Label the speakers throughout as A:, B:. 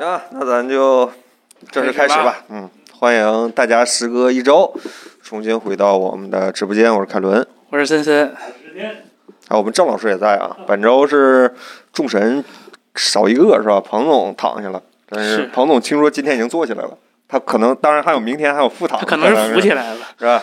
A: 啊，那咱就正式开始
B: 开始
A: 吧
B: 吧。
A: 嗯，欢迎大家时隔一周重新回到我们的直播间，我是凯伦。
B: 我是森森，
A: 啊，我们郑老师也在啊。
B: 嗯
A: 本周是众神少一个是吧？彭总躺下了，但是
B: 是
A: 彭总听说今天已经坐起来了，他可能当然还有明天还有复躺，
B: 他可能是扶起来了。
A: 是吧？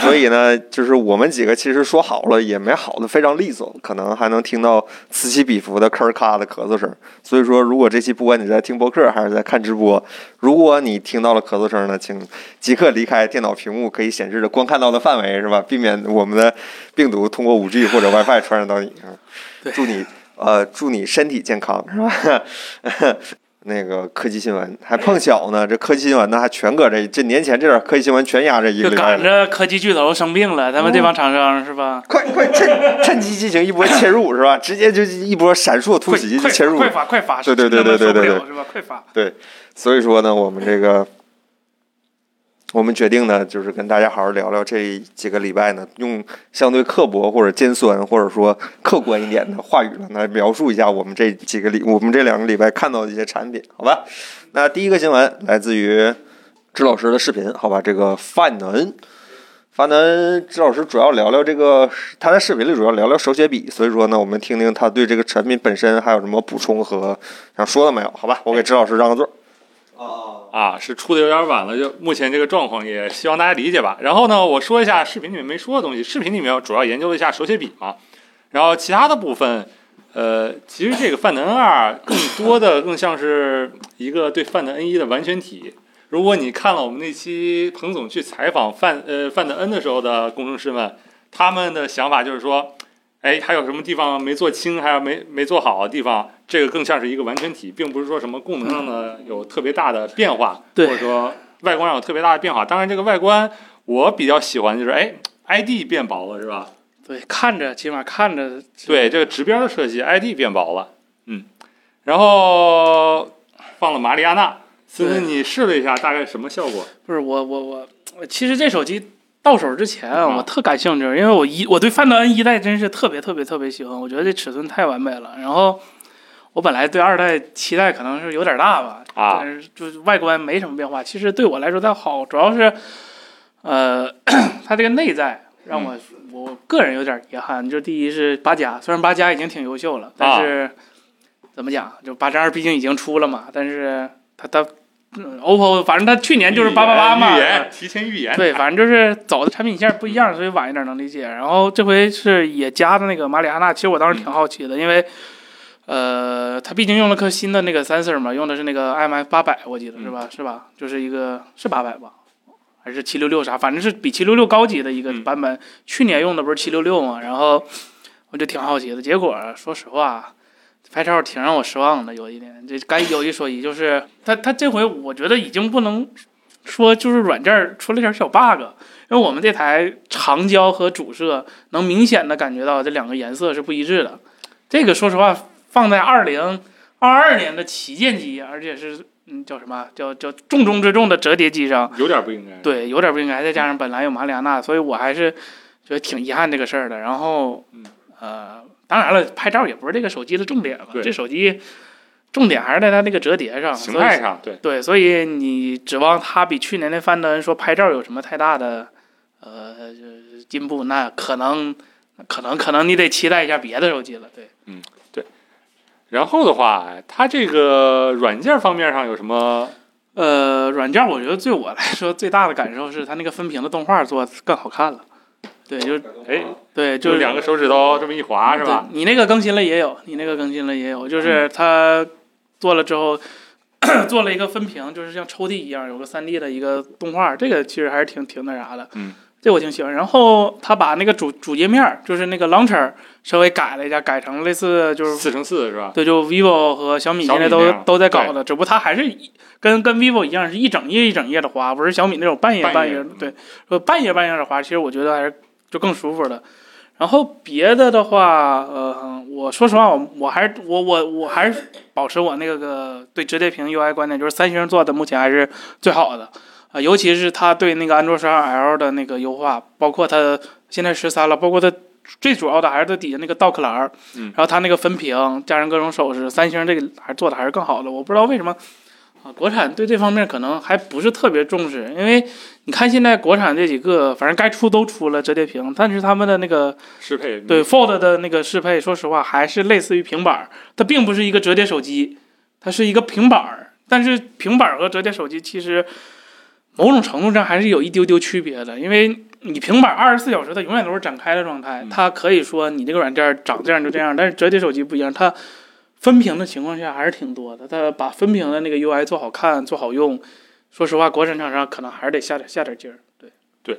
A: 所以呢，就是我们几个其实说好了也没好的非常利索，可能还能听到此起彼伏的吭儿咔的咳嗽声。所以说，如果这期不管你在听播客还是在看直播，如果你听到了咳嗽声呢，请即刻离开电脑屏幕可以显示的观看到的范围，是吧？避免我们的病毒通过 5G 或者 WiFi 传染到你。是吧
B: 对
A: 祝你呃，祝你身体健康，是吧？那个科技新闻还碰巧呢，这科技新闻呢还全搁这这年前这点科技新闻全压这一个
B: 就
A: 礼拜
B: 赶
A: 了。
B: 着科技巨头生病了，他们这帮厂商是吧？
A: 快快趁趁机进行一波切入是吧？直接就一波闪烁突
B: 快
A: 袭就
B: 快
A: 切入
B: 快，发快发！
A: 对对对
B: 真他妈
A: 对对对
B: 受不了
A: 对
B: 是吧？快发！
A: 对，所以说呢，我们这个我们决定呢，就是跟大家好好聊聊这几个礼拜呢，用相对刻薄或者尖酸或者说客观一点的话语呢，来描述一下我们这几个礼我们这两个礼拜看到的一些产品，好吧？那第一个新闻来自于支老师的视频，好吧？这个范恩。范恩支老师主要聊聊这个，他在视频里主要聊聊手写笔，所以说呢，我们听听他对这个产品本身还有什么补充和想说的没有？好吧，我给支老师让个座。哦，
C: 啊，是出的有点晚了，就目前这个状况，也希望大家理解吧。然后呢，我说一下视频里面没说的东西。视频里面我主要研究了一下手写笔嘛，然后其他的部分，呃，其实这个范德 N 二更多的更像是一个对范德 N 一的完全体。如果你看了我们那期彭总去采访范呃范德 N 的时候的工程师们，他们的想法就是说，哎，还有什么地方没做清，还有没没做好的地方，这个更像是一个完全体，并不是说什么功能上的有特别大的变化，
B: 对
C: 或者说外观上有特别大的变化。当然，这个外观我比较喜欢，就是哎，ID 变薄了是吧？
B: 对，看着起码看着
C: 对，这个直边的设计，ID 变薄了，嗯，然后放了马里亚纳，森森
B: 对
C: 你试了一下，大概什么效果？
B: 不是我我我，我其实这手机到手之前啊
C: 啊
B: 我特感兴趣，因为我一我对范德恩一代真是特别特别特别喜欢，我觉得这尺寸太完美了。然后我本来对二代期待可能是有点大吧，
C: 啊
B: 但是就是外观没什么变化。其实对我来说它好，主要是呃 它这个内在让
C: 嗯
B: 我、我个人有点遗憾。就第一是八加，虽然八加已经挺优秀了，
C: 啊
B: 但是、怎么讲，就八加二毕竟已经出了嘛，但是它它。嗯 OPPO，反正它去年就是八八八嘛
C: 预，言，提前预言，
B: 对，反正就是走的产品线不一样，所以晚一点能理解。然后这回是也加的那个马里亚纳，其实我当时挺好奇的，因为呃，它毕竟用了颗新的那个 sensor 嘛，用的是那个 IMF 八百，我记得是吧？是吧？就是一个是八百吧，还是七六六啥？反正是比七六六高级的一个
C: 嗯
B: 版本。去年用的不是七六六嘛，然后我就挺好奇的。结果说实话。拍照挺让我失望的，有一点，这该有一说一，就是它它这回我觉得已经不能说就是软件儿出了点小 bug，因为我们这台长焦和主摄能明显的感觉到这两个颜色是不一致的。这个说实话，放在二零二二年的旗舰机，而且是嗯叫什么叫叫重中之重的折叠机上，
C: 有点不应该。
B: 对，有点不应该。再加上本来有马里亚纳，所以我还是觉得挺遗憾这个事儿的。然后
C: 嗯，
B: 呃，当然了，拍照也不是这个手机的重点嘛，
C: 对
B: 这手机重点还是在它那个折叠上，
C: 形
B: 所以
C: 态上对。
B: 对，所以你指望它比去年的范德恩说拍照有什么太大的呃就是进步，那可能可能可能你得期待一下别的手机了。对，
C: 然后的话，它这个软件方面上有什么？
B: 呃，软件我觉得对我来说最大的感受是它那个分屏的动画做得更好看了。对，就
C: 哎，
B: 对，
C: 就
B: 就是
C: 两个手指头这么一划是吧？嗯
B: 对？你那个更新了也有，你那个更新了也有，就是它做了之后。 做了一个分屏，就是像抽屉一样，有个3 D 的一个动画，这个其实还是挺挺那啥的，
C: 嗯，
B: 这我挺喜欢。然后他把那个主主界面儿，就是那个 launcher 稍微改了一下，改成类似就是
C: 四乘四是吧？
B: 对，就 vivo 和小米
C: 小
B: 现
C: 米
B: 在
C: 那
B: 都
C: 样
B: 都在搞的，只不过它还是一跟跟 vivo 一样，是一整页一整页的花，不是小米那种半页
C: 半
B: 半
C: 页
B: 页
C: 嗯。
B: 对，说半页半页的花，其实我觉得还是就更舒服的。然后别的的话，呃，我说实话，我我还是我我我还是保持我那个个对折叠屏 UI 观点，就是三星做的目前还是最好的。啊、尤其是它对那个安卓十二 L 的那个优化，包括它现在十三了，包括它最主要的还是它底下那个 dock 栏儿，
C: 嗯
B: 然后它那个分屏加上各种手势，三星这个还做的还是更好的。我不知道为什么啊，国产对这方面可能还不是特别重视，因为你看现在国产这几个，反正该出都出了折叠屏，但是他们的那个
C: 适配
B: 对 Fold 的那个适配，说实话还是类似于平板儿，它并不是一个折叠手机，它是一个平板儿。但是平板儿和折叠手机其实某种程度上还是有一丢丢区别的，因为你平板二十四小时它永远都是展开的状态
C: 嗯，
B: 它可以说你这个软件儿长这样就这样，但是折叠手机不一样，它分屏的情况下还是挺多的，它把分屏的那个 UI 做好看、做好用，说实话，国产厂商可能还是得下点下点劲儿。对，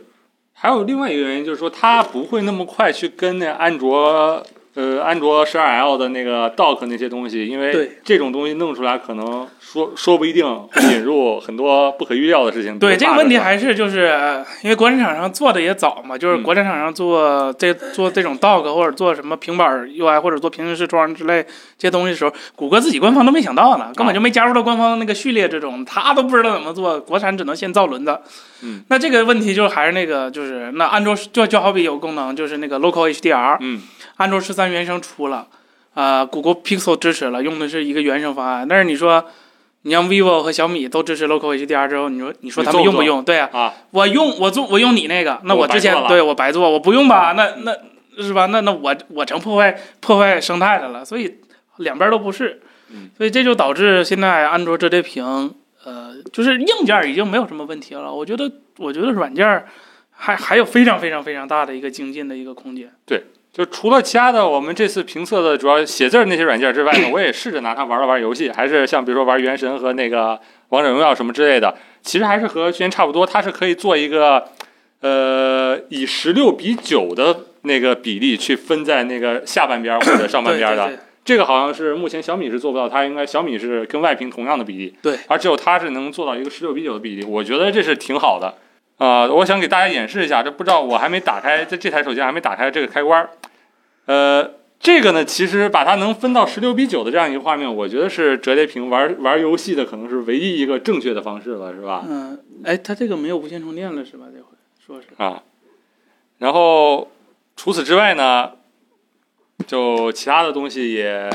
C: 还有另外一个原因就是说，它不会那么快去跟那安卓呃安卓十二 L 的那个 Dock 那些东西，因为
B: 对
C: 这种东西弄出来，可能说说不一定会引入很多不可预料的事情。
B: 对
C: 比
B: 这
C: 如
B: 个
C: bug
B: 问题
C: 是吧
B: 还是就是呃因为国产厂商做的也早嘛，就是
C: 嗯
B: 国产厂商做这做这种 Dock 或者做什么平板儿 UI 或者做平行视窗之类这些东西的时候，谷歌自己官方都没想到呢，根本
C: 啊
B: 就没加入到官方那个序列之中，他都不知道怎么做，国产只能先造轮子。
C: 嗯，
B: 那这个问题就还是那个就是那安卓就就好比有功能就是那个 Local HDR，
C: 嗯
B: 安卓十三原生出了，呃，谷歌 Pixel 支持了，用的是一个原生方案。但是你说，你让 vivo 和小米都支持 Local HDR 之后，你说你说他们
C: 你做
B: 用
C: 不
B: 不用？对啊，
C: 啊，
B: 我用我做我用你那个，那
C: 我
B: 我
C: 白
B: 之前
C: 做了
B: 对我白做，我不用吧？那那是吧？那那我我成破坏破坏生态的了，所以两边都不是
C: 嗯，
B: 所以这就导致现在安卓折叠屏，呃，就是硬件已经没有什么问题了。我觉得我觉得软件还还有非常非常非常大的一个精进的一个空间。
C: 就除了其他的，我们这次评测的主要写字儿那些软件之外 呢，我也试着拿它玩了玩游戏，还是像比如说玩《原神》和那个《王者荣耀》什么之类的，其实还是和《之前差不多，它是可以做一个呃以十六比九的那个比例去分在那个下半边儿或者上半
B: 对
C: 边儿
B: 对
C: 的。
B: 对，
C: 这个好像是目前小米是做不到，它应该小米是跟外屏同样的比例，
B: 对，
C: 而只有它是能做到一个十六比九的比例，我觉得这是挺好的。啊、我想给大家演示一下，这不知道我还没打开，这这台手机还没打开这个开关儿，呃，这个呢，其实把它能分到十六比九的这样一个画面，我觉得是折叠屏玩玩游戏的可能是唯一一个正确的方式了，是吧？
B: 嗯，哎，它这个没有无线充电了是吧？这回说是
C: 啊，然后除此之外呢，就其他的东西也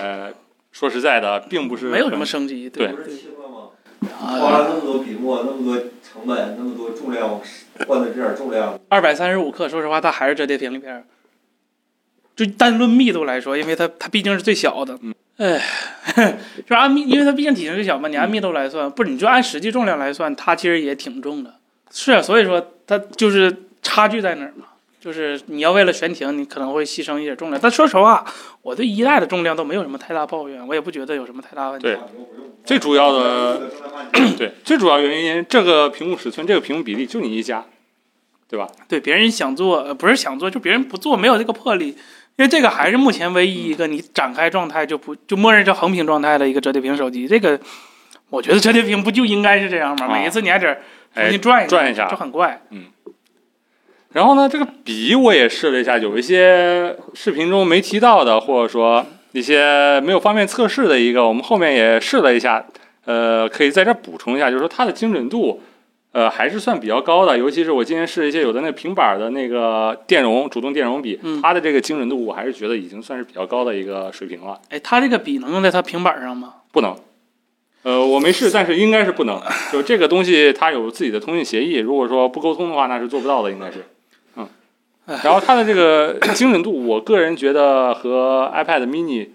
C: 说实在的，并不是
B: 没有什
C: 很
B: 么升级，
C: 对
A: 不是
B: 对
A: 轻了吗？花
B: 啊，
A: 了那么多笔墨，那么多成本，那么多重量，换的这点重量，
B: 二百三十五克，说实话，它还是折叠屏里边儿，就单论密度来说，因为它它毕竟是最小的
C: 嗯，
B: 哎， 就按密，因为它毕竟体型最小嘛，你按密度来算，不是你就按实际重量来算，它其实也挺重的，是啊，所以说它就是差距在哪儿嘛。就是你要为了悬停，你可能会牺牲一点重量。但说实话，我对一代的重量都没有什么太大抱怨，我也不觉得有什么太大问题。
C: 对最主要的，对，最主要原因，这个屏幕尺寸，这个屏幕比例就你一家，对吧？
B: 对别人想做，呃，不是想做，就别人不做，没有这个魄力。因为这个还是目前唯一一个你展开状态就不就默认是横屏状态的一个折叠屏手机。这个我觉得折叠屏不就应该是这样吗？
C: 啊
B: 每一次你还得重
C: 哎
B: 新，转一下，
C: 转一下
B: 就很怪。
C: 然后呢，这个笔我也试了一下，有一些视频中没提到的，或者说一些没有方便测试的一个，我们后面也试了一下，呃，可以在这儿补充一下，就是说它的精准度，呃，还是算比较高的。尤其是我今天试了一些有的那平板儿的那个电容主动电容笔，
B: 嗯
C: 它的这个精准度，我还是觉得已经算是比较高的一个水平了。
B: 哎，它这个笔能用在它平板上吗？
C: 不能。呃，我没试，但是应该是不能。就这个东西，它有自己的通信协议，如果说不沟通的话，那是做不到的，应该是。嗯。然后它的这个 精准度，我个人觉得和 iPad mini，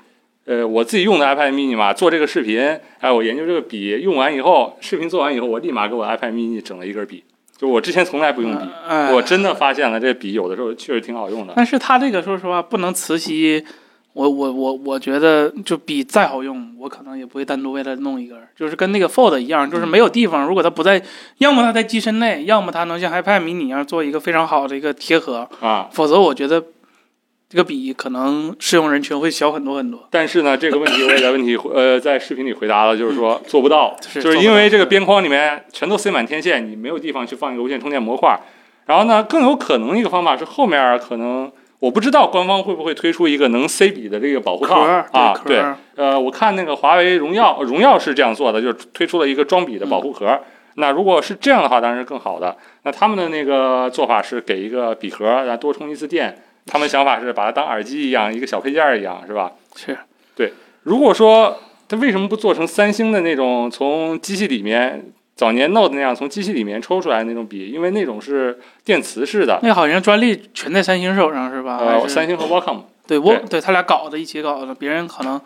C: 呃，我自己用的 iPad mini 嘛，做这个视频，哎，我研究这个笔，用完以后，视频做完以后，我立马给我 iPad mini 整了一根笔，就我之前从来不用笔，
B: 嗯、
C: 我真的发现了这笔有的时候确实挺好用的。
B: 但是它这个说实话不能磁吸，我我我我觉得就笔再好用，我可能也不会单独为它弄一根儿，就是跟那个 Fold 一样，就是没有地方。如果它不在，要么它在机身内，要么它能像 iPad mini 一样做一个非常好的一个贴合，
C: 啊，
B: 否则我觉得这个笔可能适用人群会小很多很多。
C: 但是呢，这个问题我也在问题呃在视频里回答了，就是 说做不到，
B: 是
C: 就是因为这个边框里面全都塞满天线，你没有地方去放一个无线充电模块。然后呢，更有可能一个方法是后面儿可能我不知道官方会不会推出一个能塞笔的这个保护
B: 壳
C: 套
B: 儿
C: 啊，
B: 壳
C: 对，
B: 儿
C: 呃，我看那个华为荣耀，荣耀是这样做的，就是推出了一个装笔的
B: 嗯
C: 保护壳。那如果是这样的话，当然是更好的。那他们的那个做法是给一个笔盒，然后多充一次电。他们想法是把它当耳机一样，一个小配件儿一样，是吧？
B: 是
C: 如果说它为什么不做成三星的那种从机器里面早年 Note 那样从机器里面抽出来那种笔？因为那种是电磁式的，
B: 那好像专利全在三星手上是吧？嗯还
C: 呃，
B: 是
C: 三星和 Wacom
B: 对我
C: 对
B: 对他俩搞的，一起搞的，别人可能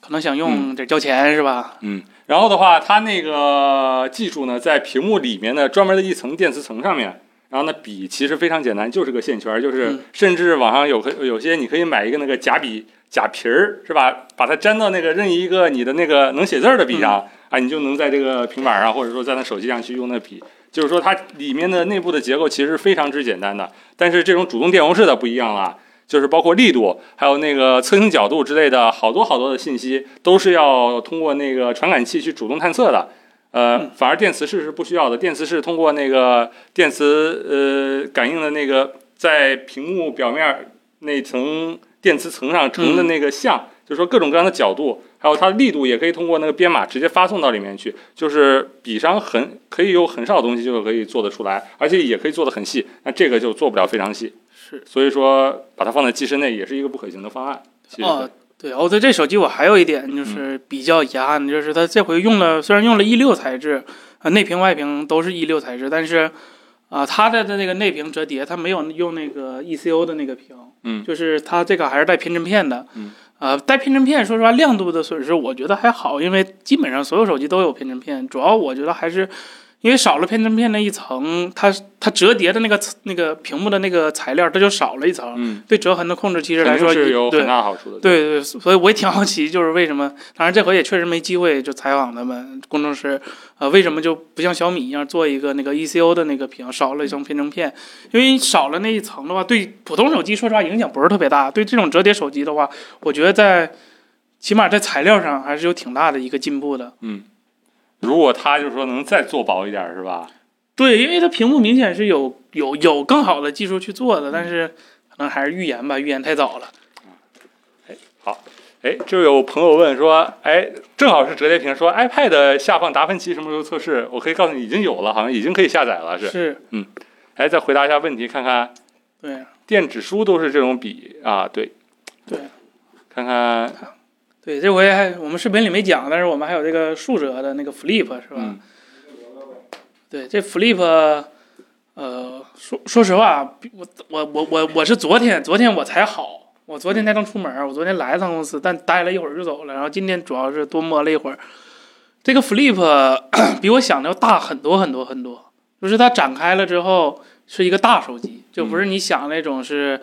B: 可能想用得交钱是吧？
C: 嗯，然后的话，它那个技术呢，在屏幕里面的专门的一层电磁层上面。然后呢，笔其实非常简单，就是个线圈儿，就是
B: 嗯
C: 甚至网上有可有些你可以买一个那个假笔假皮儿，是吧？把它粘到那个任意一个你的那个能写字儿的笔上、啊，你就能在这个平板上或者说在那手机上去用那笔。就是说它里面的内部的结构其实非常之简单的，但是这种主动电容式的不一样了，就是包括力度，还有那个测倾角度之类的，好多好多的信息都是要通过那个传感器去主动探测的。呃
B: 嗯，
C: 反而电磁式是不需要的，电磁式通过那个电磁呃感应的那个在屏幕表面那层电磁层上成的那个像，就是说各种各样的角度，还有它的力度也可以通过那个编码直接发送到里面去，就是比上很可以有很少的东西就可以做得出来，而且也可以做得很细，那这个就做不了非常细。
B: 是
C: 所以说把它放在机身内也是一个不可行的方案。其实对嗯
B: 哦，对哦，对这手机我还有一点就是比较遗憾的，就是它这回用了虽然用了 E 六材质，呃，内屏外屏都是 E 六材质，但是啊、它的那个内屏折叠，它没有用那个 ECO 的那个屏，
C: 嗯
B: 就是它这个还是带偏振片的，
C: 嗯，
B: 呃，带偏振片，说实话亮度的损失我觉得还好，因为基本上所有手机都有偏振片，主要我觉得还是。因为少了偏振片那一层，它它折叠的那个那个屏幕的那个材料，它就少了一层，
C: 嗯，
B: 对折痕的控制其实来
C: 肯定
B: 说
C: 是有
B: 对
C: 很大好处的。，
B: 对对，所以我也挺好奇， 就是为什么？当然这回也确实没机会就采访他们工程师，呃，为什么就不像小米一样做一个那个 ECO 的那个屏，少了一层偏振片？因为少了那一层的话，对普通手机说实话影响不是特别大，对这种折叠手机的话，我觉得在起码在材料上还是有挺大的一个进步的。
C: 嗯，如果它就是说能再做薄一点，是吧？
B: 对，因为它屏幕明显是有有有更好的技术去做的，但是可能还是预言吧，预言太早了。
C: 哎，就有朋友问说，哎，正好是折叠屏，说 iPad 下放达芬奇什么时候测试？我可以告诉你，已经有了，好像已经可以下载了，是。
B: 是，
C: 哎，再回答一下问题，看看
B: 对
C: 电子书都是这种笔啊，对，
B: 对。
C: 看看，
B: 对，这回还我们视频里没讲，但是我们还有这个竖折的那个 flip 是吧？
C: 嗯
B: 对，这 flip，呃，说说实话，比我我我我我是昨天昨天我才好，我昨天才刚出门儿，我昨天来一趟公司，但待了一会儿就走了，然后今天主要是多摸了一会儿。这个 flip 咳比我想的要大很多很多很多，就是它展开了之后是一个大手机，就不是你想那种是，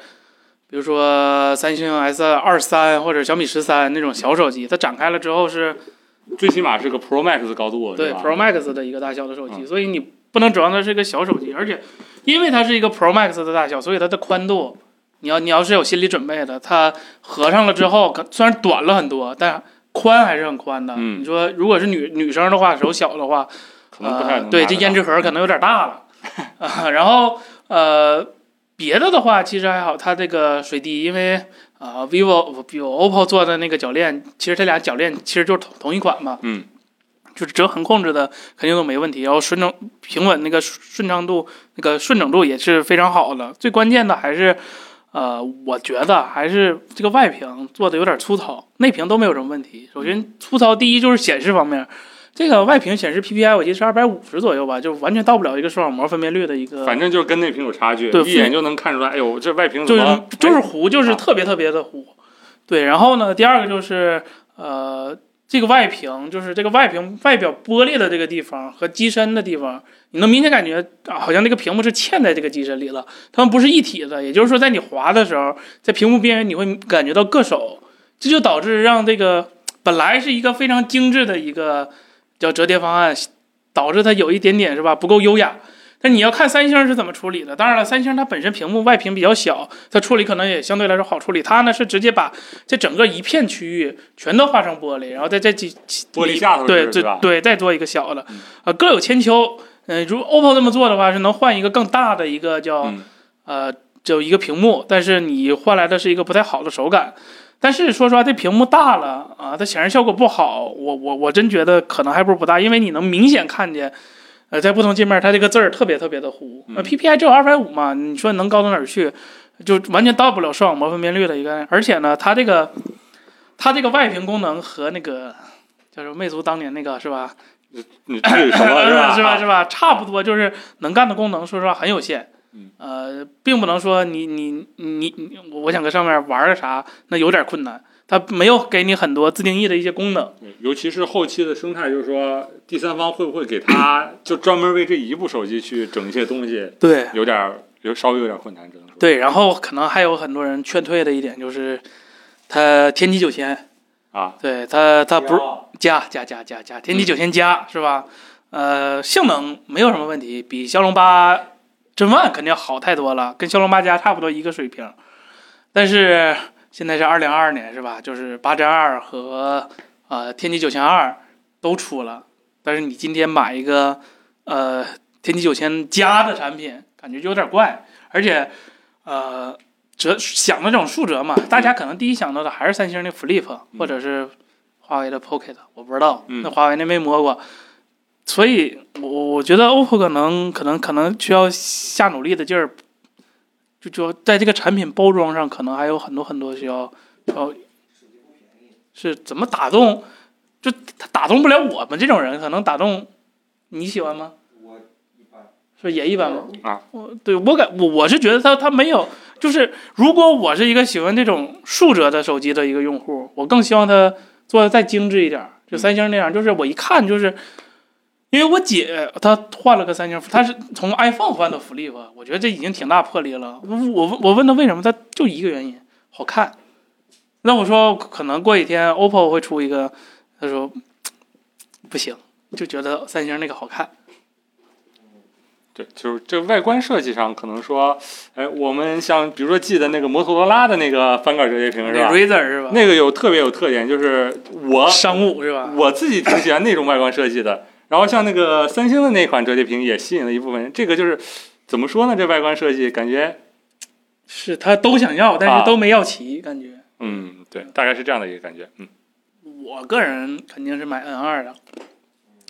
B: 比如说三星 S 二三或者小米十三那种小手机，它展开了之后是
C: 最起码是个 Pro Max 的高度，
B: 对
C: 是吧
B: Pro Max 的一个大小的手机，
C: 嗯
B: 所以你不能指望它是一个小手机，而且因为它是一个 Pro Max 的大小，所以它的宽度，你要你要是有心理准备的，它合上了之后，可虽然短了很多，但宽还是很宽的。
C: 嗯
B: 你说如果是女女生的话，手小的话，
C: 可能不
B: 呃
C: 太能拿得到、
B: 对，这胭脂盒可能有点大 了。啊，然后呃，别的的话其实还好，它这个水滴，因为啊、呃 vivo 不 vivo OPPO 做的那个铰链，其实这俩铰链其实就是同同一款嘛，
C: 嗯，
B: 就是折痕控制的肯定都没问题，然后顺整平稳那个顺顺畅度、那个顺整度也是非常好的。最关键的还是，呃，我觉得还是这个外屏做的有点粗糙，内屏都没有什么问题。首先粗糙，第一就是显示方面，这个外屏显示 PPI 我记得是二百五十左右吧，就完全到不了一个双网膜分辨率的一个，
C: 反正就是跟内屏有差距，
B: 对
C: 一眼就能看出来。哎呦，这外屏怎
B: 就
C: 么
B: 是
C: 了
B: 就是
C: 哎
B: 糊，就是特别特别的糊。对，然后呢，第二个就是呃，这个外屏，就是这个外屏外表玻璃的这个地方和机身的地方，你能明显感觉啊，好像这个屏幕是嵌在这个机身里了，它们不是一体的。也就是说，在你滑的时候，在屏幕边缘你会感觉到硌手，这就导致让这个本来是一个非常精致的一个叫折叠方案，导致它有一点点是吧不够优雅。但你要看三星是怎么处理的。当然了，三星它本身屏幕外屏比较小，它处理可能也相对来说好处理。它呢是直接把这整个一片区域全都画成玻璃，然后在这几
C: 玻璃下头
B: 对
C: 是
B: 对
C: 吧
B: 对再做一个小的
C: 嗯，
B: 呃各有千秋。嗯、如果 OPPO 这么做的话，是能换一个更大的一个叫、
C: 嗯
B: 呃，只有一个屏幕，但是你换来的是一个不太好的手感。但是说实话，这屏幕大了啊，它显示效果不好，我我我真觉得可能还不如不大，因为你能明显看见，呃，在不同界面它这个字儿特别特别的糊。呃
C: 嗯
B: ，PPI 只有二百五嘛，你说能高到哪儿去？就完全到不了视网膜分辨率的一个，而且呢，它这个它这个外屏功能和那个就是魅族当年那个是吧？
C: 你至于什么 是吧？ 啊
B: 是吧？是吧？差不多就是能干的功能，说实话很有限。
C: 嗯
B: 呃，并不能说你你你你，我我想搁上面玩个啥，那有点困难。它没有给你很多自定义的一些功能。
C: 对尤其是后期的生态，就是说第三方会不会给他就专门为这一部手机去整一些东西，
B: 对
C: 有点儿有稍微有点困难，只能说。
B: 对，然后可能还有很多人劝退的一点就是，它天玑九千，
C: 啊，
B: 对它它不是
D: 啊
B: 加加加加加天玑九千加是吧？呃，性能没有什么问题，比骁龙八 Gen One 肯定要好太多了，跟骁龙八加差不多一个水平。但是现在是二零二二年是吧？就是八 Gen 二和呃天玑九千二都出了，但是你今天买一个呃天玑九千加的产品，感觉就有点怪，而且呃折想的这种数折嘛，大家可能第一想到的还是三星的 Flip 或者是华为的 Pocket，我不知道，
C: 嗯
B: 那华为那没摸过，所以我我觉得 OPPO 可能可能可能需要下努力的劲儿，就就在这个产品包装上，可能还有很多很多需要需要是怎么打动，就他打动不了我们这种人，可能打动你喜欢吗？
A: 我一般
B: 是也一般吗？
C: 啊，
B: 我对我感我我是觉得它它没有，就是如果我是一个喜欢这种竖折的手机的一个用户，我更希望它做的再精致一点儿，就
C: 嗯
B: 三星那样，就是我一看就是，因为我姐她换了个三星，她是从 iPhone 换的 Flip，我觉得这已经挺大魄力了。我我我问她为什么，她就一个原因，好看。那我说可能过几天 OPPO 会出一个，她说不行，就觉得三星那个好看。
C: 对，就是这外观设计上可能说，哎，我们像比如说记得那个摩托罗拉的那个翻盖折叠屏是吧？
B: Razer 是吧？
C: 那个有特别有特点，就是我
B: 商务是吧？
C: 我自己挺喜欢那种外观设计的。然后像那个三星的那款折叠屏也吸引了一部分人。这个就是怎么说呢？这外观设计感觉，
B: 是他都想要，但
C: 啊
B: 是都没要齐，感觉。
C: 嗯，对，大概是这样的一个感觉。嗯，
B: 我个人肯定是买 N 二的，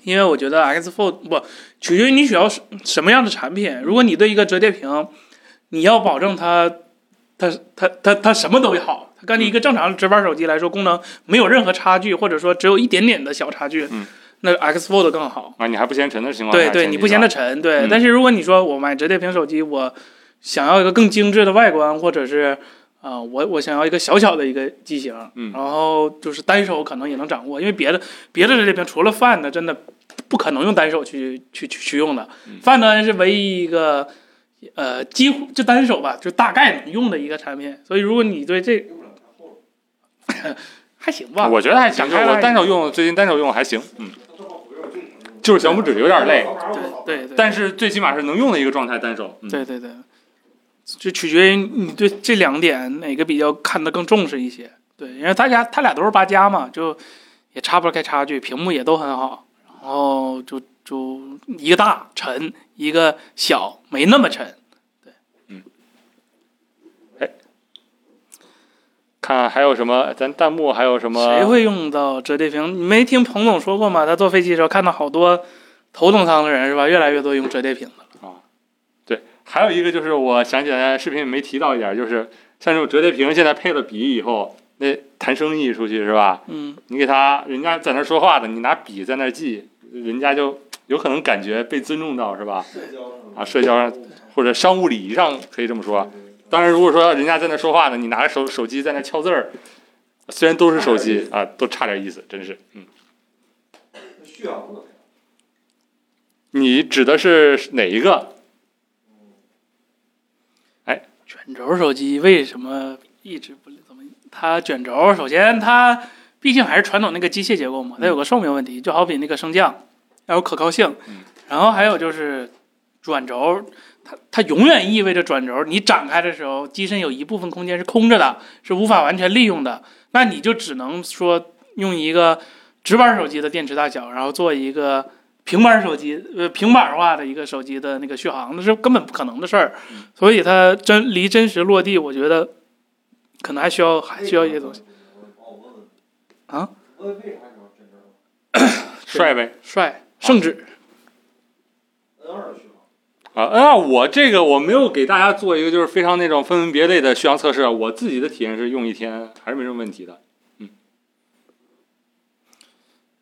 B: 因为我觉得 X Fold 不取决于你需要什么样的产品。如果你对一个折叠屏，你要保证它，它它它它什么都好，它跟一个正常直板手机来说功能没有任何差距，或者说只有一点点的小差距，
C: 嗯
B: 那 X Fold 更好。
C: 啊，你还不嫌沉的情况
B: 对
C: 下前提是吧，
B: 对，你不嫌它沉，对。
C: 嗯
B: 但是如果你说我买折叠屏手机，我想要一个更精致的外观，或者是啊、呃我我想要一个小巧的一个机型，
C: 嗯
B: 然后就是单手可能也能掌握，因为别的别的折叠屏除了 Find 真的不可能用单手去去去去用的、
C: 嗯
B: f i n d 是唯一一个。呃，几乎就单手吧，就大概能用的一个产品。所以，如果你对这
A: 用不了太厚了，
B: 还行吧，
C: 我觉得还
B: 展
C: 行，就
B: 开
C: 是
B: 了
C: 我单手用，最近单手用还行，嗯，
A: 它这么回事儿就能
C: 就是小拇指有点累，
A: 用
B: 对对对，
C: 但是最起码是能用的一个状态，单手。嗯、
B: 对对对，就取决于你对这两点哪个比较看得更重视一些。对，因为大家他俩都是八加嘛，就也差不多该差距，屏幕也都很好，然后就就一个大沉，一个小没那么沉。
C: 看还有什么，咱弹幕还有什么？
B: 谁会用到折叠屏？你没听彭总说过吗？他坐飞机的时候看到好多头等舱的人是吧？越来越多用折叠屏的了。
C: 对，还有一个就是我想起来视频里没提到一点，就是像这种折叠屏现在配了笔以后，那谈生意出去是吧？
B: 嗯，
C: 你给他人家在那儿说话的，你拿笔在那儿记，人家就有可能感觉被尊重到是吧？
A: 社交上
C: 啊，社交上或者商务礼仪上可以这么说。当然，如果说人家在那儿说话呢，你拿着手手机在那儿敲字儿，虽然都是手机
B: 嗯
C: 啊，都差点意思，真是。嗯，
A: 需要不能
C: 你指的是哪一个？
B: 卷轴手机为什么一直不怎么？它卷轴首先它毕竟还是传统那个机械结构嘛，它有个寿命问题，就好比那个升降要有可靠性
C: 嗯，
B: 然后还有就是转轴，它它永远意味着转轴你展开的时候，机身有一部分空间是空着的，是无法完全利用的，那你就只能说用一个直板手机的电池大小，然后做一个。平板手机，呃，平板化的一个手机的那个续航，那是根本不可能的事儿。所以它真离真实落地，我觉得可能还需要还需要一些东西。
A: 西。我问问
B: 啊？
A: 问为啥你要真正
C: 帅呗
B: 帅圣旨，
A: N 二的续航？
C: 啊！啊，我这个我没有给大家做一个就是非常那种分门别类的续航测试，啊我自己的体验是用一天还是没什么问题的。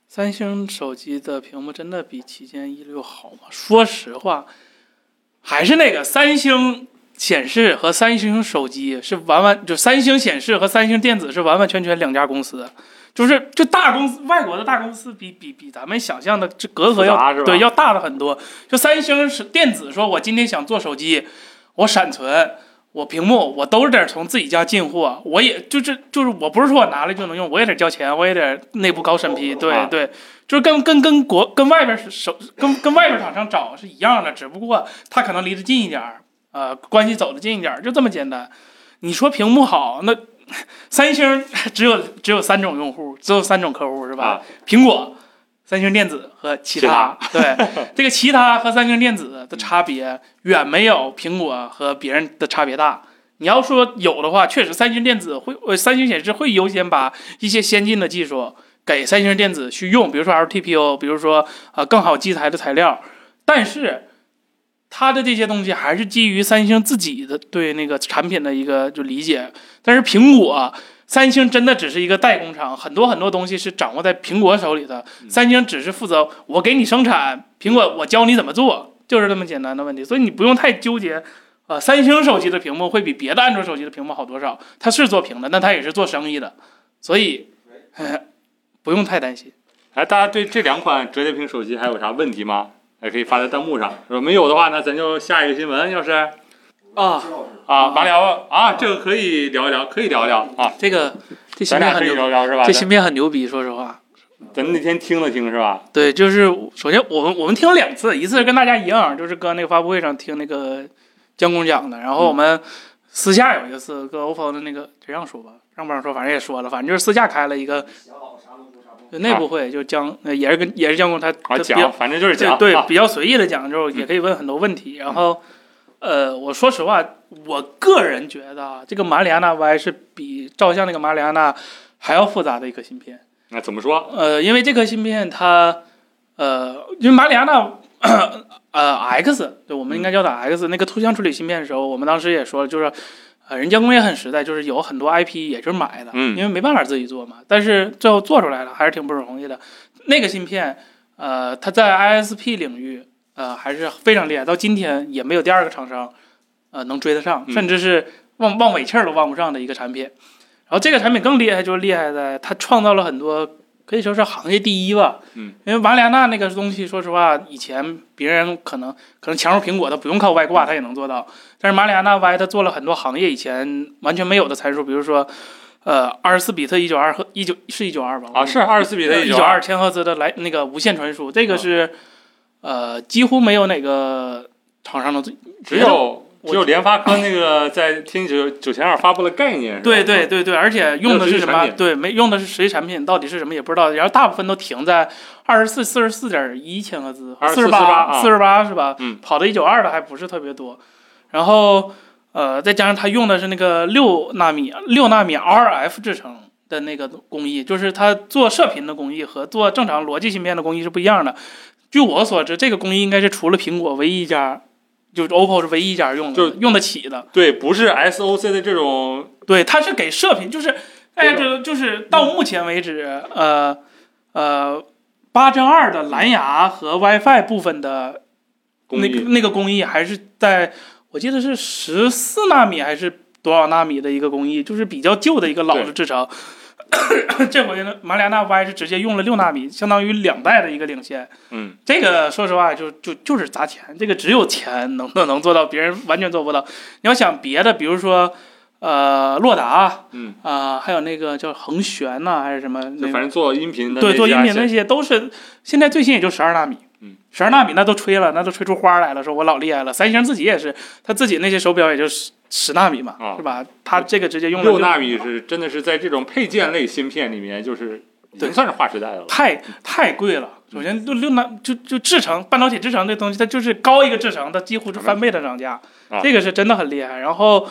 B: 三星手机的屏幕真的比旗舰一六好吗？说实话，还是那个三星显示和三星手机是完完就三星显示和三星电子是完完全全两家公司，就是就大公司外国的大公司比比比咱们想象的这隔阂
C: 复杂是
B: 要
C: 吧
B: 对要大了很多。就三星是电子，说我今天想做手机，我闪存。我屏幕我都是得从自己家进货，我也就是就是我不是说我拿来就能用，我也得交钱，我也得内部高审批，对
C: 啊
B: 对，就是跟跟跟国跟外边手跟跟外边厂商找是一样的，只不过他可能离得近一点儿，呃，关系走得近一点儿，就这么简单。你说屏幕好，那三星只有只有三种用户，只有三种客户是吧？
C: 啊
B: 苹果、三星电子和其他。对，这个其他和三星电子的差别远没有苹果和别人的差别大。你要说有的话，确实三星电子会，呃，三星显示会优先把一些先进的技术给三星电子去用，比如说 LTPO，比如说呃更好机台的材料，但是它的这些东西还是基于三星自己的对那个产品的一个就理解，但是苹果、三星真的只是一个代工厂，很多很多东西是掌握在苹果手里的。
C: 嗯
B: 三星只是负责我给你生产，苹果我教你怎么做，就是这么简单的问题。所以你不用太纠结。呃，三星手机的屏幕会比别的安卓手机的屏幕好多少？它是做屏的，那它也是做生意的，所以、呃不用太担心。
C: 哎，大家对这两款折叠屏手机还有啥问题吗？还可以发在弹幕上。如果没有的话，那咱就下一个新闻，要是
B: 啊，
C: 啊，马里奥啊，这个可以聊一聊，可以聊一聊啊，
B: 这个这芯
C: 咱
B: 片
C: 俩
B: 很
C: 可以
B: 牛，
C: 聊聊是吧？
B: 这芯片很牛逼，说实话。
C: 咱那天听了听是吧？
B: 对，就是首先我们我们听了两次，一次是跟大家一样，就是搁那个发布会上听那个江工讲的，然
C: 嗯
B: 后我们私下有一次跟 OPPO 的那个谁让说吧，让不让说，反正也说了，反正就是私下开了一个就内部会，就江呃也是跟也是江工他
C: 啊，
B: 他比较
C: 讲，反正就是讲，
B: 对对
C: 啊，嗯
B: 比较随意的讲，就是也可以问很多问题。然后，呃，我说实话，我个人觉得啊，这个马里亚纳 Y 是比照相那个马里亚纳还要复杂的一颗芯片。
C: 那怎么说？
B: 呃，因为这颗芯片它，呃，因为马里亚纳， 呃，X，对，我们应该叫它
C: 嗯
B: X、那个图像处理芯片的时候，我们当时也说了，就是，呃，人家工业很实在，就是有很多 IP 也就是买的，
C: 嗯
B: 因为没办法自己做嘛，但是最后做出来了还是挺不容易的。那个芯片，呃，它在 ISP 领域，呃，还是非常厉害，到今天也没有第二个厂商，呃，能追得上，
C: 嗯
B: 甚至是望望尾气儿都望不上的一个产品。然后这个产品更厉害，就是厉害在它创造了很多可以说是行业第一吧。
C: 嗯，
B: 因为瓦里亚纳那个东西，说实话，以前别人可能可能强如苹果，它不用靠外挂，它也能做到。但是马里亚纳 Y 它做了很多行业以前完全没有的参数，比如说，呃，二十四比特一九二和一九是一九二吧？
C: 啊，是二十啊四比特
B: 一
C: 九
B: 九二，千赫兹的来那个无线传输，这个是、呃几乎没有哪个厂商能做，
C: 只有只有联发科那个在天九九千二发布了概念，是吧
B: 对对对对，而且用的是什么
C: 没有实际产？品
B: 对，没用的是实际产品，到底是什么也不知道。然后大部分都停在二十四、四十四点一千赫兹，
C: 24
B: 十八、
C: 48
B: 四十八是吧？
C: 啊嗯
B: 跑到一九二的还不是特别多。然后呃，再加上它用的是那个六纳米、六纳米 RF 制成的那个工艺，就是它做射频的工艺和做正常逻辑芯片的工艺是不一样的。据我所知，这个工艺应该是除了苹果唯一一家，就是 OPPO 是唯一一家用
C: 就
B: 的用得起的。
C: 对，不是 SOC 的这种
B: 对，它是给射频，就是，哎，
C: 对
B: 就就是到目前为止，呃呃，八针二的蓝牙和 WiFi 部分的
C: 工
B: 那
C: 艺
B: 个，那个工艺，还是在我记得是十四纳米还是多少纳米的一个工艺，就是比较旧的一个老的
C: 对
B: 制程。 这回呢，马里亚纳 Y 是直接用了六纳米，相当于两代的一个领先。
C: 嗯，
B: 这个说实话，就就就是砸钱，这个只有钱能能能做到，别人完全做不到。你要想别的，比如说呃洛达，
C: 嗯
B: 啊、还有那个叫恒玄呐、还是什么，
C: 就
B: 那
C: 反正做音频的
B: 对
C: 那
B: 做音
C: 家
B: 频
C: 显
B: 那些都是现在最新也就十二纳米，
C: 嗯，
B: 十二纳米那都吹了，那都吹出花来了，说我老厉害了。三星自己也是，他自己那些手表也就十十纳米嘛，
C: 啊
B: 是吧？他这个直接用了
C: 六
B: 就
C: 纳米是真的是在这种配件类芯片里面，就是已经
B: 对
C: 算是划时代的了。
B: 太太贵了。首先，就六纳就就制成半导体制成这东西，它就是高一个制成，它几乎是翻倍的涨价，
C: 啊
B: 这个是真的很厉害。然后，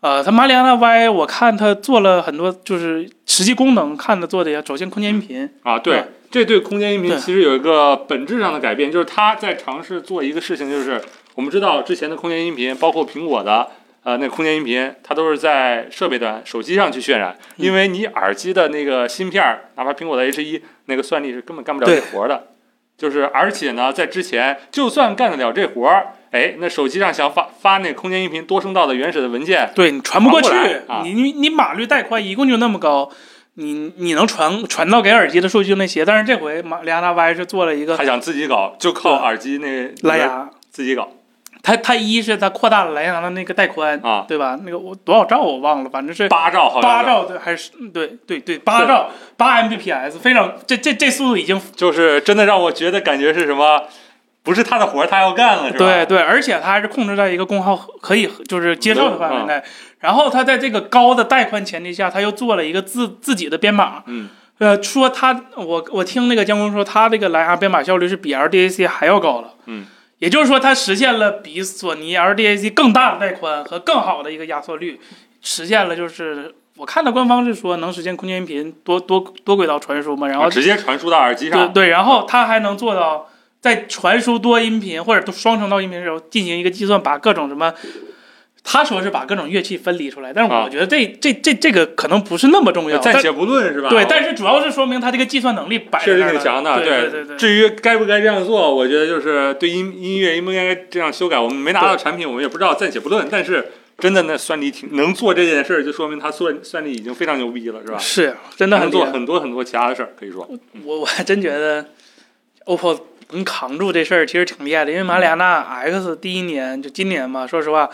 B: 呃，它马里亚纳 Y，我看它做了很多，就是实际功能看它做的也，首先空间音频，
C: 啊，
B: 对
C: 对，这对空间音频
B: 对
C: 其实有一个本质上的改变，就是它在尝试做一个事情，就是我们知道之前的空间音频，包括苹果的呃那空间音频，它都
B: 嗯
C: 是在设备端、手机上去渲染，因为你耳机的那个芯片儿，哪怕苹果的 H 1那个算力是根本干不了
B: 对
C: 这活儿的。就是而且呢，在之前就算干得了这活儿，哎，那手机上想发发那空间音频多声道的原始的文件，
B: 对你传不过去
C: 传不过来啊，
B: 你你你码率带宽一共就那么高，你你能传传到给耳机的数据就那些，但是这回马里亚纳 Y 是做了一个
C: 还想自己搞，就靠耳机那
B: 蓝牙，
C: 自己搞
B: 它它一是它扩大了蓝牙的那个带宽，
C: 啊，
B: 对吧？那个我多少兆我忘了，反正是
C: 八兆好像
B: 八
C: 是
B: 兆对还是嗯对对对八兆八 Mbps，非常这这这速度已经
C: 就是真的让我觉得感觉是什么，不是他的活儿他要干了，是吧？
B: 对对，而且它还是控制在一个功耗可以就是接受的范围
C: 嗯
B: 内。然后它在这个高的带宽前提下，它又做了一个自自己的编码。
C: 嗯，
B: 呃，说它，我我听那个江工说，它这个蓝牙编码效率是比 LDAC 还要高了。
C: 嗯，
B: 也就是说，它实现了比索尼 LDAC 更大的带宽和更好的一个压缩率，实现了就是。我看到官方是说能实现空间音频多多多轨道传输嘛，然后
C: 直接传输到耳机
B: 对
C: 上，
B: 对，然后它还能做到在传输多音频或者双声道音频的时候进行一个计算，把各种什么。他说是把各种乐器分离出来，但是
C: 啊
B: 我觉得这、这这这个可能不是那么重要。
C: 暂
B: 但
C: 且不论是吧？
B: 对，但是主要是说明他这个计算能力摆在
C: 确
B: 那
C: 实
B: 儿
C: 挺
B: 了
C: 强的，
B: 对对对对。
C: 至于该不该这样做，我觉得就是对音音乐应不应该这样修改，我们没拿到产品，我们也不知道，暂且不论。但是真的那算力挺能做这件事儿，就说明他算算力已经非常牛逼了，是吧？
B: 是真的
C: 能
B: 很
C: 做
B: 厉害。
C: 很多很多其他的事儿，可以说
B: 我我还真觉得 OPPO 能扛住这事儿，其实挺厉害的。因为马里亚纳 X 第一年就今年嘛，说实话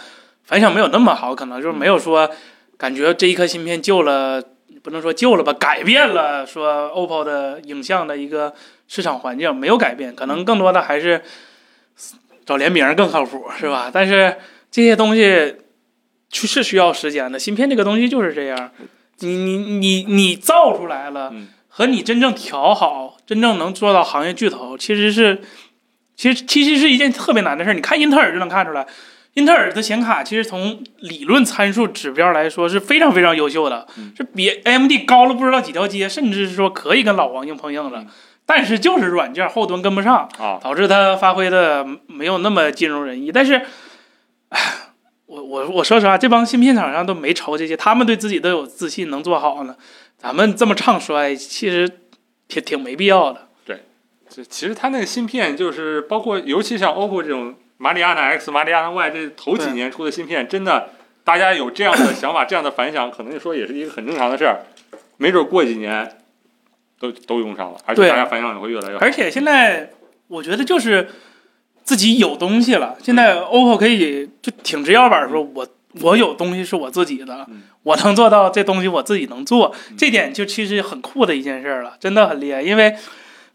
B: 反响没有那么好，可能就是没有说感觉这一颗芯片救了，不能说救了吧，改变了说 OPPO 的影像的一个市场环境没有改变，可能更多的还是找联名更靠谱，是吧？但是这些东西去是需要时间的，芯片这个东西就是这样，你你你你造出来了
C: 嗯，
B: 和你真正调好，真正能做到行业巨头，其实是其实其实是一件特别难的事儿。你看英特尔就能看出来。英特尔的显卡其实从理论参数指标来说是非常非常优秀的，
C: 嗯
B: 是比 AMD 高了不知道几条街，甚至是说可以跟老王硬碰硬了。
C: 嗯
B: 但是就是软件后端跟不上，
C: 啊，
B: 导致他发挥的没有那么尽如人意。但是，唉我我我说实话，这帮芯片厂商都没愁这些，他们对自己都有自信，能做好呢。咱们这么唱衰，其实挺挺没必要的。
C: 这其实它那个芯片就是包括，尤其像 OPPO 这种马里亚纳 X、马里亚纳 Y 这头几
B: 对
C: 年出的芯片，真的大家有这样的想法、这样的反响，可能说也是一个很正常的事儿。没准过几年都都用上了，而且
B: 对
C: 大家反响也会越来越好。
B: 而且现在我觉得就是自己有东西了，现在 OPPO 可以就挺直腰板儿说，我我有东西是我自己的
C: 嗯，
B: 我能做到这东西我自己能做
C: 嗯，
B: 这点就其实很酷的一件事儿了，真的很厉害。因为，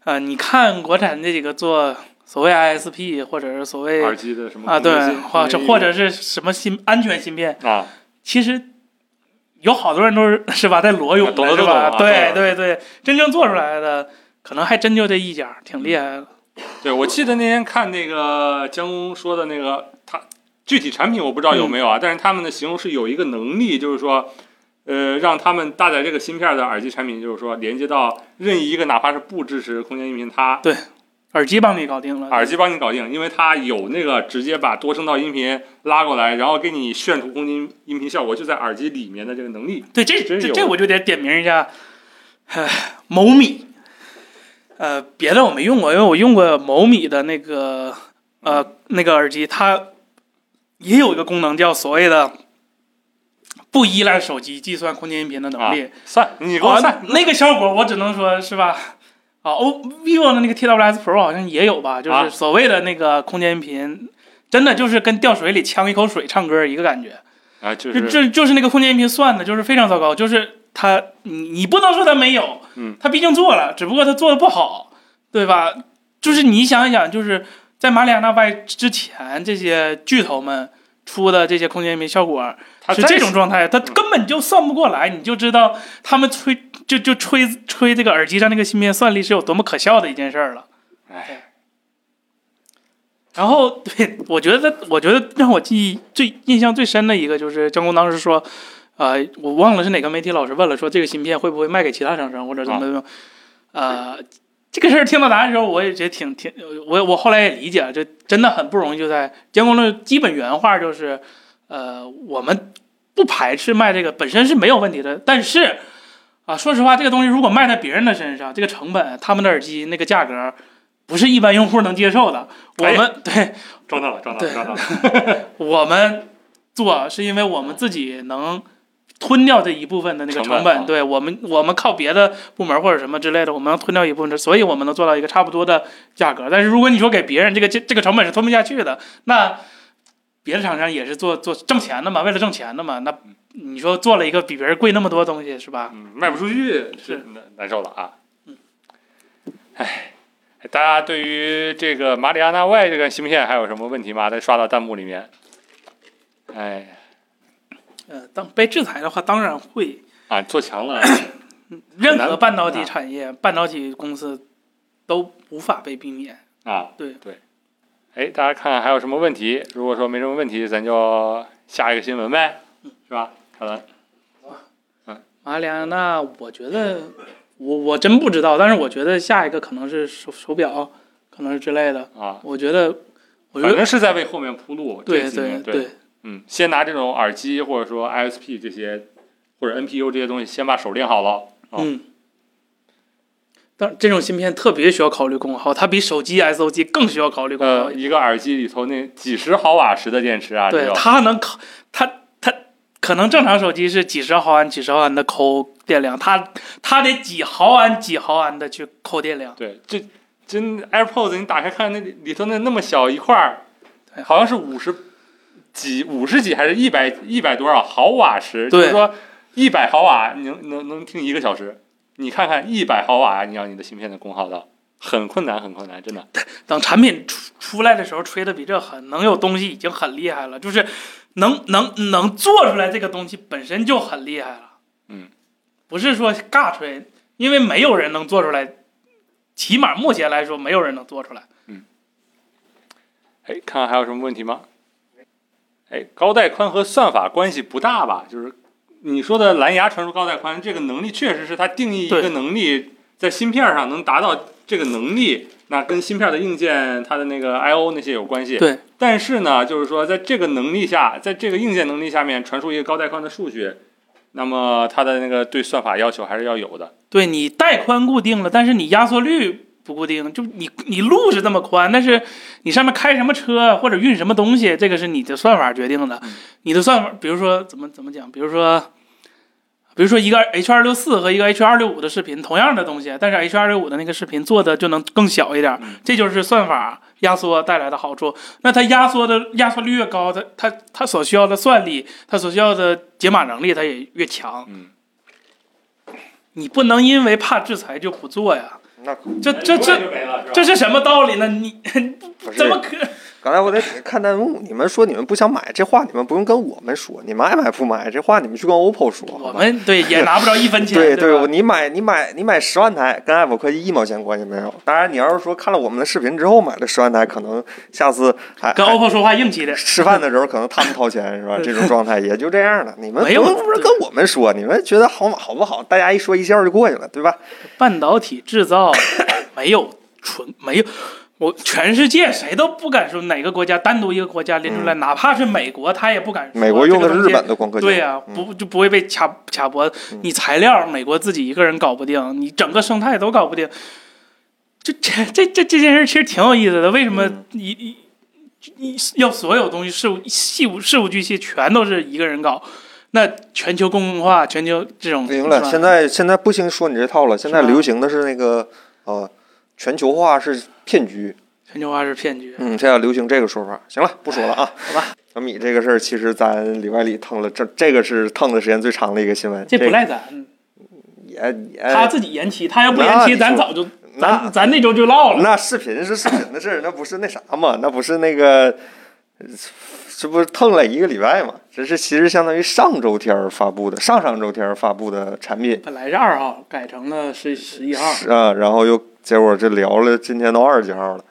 B: 呃，你看国产这几个做所谓 ISP 或者是所谓
C: 耳机的什么
B: 啊，
C: 空
B: 对
C: 间，
B: 或者
C: 信
B: 或者是什么芯安全芯片，
C: 啊，
B: 其实有好多人都是是吧，在裸泳
C: 懂
B: 的
C: 得
B: 是
C: 都懂
B: 吧？
C: 啊
B: 对
C: 对
B: 对对，真正做出来的可能还真就这一家，挺厉害的。
C: 对我记得那天看那个江工说的那个，他具体产品我不知道有没
B: 嗯
C: 有啊，但是他们的形容是有一个能力，就是说，呃，让他们搭载这个芯片的耳机产品，就是说连接到任意一个哪怕是不支持空间音频，它
B: 耳机帮你搞定了，
C: 耳机帮你搞定，因为它有那个直接把多声道音频拉过来，然后给你炫出空间音频效果，就在耳机里面的这个能力。
B: 对，这
C: 真
B: 这
C: 有
B: 这我就得点名一下，唉某米。呃，别的我没用过，因为我用过某米的那个呃那个耳机，它也有一个功能叫所谓的不依赖手机计算空间音频的能力。
C: 算，啊你给我算，
B: 啊那个效果，我只能说是吧？啊，O vivo 的那个 TWS Pro 好像也有吧，就
C: 啊
B: 是所谓的那个空间音频，真的就是跟掉水里呛一口水唱歌一个感觉。
C: 啊，就
B: 就是就就是那个空间音频算的，就是非常糟糕，就是他你你不能说他没有，
C: 嗯，
B: 他毕竟做了，只不过他做的不好，对吧？就是你想一想，就是在马里亚纳外之前，这些巨头们出的这些空间音频效果
C: 它
B: 是嗯
C: 再
B: 这种状态，他根本就算不过来，你就知道他们吹就就吹吹这个耳机上那个芯片算力是有多么可笑的一件事儿了。
C: 哎，
B: 然后， 对我觉得，我觉得让我记忆最印象最深的一个就是江工当时说，呃，我忘了是哪个媒体老师问了，说这个芯片会不会卖给其他厂商或者怎么怎么样，呃，这个事儿听到答案的时候，我也觉得挺挺，呃我我后来也理解了，这真的很不容易。就在江工的基本原话就是，呃，我们不排斥卖这个，本身是没有问题的，但是啊、啊，说实话，这个东西如果卖在别人的身上，这个成本，他们的耳机那个价格，不是一般用户能接受的。我
C: 哎
B: 们、对
C: 撞到了，撞到了，
B: 对
C: 撞到了。
B: 我们做，是因为我们自己能吞掉这一部分的那个
C: 成
B: 成
C: 本
B: 本。
C: 啊
B: 对我们，我们靠别的部门或者什么之类的，我们能吞掉一部分的，所以我们能做到一个差不多的价格。但是如果你说给别人这个这这个成本是吞不下去的，那别的厂商也是做做挣钱的嘛，为了挣钱的嘛。那你说做了一个比别人贵那么多东西是吧？
C: 嗯，卖不出去
B: 是嗯
C: 难难受了啊。哎，大家对于这个马里亚纳外这个芯片还有什么问题吗？再刷到弹幕里面。哎，
B: 呃，当被制裁的话，当然会。
C: 啊，做强了，
B: 任
C: 很
B: 何
C: 难
B: 半导体
C: 啊
B: 产业、半导体公司都无法被避免。
C: 啊，
B: 对
C: 对。哎，大家看还有什么问题？如果说没什么问题，咱就下一个新闻呗，
B: 嗯
C: 是吧？好了，
B: 马里亚纳，我觉得我我真不知道，但是我觉得下一个可能是手手表，可能是之类的。
C: 啊，
B: 我觉得，我觉
C: 反
B: 得
C: 正是在为后面铺路。这
B: 对
C: 几
B: 对
C: 年对，嗯，先拿这种耳机或者说 ISP 这些或者 NPU 这些东西，先把手练好了。啊
B: 嗯。但这种芯片特别需要考虑功耗，它比手机 SOG 更需要考虑功耗
C: 呃，。一个耳机里头那几十毫瓦时的电池啊，这
B: 对，
C: 种
B: 它能考它它可能正常手机是几十毫安、几十毫安的抠电量，它它得几毫安、几毫安的去抠电量。
C: 对，这真 AirPods 你打开看那里里头那那么小一块儿
B: 对，
C: 好像是五十几、五十几还是一百一百多少毫瓦时？
B: 对
C: 就是说一百毫瓦你能能能听一个小时，你看看一百毫瓦，你让你的芯片的功耗到。很困难，很困难，真的。
B: 等产品出出来的时候吹的比这狠，能有东西已经很厉害了，就是能能能做出来这个东西本身就很厉害了。
C: 嗯，
B: 不是说尬吹，因为没有人能做出来，起码目前来说没有人能做出来。
C: 哎，看看还有什么问题吗？哎，高带宽和算法关系不大吧？就是你说的蓝牙传输高带宽这个能力，确实是它定义一
B: 对
C: 个能力，在芯片上能达到这个能力，那跟芯片的硬件它的那个 I/O 那些有关系。
B: 对，
C: 但是呢，就是说在这个能力下，在这个硬件能力下面传输一个高带宽的数据，那么它的那个对算法要求还是要有的。
B: 对你带宽固定了，但是你压缩率不固定，就你你路是这么宽，但是你上面开什么车啊或者运什么东西，这个是你的算法决定的。
C: 嗯
B: 你的算法，比如说怎么怎么讲，比如说，比如说一个 H 二六四和一个 H 二六五的视频，同样的东西，但是 H 二六五的那个视频做的就能更小一点，
C: 嗯
B: 这就是算法压缩带来的好处。那它压缩的压缩率越高，它它它所需要的算力，它所需要的解码能力，它也越强。
C: 嗯，
B: 你不能因为怕制裁就不做呀。
A: 那
B: 这这这
C: 没了
B: 这是什么道理呢？你
A: 不是
B: 怎么可？
A: 刚才我在看弹幕，你们说你们不想买这话，你们不用跟我们说，你们爱买不买这话，你们去跟 OPPO 说。好
B: 我
A: 吧
B: 们对也拿不着一分钱，
A: 对
B: 对吧，
A: 你买你买你买十万台，跟爱否科技一毛钱关系没有。当然，你要是说看了我们的视频之后买了十万台，可能下次还
B: 跟
A: 还
B: OPPO 说话硬气点。
A: 吃饭的时候可能他们掏钱是吧？这种状态也就这样了。你们
B: 没有
A: 不用不是跟我们说，你们觉得好好不好？大家一说一笑就过去了，对吧？
B: 半导体制造 没有纯没有，我全世界谁都不敢说哪个国家单独一个国家拎出来，哪怕是美国，他也不敢说。
A: 嗯美国用的
B: 这
A: 是
B: 个东
A: 日
B: 西
A: 本的光刻机，
B: 对呀、
A: 嗯
B: 不就不会被卡卡脖子
A: 嗯
B: 你材料美国自己一个人搞不定，你整个生态都搞不定。这这这这这件事其实挺有意思的，为什么
A: 嗯
B: 一一一要所有东西事物细无事无巨细全都是一个人搞？那全球公共化，全球这种
A: 不行了，
B: 是吧
A: 现在现在不兴说你这套了，现在
B: 是吧
A: 流行的是那个呃全球化是骗局，
B: 全球化是骗局。
A: 嗯，现在流行这个说法。行了，不说了啊，
B: 好吧。
A: 小米这个事儿，其实咱里外里蹭了，这这个是蹭的时间最长的一个新闻，
B: 这不
A: 个
B: 赖咱，
A: 也也
B: 他自己延期，他要不延
A: 哎那
B: 期，
A: 你
B: 咱
A: 说
B: 早就咱
A: 那
B: 咱那周就唠了。
A: 那视频是视频的事儿，那不是那啥嘛，那不是那个，呃这不是蹭了一个礼拜嘛？这是其实相当于上周天儿发布的，上上周天儿发布的产品
B: 本来是二号，改成了是十一号。
A: 是啊，然后又结果这聊了，今天到二十几号了，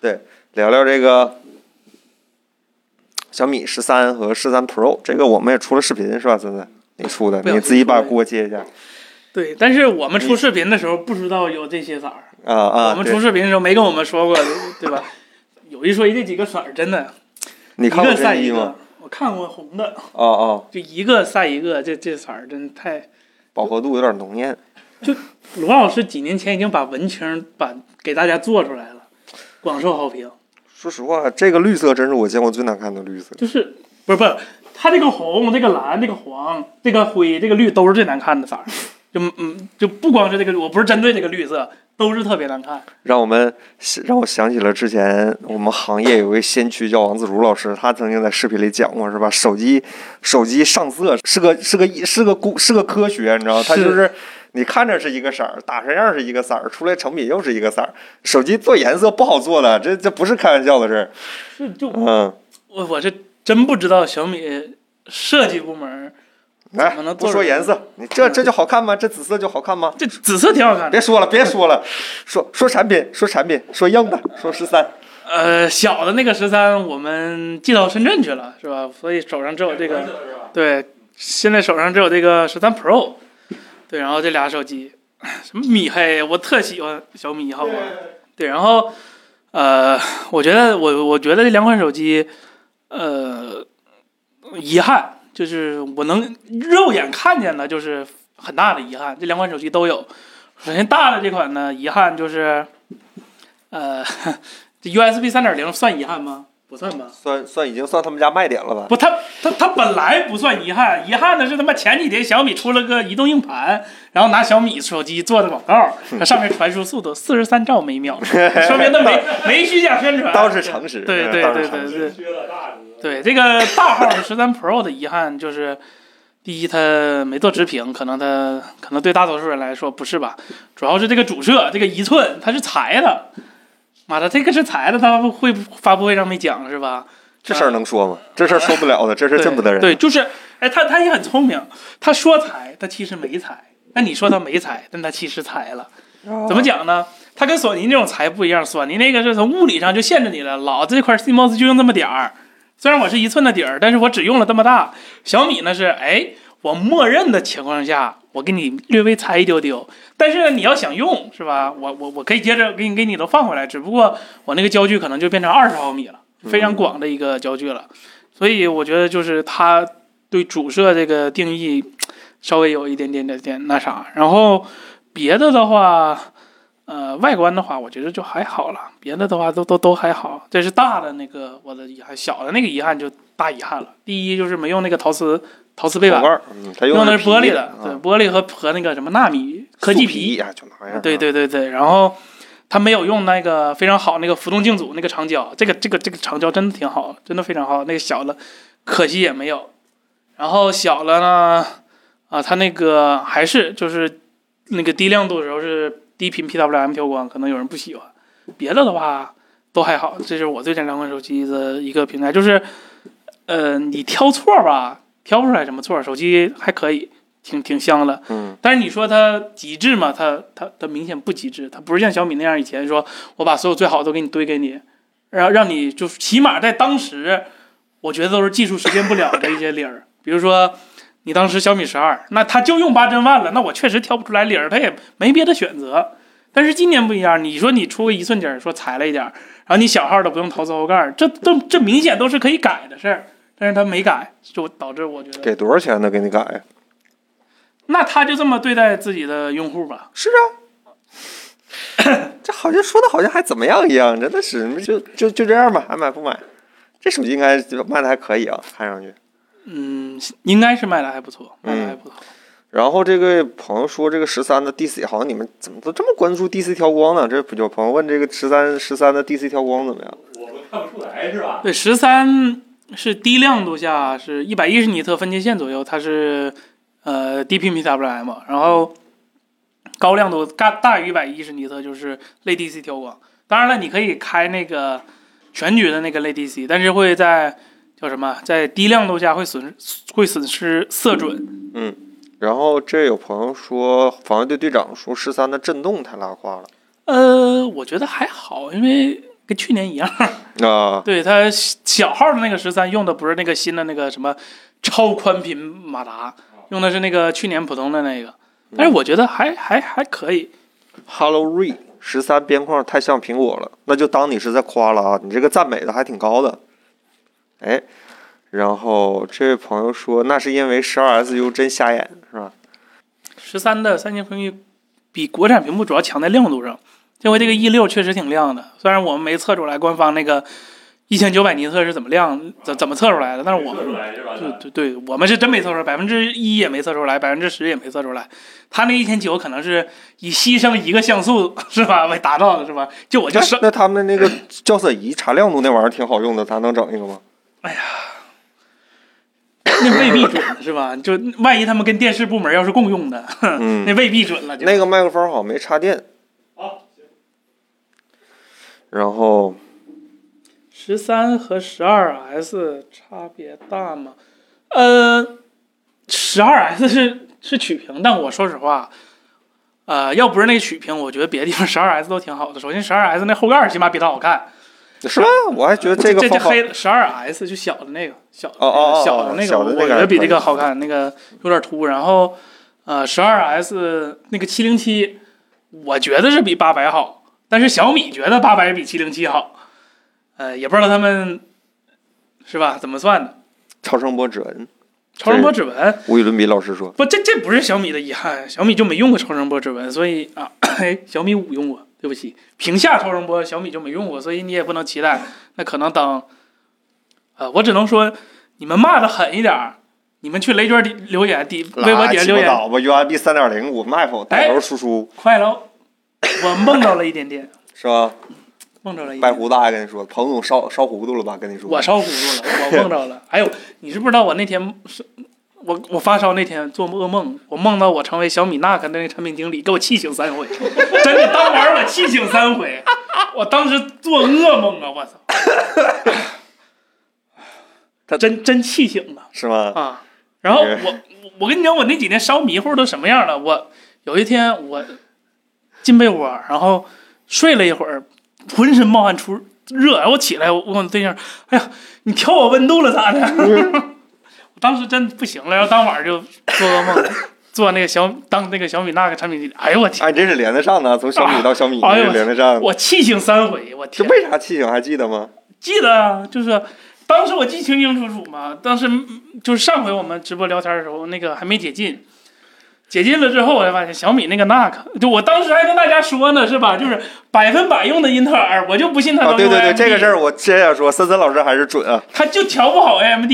A: 对，聊聊这个小米十三和十三 Pro，这个我们也出了视频是吧？森森，你出的，
B: 不小
A: 你
B: 心
A: 自己把
B: 出了
A: 锅接一下
B: 对，但是我们出视频的时候不知道有这些色儿，
A: 啊啊！
B: 我们
A: 对
B: 出视频的时候没跟我们说过， 对吧？有一说一，这几个色儿真的
A: 你
B: 一
A: 看过
B: 个赛
A: 真
B: 一
A: 一
B: 个
A: 吗？。
B: 我看过红的，
A: 哦哦，
B: 就一个赛一个，这这色儿真太
A: 饱和度有点浓艳。
B: 鲁王老师几年前已经把文情把给大家做出来了，广受好评。
A: 说实话，这个绿色真是我见过最难看的绿色。
B: 就是不是不是，它这个红、这个蓝、这个黄、这个灰、这个绿都是最难看的色儿。就嗯，就不光是这个，我不是针对这个绿色，都是特别难看。
A: 让我们让我想起了之前我们行业有位先驱叫王自如老师，他曾经在视频里讲过，是吧？手机手机上色是个是个是个古是个科学，你知道吗？它
B: 是
A: 就是你看着是一个色儿，打成样是一个色儿，出来成品又是一个色儿。手机做颜色不好做的，这这不是开玩笑的事儿。
B: 是就
A: 嗯，
B: 我我是真不知道小米设计部门儿
A: 来
B: 怎么能
A: 不
B: 做
A: 说
B: 出
A: 颜色，你这这就好看吗？这紫色就好看吗？
B: 这紫色挺好看的。
A: 别说了，别说了，说说产品，说产品，说硬的，说十三。
B: 呃，小的那个十三我们寄到深圳去了，是吧？所以手上只有这个，对，现在手上只有这个十三 Pro，对，然后这俩手机，什么米黑，我特喜欢小米一号啊，对，然后呃，我觉得我我觉得这两款手机，呃，遗憾就是我能肉眼看见的，就是很大的遗憾，这两款手机都有。首先大的这款呢，遗憾就是，呃。 这 USB 三点零算遗憾吗？不算吧。
A: 算算已经算他们家卖点了吧？
B: 不，它它它本来不算遗憾，遗憾的是他妈前几天小米出了个移动硬盘，然后拿小米手机做的广告，它上面传输速度四十三兆 每秒，说明它没没虚假宣 传，
A: 倒是常识，
B: 对对
A: 倒是
B: 对
A: 常识
B: 对对
C: 缺了大哥。
B: 对，这个大号的十三 Pro 的遗憾就是，第一它没做直屏，可能它可能对大多数人来说不是吧，主要是这个主摄这个一寸它是裁的，妈的这个是裁的，他会发布会上没讲是吧？
A: 这事儿能说吗？这事儿说不了的，这事儿
B: 对
A: 见不得人。
B: 对，就是，哎，他他也很聪明，他说裁，他其实没裁。那你说他没裁，但他其实裁了。
A: 啊，
B: 怎么讲呢？他跟索尼那种裁不一样，索尼那个是从物理上就限制你了，老子这块 CMOS 就用这么点儿。虽然我是一寸的底儿，但是我只用了这么大。小米呢是，哎，我默认的情况下，我给你略微裁一丢丢，但是呢，你要想用是吧？我我我可以接着给你给你都放回来，只不过我那个焦距可能就变成二十毫米了，非常广的一个焦距了。所以我觉得就是它对主摄这个定义稍微有一点点点点那啥。然后别的的话，呃，外观的话，我觉得就还好了。别的的话都都都还好。这是大的那个我的遗憾，小的那个遗憾就大遗憾了。第一就是没用那个陶瓷陶瓷背
A: 口
B: 板
A: 味，儿，嗯，他
B: 用
A: 的
B: 的是玻璃的，
A: 皮
B: 对，
A: 啊
B: 玻璃和和那个什么纳米科技
A: 素
B: 皮
A: 皮啊，就那样。
B: 对，对对对，然后他没有用那个非常好那个浮动镜组那个长焦，这个这个这个长焦真的挺好，真的非常好。那个小了，可惜也没有。然后小了呢，啊，它那个还是就是那个低亮度的时候是低频 PWM 调光，可能有人不喜欢。别的的话都还好，这是我对这两款手机的一个评价，就是呃，你挑错吧，挑不出来什么错，手机还可以，挺挺香的。
A: 嗯，
B: 但是你说它极致嘛，它它它明显不极致，它不是像小米那样以前说我把所有最好都给你堆给你，让让你就起码在当时，我觉得都是技术实现不了的一些理儿。比如说你当时小米十二，那它就用八针万了，那我确实挑不出来理儿，它也没别的选择。但是今年不一样，你说你出个一寸底儿，说裁了一点儿，然后你小号的不用陶瓷后盖儿，这都这明显都是可以改的事儿，但是它没改，就导致我觉得，
A: 给多少钱呢？给你改呀？
B: 那他就这么对待自己的用户吧。
A: 是啊。这好像说的好像还怎么样一样，真的是就就就这样吧，还买不买？这手机应该就卖的还可以啊，看上去。
B: 嗯，应该是卖的还不错，卖的还不错。
A: 然后这个朋友说，这个十三的 DC 好像你们怎么都这么关注 DC 调光呢？这有朋友问这个十三十三的 DC 调光怎么样？
C: 我们看不出来是吧？
B: 对，十三是低亮度下是一百一十尼特分界线左右，它是呃低频 PWM，然后高亮度大大于一百一十尼特就是类 DC 调光。当然了，你可以开那个全局的那个类 DC，但是会在叫什么，在低亮度下会损会损失色准。
A: 然后这有朋友说，防卫队队长说十三的震动太拉胯了
B: 呃，我觉得还好，因为跟去年一样。
A: 啊、
B: 对它小号的那个十三用的不是那个新的那个什么超宽频马达，
C: 哦
B: 用的是那个去年普通的那个，
C: 嗯
B: 但是我觉得还还还可以。
A: Hello Re 十三边框太像苹果了，那就当你是在夸了啊，你这个赞美的还挺高的。哎，然后这位朋友说，那是因为十二 SU 真瞎眼是吧？
B: 十三的三星分域比国产屏幕主要强在亮度上。这回这个 E 六确实挺亮的，虽然我们没测出来官方那个一千九百尼特是怎么亮、怎怎么测出来的，但是我
C: 测出来是吧？
B: 对对对，我们是真没测出来，百分之一也没测出来，百分之十也没测出来。他那一千九可能是以牺牲一个像素 是吧为达到的，是吧？就我就
A: 哎
B: 是
A: 那他们那个校色仪查亮度那玩意儿挺好用的，咱能整一个吗？
B: 那未必准是吧？就万一他们跟电视部门要是共用的，
A: 嗯
B: 那，未必准了。就
A: 那个麦克风好像没插电。然后
B: 十三和十二 S 差别大吗？呃，十二 S 是是曲屏，但我说实话，呃，要不是那个曲屏，我觉得别的地方十二 S 都挺好的。首先，十二 S 那后盖儿起码比它好看，
A: 是吧？我还觉得
B: 这
A: 个
B: 这
A: 方法
B: 黑十二 S 就小的那个小的那
A: 哦
B: 个
A: 哦哦哦
B: 小的那个，
A: 小的那个
B: 我觉得比这
A: 可
B: 个
A: 以
B: 好看，那个有点凸。然后呃，十二 S 那个七零七，我觉得是比八百好，但是小米觉得八百比七零七好，呃，也不知道他们是吧怎么算的。
A: 超声波指纹，
B: 超声波指纹，
A: 无与伦比老师说，
B: 不，这这不是小米的遗憾，小米就没用过超声波指纹，所以啊，哎，小米五用过，对不起，屏下超声波小米就没用过，所以你也不能期待。那可能等，呃，我只能说，你们骂的狠一点儿，你们去雷军底留言底微博
A: 拉
B: 底下
A: 鸡
B: 留
A: 巴
B: 言，哎
A: 倒吧，USB 三点零五 Map 带头输出
B: 快了，我梦到了一点点，
A: 是吧？
B: 梦到了一
A: 白
B: 点点。
A: 胡子还跟你说，彭总烧烧糊涂了吧？跟你说，
B: 我烧糊涂了，我梦着了。哎呦，你是不知道我那天是，我我发烧那天做噩梦，我梦到我成为小米娜克的那个产品经理，给我气醒三回，真的当晚我气醒三回，我当时做噩梦啊，我操！
A: 他
B: 真真气醒了
A: 是 吗？
B: 啊！然后
A: 你
B: 我我我跟你讲，我那几天烧迷糊都什么样了？我有一天我进被窝，然后睡了一会儿，浑身冒汗出热，然哎后我起来，我问我对象，哎呀，你调我温度了咋的？ 我当时真不行了，然后当晚就做噩梦，做那个小当那个小米那个产品经理，哎呦我 天，
A: 哎，你这是连得上的，从小米到小米，
B: 啊哎
A: 这是
B: 呦
A: 连得上。
B: 我气醒三回，我
A: 这
B: 天，
A: 为啥气醒还记得吗？
B: 记得啊，就是当时我记清清楚楚嘛，当时嗯就是上回我们直播聊天的时候，那个还没解禁。解禁了之后，我才发现小米那个那个，就我当时还跟大家说呢，是吧？就是百分百用的英特尔，我就不信它
A: 啊，
B: 能
A: 对
B: 用 AMD、
A: 对对，这个事儿我接着说，森森老师还是准啊。
B: 他就调不好 AMD。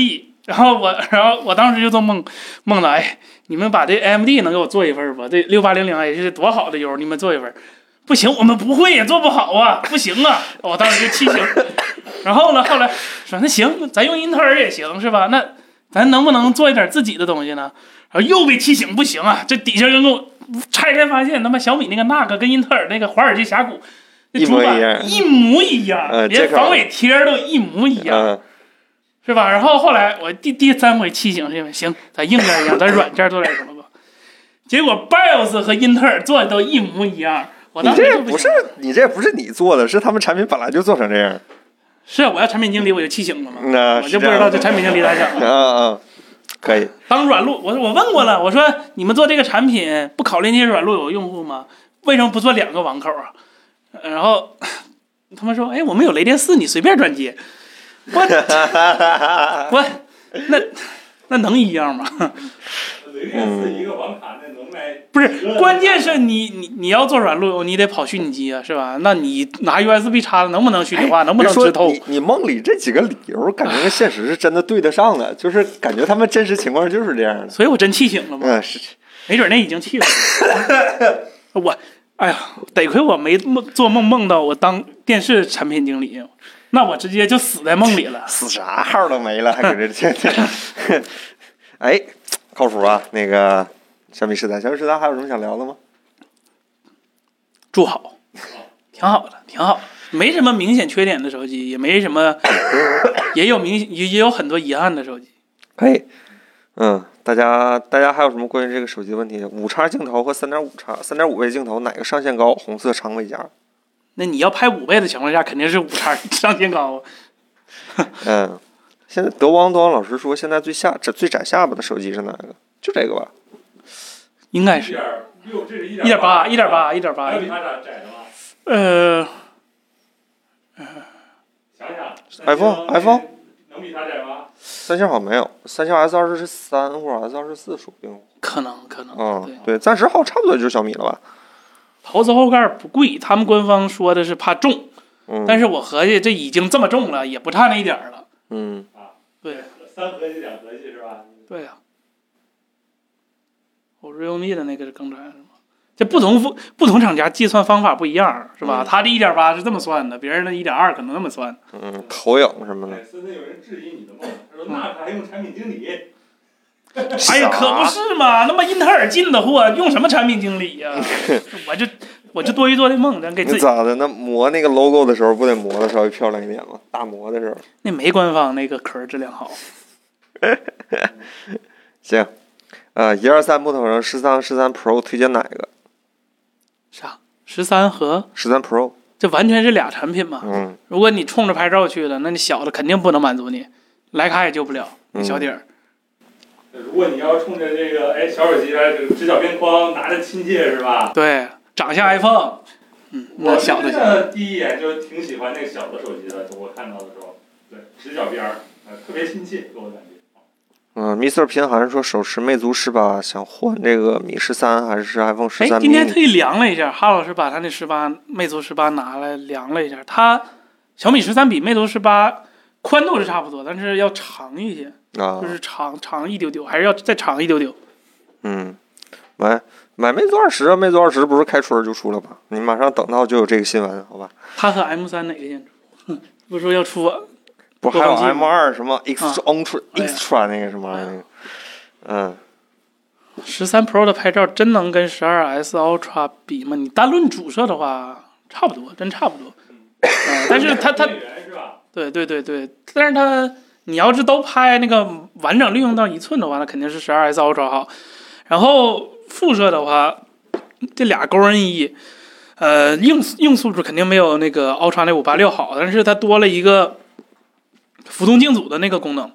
B: 然后我，然后我当时就做梦，梦到哎，你们把这 AMD 能给我做一份儿吧？这六八零零 H 多好的油，你们做一份儿。不行，我们不会也做不好啊，不行啊！我当时就气醒。 然后呢，后来说那行，咱用英特尔也行是吧？那咱能不能做一点自己的东西呢？然后又被气醒，不行啊！这底下人跟我拆开发现，他妈小米那个那个跟英特尔那个华尔街峡谷那
A: 一模
B: 主板
A: 一样
B: 一模一样，
A: 呃这
B: 连
A: 个
B: 防伪贴儿都一模一样。
A: 嗯，
B: 是吧？然后后来我第第三回气醒是因为行，咱硬件一样，咱软件做点什么吧。结果 BIOS 和英特尔做的都一模一样，我
A: 你
B: 当时
A: 这
B: 就
A: 不是
B: 行了
A: 你这不是你做的，是他们产品本来就做成这样。
B: 是啊我要产品经理我就气醒了嘛，
A: 那
B: 我
A: 是
B: 就不
A: 嗯啊这
B: 知
A: 样
B: 道
A: 的
B: 这产品经理咋想
A: 啊
B: 的。
A: 啊，可以。
B: 当软路，我说我问过了，我说你们做这个产品不考虑那些软路有用户吗？为什么不做两个网口啊？然后 他们说，哎，我们有雷电四，你随便转接。我我那那能一样吗？
C: 雷电四一个网卡，那能卖
B: 不是，关键是你你你要做软路由，你得跑虚拟机啊，是吧？那你拿 USB 插的能不能虚拟化，能不
A: 哎别
B: 能
A: 说
B: 直透？
A: 你你梦里这几个理由，感觉跟现实是真的对得上的，就是感觉他们真实情况就是这样的。
B: 所以我真气醒了嘛，
A: 嗯，是
B: 没准那已经气了。 我，哎呀，得亏我没梦做梦梦到我当电视产品经理，那我直接就死在梦里了。
A: 死啥号都没了，还搁这这这， 哎，靠谱啊！那个小米十三，小米十三还有什么想聊的吗？
B: 祝好，挺好的，挺好的，没什么明显缺点的手机，也没 什么，也有明也也有很多遗憾的手机。
A: 可以。嗯，大家大家还有什么关于这个手机的问题？五叉镜头和三点五叉三点五倍镜头哪个上限高？红色长尾夹。
B: 那你要拍五倍的情况下，肯定是五叉上天高啊。
A: 嗯，现在德王德王老师说，现在最下这最窄下巴的手机是哪个？就这个吧。
B: 应该
C: 一
B: 是
C: 点六，这是一
B: 一点八，一点，八，一点八
C: 还有。比它窄窄的吗？
B: 呃，
C: 想想
A: iPhone- iPhone
C: 能比它窄吗？
A: 三星好像没有，三星 S 二十三或者 S 二十四说不定。
B: 可能，可能。
A: 嗯
B: 对，，啊
A: 对，暂时好像差不多就是小米了吧？
B: 狍子后盖不贵，他们官方说的是怕重，
A: 嗯，
B: 但是我合计这已经这么重了，也不差那一点儿了。
A: 嗯，
B: 对
C: 三合计两合计是吧？
B: 对呀、我 realme 的那个是更传是吗？这不同不不同厂家计算方法不一样是吧？
A: 嗯
B: 他的一点八是这么算的，别人的一点二可能那么算。
A: 嗯，投影什么的，
C: 甚至有人质疑你的梦，他说他还用产品经理？
B: 哎呀，
A: 啥
B: 可不是嘛！那么英特尔进的货，用什么产品 经理呀、我就我就多余做的梦，咱给 自
A: 你
B: 己
A: 咋的？那磨那个 logo 的时候，不得磨的稍微漂亮一点吗？打磨的时候，
B: 那没官方那个壳儿质量好。
A: 行，呃，一二三木头人，十三十三 Pro 推荐哪个？
B: 啥？十三和
A: 十三 Pro，
B: 这完全是俩产品嘛。
A: 嗯
B: 如果你冲着拍照去的，那你小的肯定不能满足你，徕卡也救不了，
A: 嗯
B: 小底儿。
C: 如果你要冲着这个哎小手机啊，这个直角边框，拿着亲切是吧？
B: 对，长相 iPhone，嗯，那小
C: 真
B: 的
C: 的第一眼就挺喜欢那个小的手机的，我看到的时候，对直角边儿，呃特别亲切，给我感觉。
A: 嗯，Mr. 贫寒说手持魅族十八，想换这个米十三还是 iPhone 十
B: 哎
A: 三，
B: 今天
A: mini？
B: 特意量了一下，哈老师把他那十八魅族十八拿来量了一下，它小米十三比魅族十八宽度是差不多，但是要长一些，
A: 啊
B: 就，是长长一丢丢，还是要再长一丢丢。
A: 嗯，买买魅族二十啊，魅族二十不是开春儿就出了吗？你马上等到就有这个新闻，好吧？
B: 它和 M 三哪个先出？ 不是说要出啊
A: 不
B: 多
A: 还有
B: 放心
A: M 二什么 Extra
B: 啊
A: Ultra
B: 哎呀
A: Extra 那个什么玩意儿？嗯，
B: 十三 Pro 的拍照真能跟十二 S Ultra 比吗？你单论主摄的话，差不多，真差不多。呃但是它它
C: 店员是吧？
B: 对对对对，但是它你要是都拍那个完整利用到一寸的话，那肯定是十二 S Ultra 好。然后副摄的话，这俩勾人一，呃，硬硬素质肯定没有那个 Ultra 那五八六好，但是它多了一个浮动镜组的那个功能。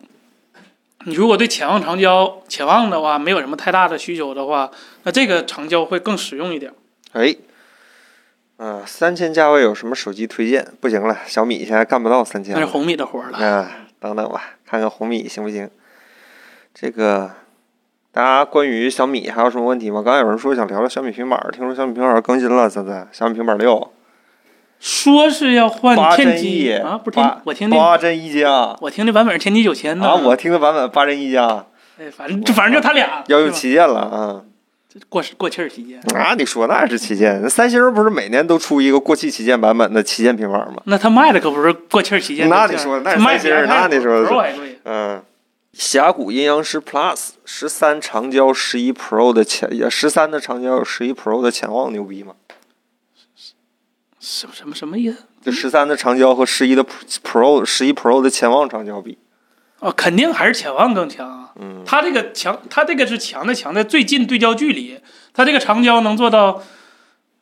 B: 你如果对潜望长焦、潜望的话没有什么太大的需求的话，那这个长焦会更实用一点。
A: 哎，嗯、三千价位有什么手机推荐？不行了，小米现在干不到三千
B: 那是红米的活儿了。
A: 啊，等等吧，看看红米行不行？这个，大家关于小米还有什么问题吗？刚才有人说想聊聊小米平板儿，听说小米平板儿更新了，现在小米平板儿六
B: 说是要换
A: 八
B: 天
A: 针一
B: 玑啊，不是天
A: 八，
B: 我听那
A: 八针一加啊，
B: 我听的版本是天玑九千的
A: 我听的版本八针一加，
B: 哎，反正反正就他俩
A: 要用
B: 是吧
A: 旗舰了啊。
B: 过过气儿期间，
A: 那、你说那是旗舰？三星儿不是每年都出一个过气旗舰版本的旗舰平板儿吗？
B: 那他卖的可不是过气儿期间的价
A: 那
B: 儿。
A: 你说那是
B: 卖
A: 三星儿那你说的是
B: 我还贵。
A: 嗯，峡谷阴阳师 Plus 十三长焦十一 Pro 的前，十三的长焦十一 Pro 的潜望牛逼吗？
B: 什么什么什么意思？
A: 就十三的长焦和十一的 Pro 十一 Pro 的潜望长焦比，
B: 哦，肯定还是潜望更强啊。
A: 嗯，
B: 它这个强，它这个是强的强在最近对焦距离，它这个长焦能做到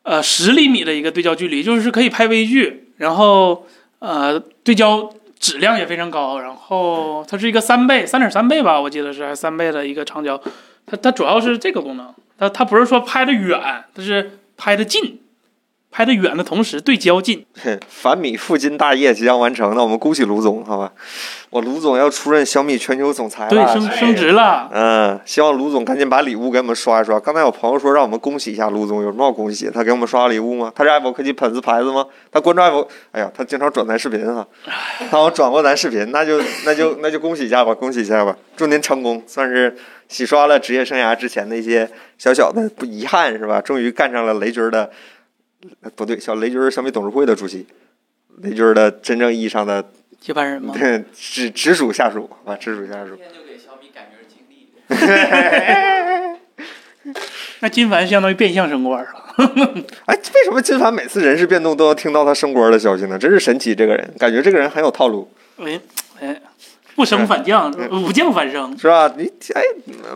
B: 呃十厘米的一个对焦距离，就是可以拍微距，然后呃对焦质量也非常高，然后它是一个三倍三点三倍吧，我记得是还是三倍的一个长焦，它它主要是这个功能，它它不是说拍的远，它是拍的近。拍的远的同时对焦近，
A: 哼反米复金大业即将完成，那我们恭喜卢总，好吧？我卢总要出任小米全球总裁
B: 对
A: 了。
B: 升升职了，
A: 嗯，希望卢总赶紧把礼物给我们刷一刷。刚才有朋友说让我们恭喜一下卢总，有什么好恭喜？他给我们刷礼物吗？他是爱博科技粉丝牌子吗？他关注爱博，哎 呀，他经常转咱视频哈、他好像转过咱视频，那就 那就那就恭喜一下吧，恭喜一下吧，祝您成功，算是洗刷了职业生涯之前的一些小小的不遗憾是吧？终于干上了雷军儿的，呃不对，小雷军儿小米董事会的主席，雷军儿的真正意义上的
B: 接班人吗？
A: 直直属下属啊，直属下属
D: 今。天就给小米改名儿经历。
B: 那金凡相当于变相升官了。
A: 哎，为什么金凡每次人事变动都要听到他升官的消息呢？真是神奇，这个人感觉这个人很有套路，
B: 哎哎，不升反降，不降反升。
A: 啊是吧？你哎，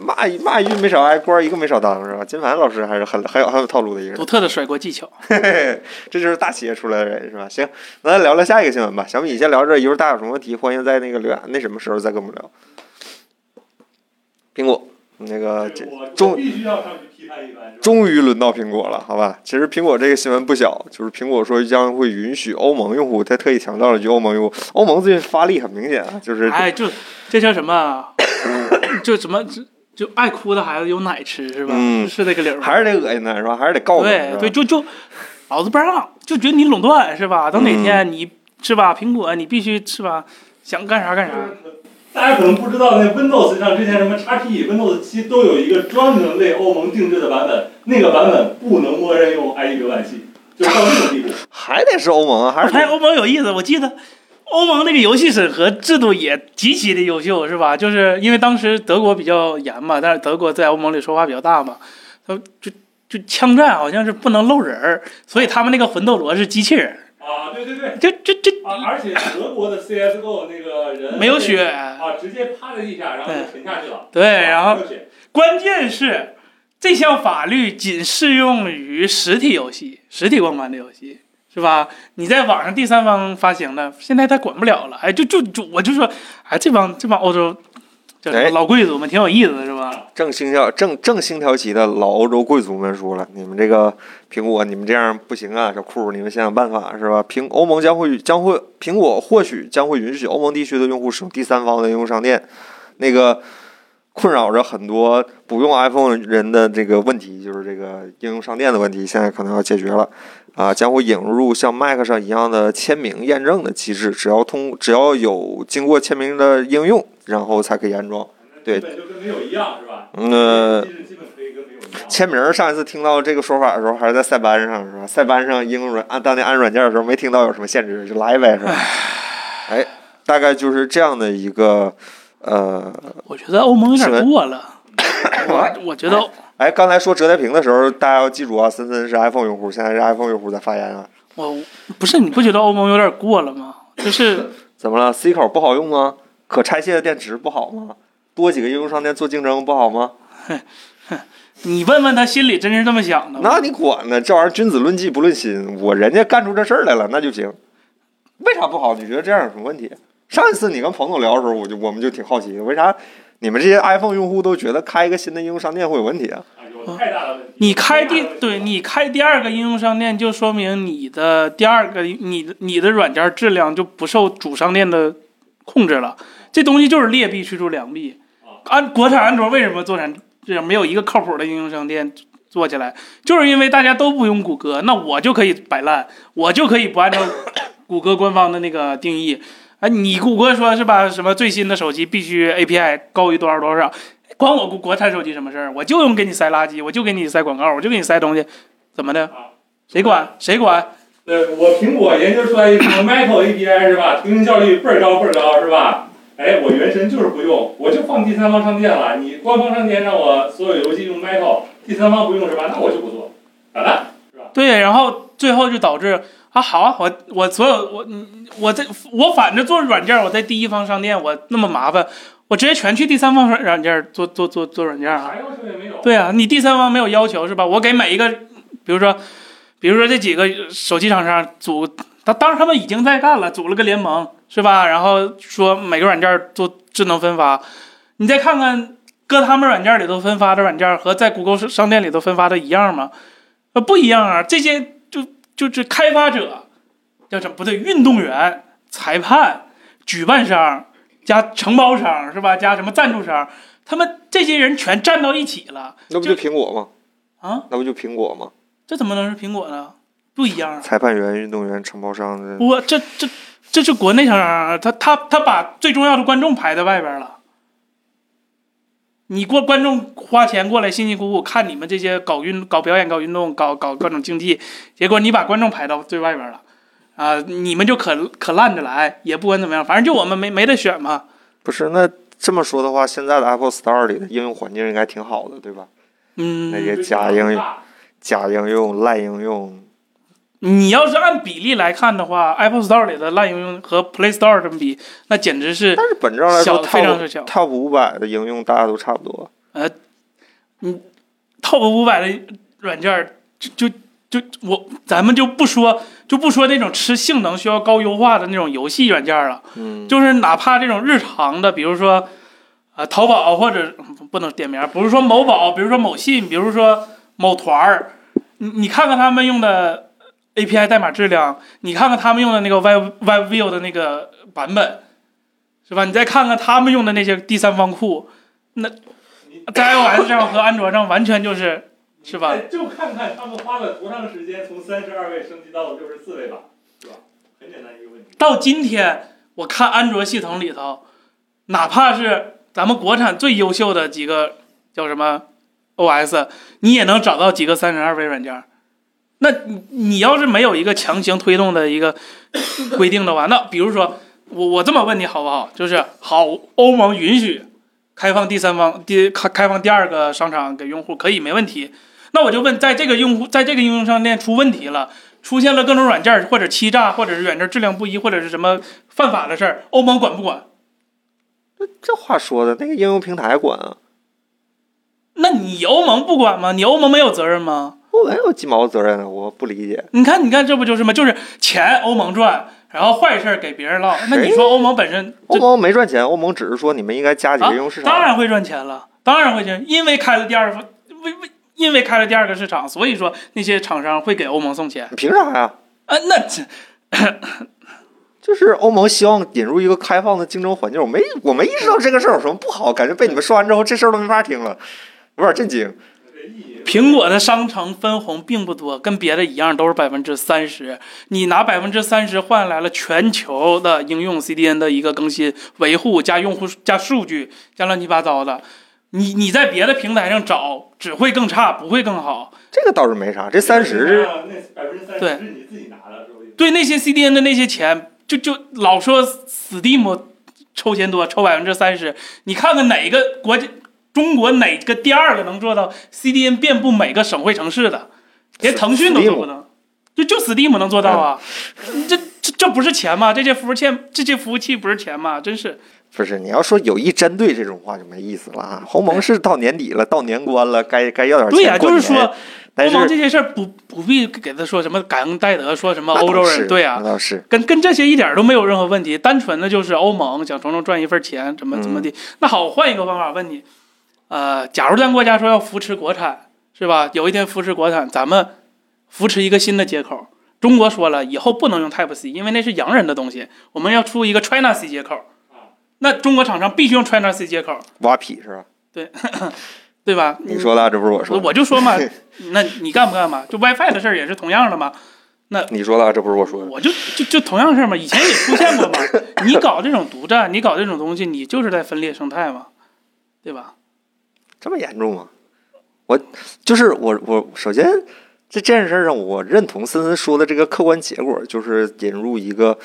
A: 骂一骂一句没少挨，官儿一个没少当，是吧？金凡老师还是很很有很有套路的一个人
B: 独，特的甩锅技巧，
A: 嘿嘿， 这就是大企业出来的人，是吧？行，那咱聊聊下一个新闻吧。小米先聊这儿，一会儿大家有什么问题，欢迎在那个留言那什么时候再跟我们聊。苹果那个这
C: 我
A: 终
C: 我必须要上去批判一番，是吧？
A: 终于轮到苹果了，好吧？其实苹果这个新闻不小，就是苹果说将会允许欧盟用户，他特意强调了一句欧盟用户。欧盟最近发力很明显啊，就是
B: 哎，就这叫什么？就什么？就就爱哭的孩子有奶吃是吧？
A: 嗯
B: 是那个理儿吧？
A: 还是得恶心他是吧？还是得告诉他是
B: 对
A: 吧
B: 对，就就老子不让，就觉得你垄断是吧？等哪
A: 嗯
B: 天你、是吧，苹果你必须是吧，想干啥干啥。
E: 大家可能不知道，那 Windows 上之前什么 XP、Windows 7都有一个专门为欧盟定制的版本，那个版本不能默认用 IE 浏览器，就是到这种 地步。
A: 还得是欧盟啊，还是
B: 哎，
A: 得
B: 欧盟有意思，我记得欧盟那个游戏审核制度也极其的优秀，是吧？就是因为当时德国比较严嘛，但是德国在欧盟里说话比较大嘛，他们就就枪战好像是不能漏人儿，所以他们那个魂斗罗是机器人儿，
E: 啊，对对对，
B: 就就就
E: 啊，而且德国的 CSGO 那个人
B: 没有血。
E: 啊，直接趴在地下，然后就沉下去了。啊
B: 对，然后
E: 没有血
B: 关键是这项法律仅适用于实体游戏、实体光盘的游戏，是吧？你在网上第三方发行的，现在他管不了了。哎，就就就我就说，哎，这帮这帮欧洲叫什么
A: 哎
B: 老贵族们挺有意思的，是吧？
A: 正星条正正星条旗的老欧洲贵族们说了，你们这个苹果，你们这样不行啊，小库，你们想想办法是吧？苹欧盟将会将会苹果或许将会允许欧盟地区的用户使用第三方的应用商店，那个困扰着很多不用 iPhone 人的这个问题，就是这个应用商店的问题，现在可能要解决了。啊，将会引入像 Mac 上一样的签名验证的机制，只要通只要有经过签名的应用，然后才可以安装。对
E: 基本就跟没有一样是吧？
A: 嗯、呃，
E: 机制基本可以跟没有一样。
A: 签名儿上一次听到这个说法的时候，还是在塞班上是吧？塞班上应用软按当年安软件的时候，没听到有什么限制，就来呗是吧？哎，大概就是这样的一个呃，
B: 我觉得欧盟有
A: 是的
B: 点 过了。我我觉得
A: 哎，刚才说折叠屏的时候，大家要记住啊，森森是 iPhone 用户，现在是 iPhone 用户在发言啊。
B: 我不是你不觉得欧盟有点过了吗？就是
A: 怎么了？C 口不好用吗？可拆卸的电池不好吗？多几个应用商店做竞争不好吗？
B: 你问问他心里真是这么想的吗？
A: 那你管呢？这玩意儿君子论迹不论心，我人家干出这事儿来了，那就行。为啥不好？你觉得这样有什么问题？上一次你跟彭总聊的时候，我就我们就挺好奇，为啥你们这些 iPhone 用户都觉得开一个新的应用商店会有问题啊？
E: 啊，有太大的问题。
B: 你开第
E: 太大的问题了
B: 对你开第二个应用商店，就说明你的第二个你的你的软件质量就不受主商店的控制了。这东西就是劣币驱逐良币。安国产安卓为什么做成这样？没有一个靠谱的应用商店做起来，就是因为大家都不用谷歌，那我就可以摆烂，我就可以不按照谷歌官方的那个定义。哎，你谷歌说是吧？什么最新的手机必须 API 高于多少多少？管我国国产手机什么事儿？我就用给你塞垃圾，我就给你塞广告，我就给你塞东西，怎么的
E: 啊？
B: 谁管？谁管？
E: 对，我苹果研究出来一个 Metal API 是吧？ 通信效率倍儿高倍儿高是吧？哎，我原神就是不用，我就放第三方商店了。你官方商店让我所有游戏用 Metal，第三方不用是吧？那我就不做，咋
B: 啊
E: 办？
B: 对，然后最后就导致啊，好啊，我我所有我嗯我在我反正做软件儿，我在第一方商店我那么麻烦，我直接全去第三方软软件儿做做做做软件儿啊。
E: 啥要求也没有。
B: 对啊，你第三方没有要求是吧？我给每一个，比如说，比如说这几个手机厂商组，他当时他们已经在干了，组了个联盟是吧？然后说每个软件做智能分发，你再看看搁他们软件里头分发的软件和在谷歌商店里头分发的一样吗？呃，不一样啊，这些就就是开发者叫什么不对，运动员、裁判、举办商加承包商是吧？加什么赞助商，他们这些人全站到一起了。
A: 那不就苹果吗？
B: 啊，
A: 那不就苹果吗？
B: 这怎么能是苹果呢？不一样啊！
A: 裁判员、运动员、承包商的，
B: 我这这这是国内厂商啊，他他他把最重要的观众排在外边了。你过观众花钱过来辛辛苦苦看你们这些搞运搞表演、搞运动、搞搞各种竞技，结果你把观众排到最外边了，啊、你们就可可烂着来，也不管怎么样，反正就我们没没得选嘛。
A: 不是？那这么说的话，现在的 Apple Store 里的应用环境应该挺好的，对吧？
B: 嗯，
A: 那些假应用、假应用、烂应用，
B: 你要是按比例来看的话，Apple Store 里的烂应用和 Play Store 这么比，那简直是
A: 但是本质上来
B: 小
A: 说
B: 的非常
A: ，Top
B: 是小
A: Top 五百的应用大家都差不多。
B: Top 五百的软件儿，就就就我咱们就不说就不说那种吃性能需要高优化的那种游戏软件儿了，
A: 嗯，
B: 就是哪怕这种日常的，比如说呃淘宝或者嗯不能点名儿，比如说某宝，比如说某信，比如说某团儿，你你看看他们用的 API 代码质量，你看看他们用的那个 Web Web View 的那个版本，是吧？你再看看他们用的那些第三方库，那
E: 你
B: 在 iOS 上和安卓上完全就是嗯是吧？
E: 哎就看看他们花了多长时间从三十二位升级到了六十四位吧，是吧？很简单一个问题。
B: 到今天我看安卓系统里头，哪怕是咱们国产最优秀的几个叫什么 OS，你也能找到几个三十二位软件儿。那你你要是没有一个强行推动的一个 规定的话，那比如说我我这么问你好不好？就是好，欧盟允许开放第三方第开开放第二个商场给用户可以没问题。那我就问，在这个用户在这个应用商店出问题了。出现了各种软件儿或者欺诈，或者是软件质量不一，或者是什么犯法的事儿，欧盟管不管？
A: 这话说的，那个应用平台管啊，
B: 那你欧盟不管吗？你欧盟没有责任吗？
A: 我没有鸡毛责任啊，我不理解。
B: 你看，你看，这不就是吗？就是钱欧盟赚，然后坏事儿给别人落。那你说欧盟本身
A: 欧
B: 这
A: 盟没赚钱，欧盟只是说你们应该加几个应用市场。
B: 啊当然会赚钱了，当然会赚，因为开了第二个，为为因为开了第二个市场，所以说那些厂商会给欧盟送钱。
A: 你凭啥呀、
B: 啊，那这
A: 就是欧盟希望引入一个开放的竞争环境，我没我没意识到这个事儿有什么不好，感觉被你们说完之后，这事儿都没法听了，有点震惊。
E: 这意义
B: 苹果的商城分红并不多，跟别的一样都是百分之三十。你拿百分之三十换来了全球的应用 CDN 的一个更新、维护加用户加数据加乱七八糟的，你你在别的平台上找只会更差，不会更好。
A: 这个倒是没啥，这三十
E: 啊那百分之三
B: 对
E: 十是你自己拿的，是不是？
B: 对那些 CDN 的那些钱，就就老说 Steam 抽钱多，抽百分之三十。你看看哪个国家，中国哪个第二个能做到 CDN 遍布每个省会城市的？连腾讯都做不到，就就 Steam 能做到啊？
A: 嗯
B: 这这这不是钱吗？这些服务器，这些服务器不是钱吗？真是
A: 不是你要说有意针对这种话就没意思了啊。欧盟是到年底了，到年关了，该该要点钱
B: 对呀、
A: 过
B: 就
A: 年
B: 是说，
A: 但
B: 欧
A: 是
B: 盟这些事儿不不必给他说什么感恩戴德，说什么
A: 那倒
B: 欧洲
A: 是
B: 人，对呀、
A: 那倒是
B: 跟跟这些一点儿都没有任何问题，单纯的就是欧盟想从中赚一份钱，怎么怎
A: 嗯
B: 么地。那好，我换一个方法问你，呃，假如咱国家说要扶持国产，是吧？有一天扶持国产，咱们扶持一个新的接口。中国说了，以后不能用 Type C，因为那是洋人的东西，我们要出一个 China C 接口。
A: 啊
B: 那中国厂商必须用 China C 接口，
A: 挖痞是吧？
B: 对吧？
A: 你说的啊，这不是我说的，
B: 我就 说嘛，那你干不干嘛？就 WiFi 的事儿也是同样的嘛。
A: 你说的啊，这不是我说的。
B: 我就就就同样事儿嘛，以前也出现过 嘛。你搞这种独占，你搞这种东西，你就是在分裂生态嘛，对吧？
A: 这么严重吗？我就是我我首先在这件事上，我认同森森说的这个客观结果，就是引入一个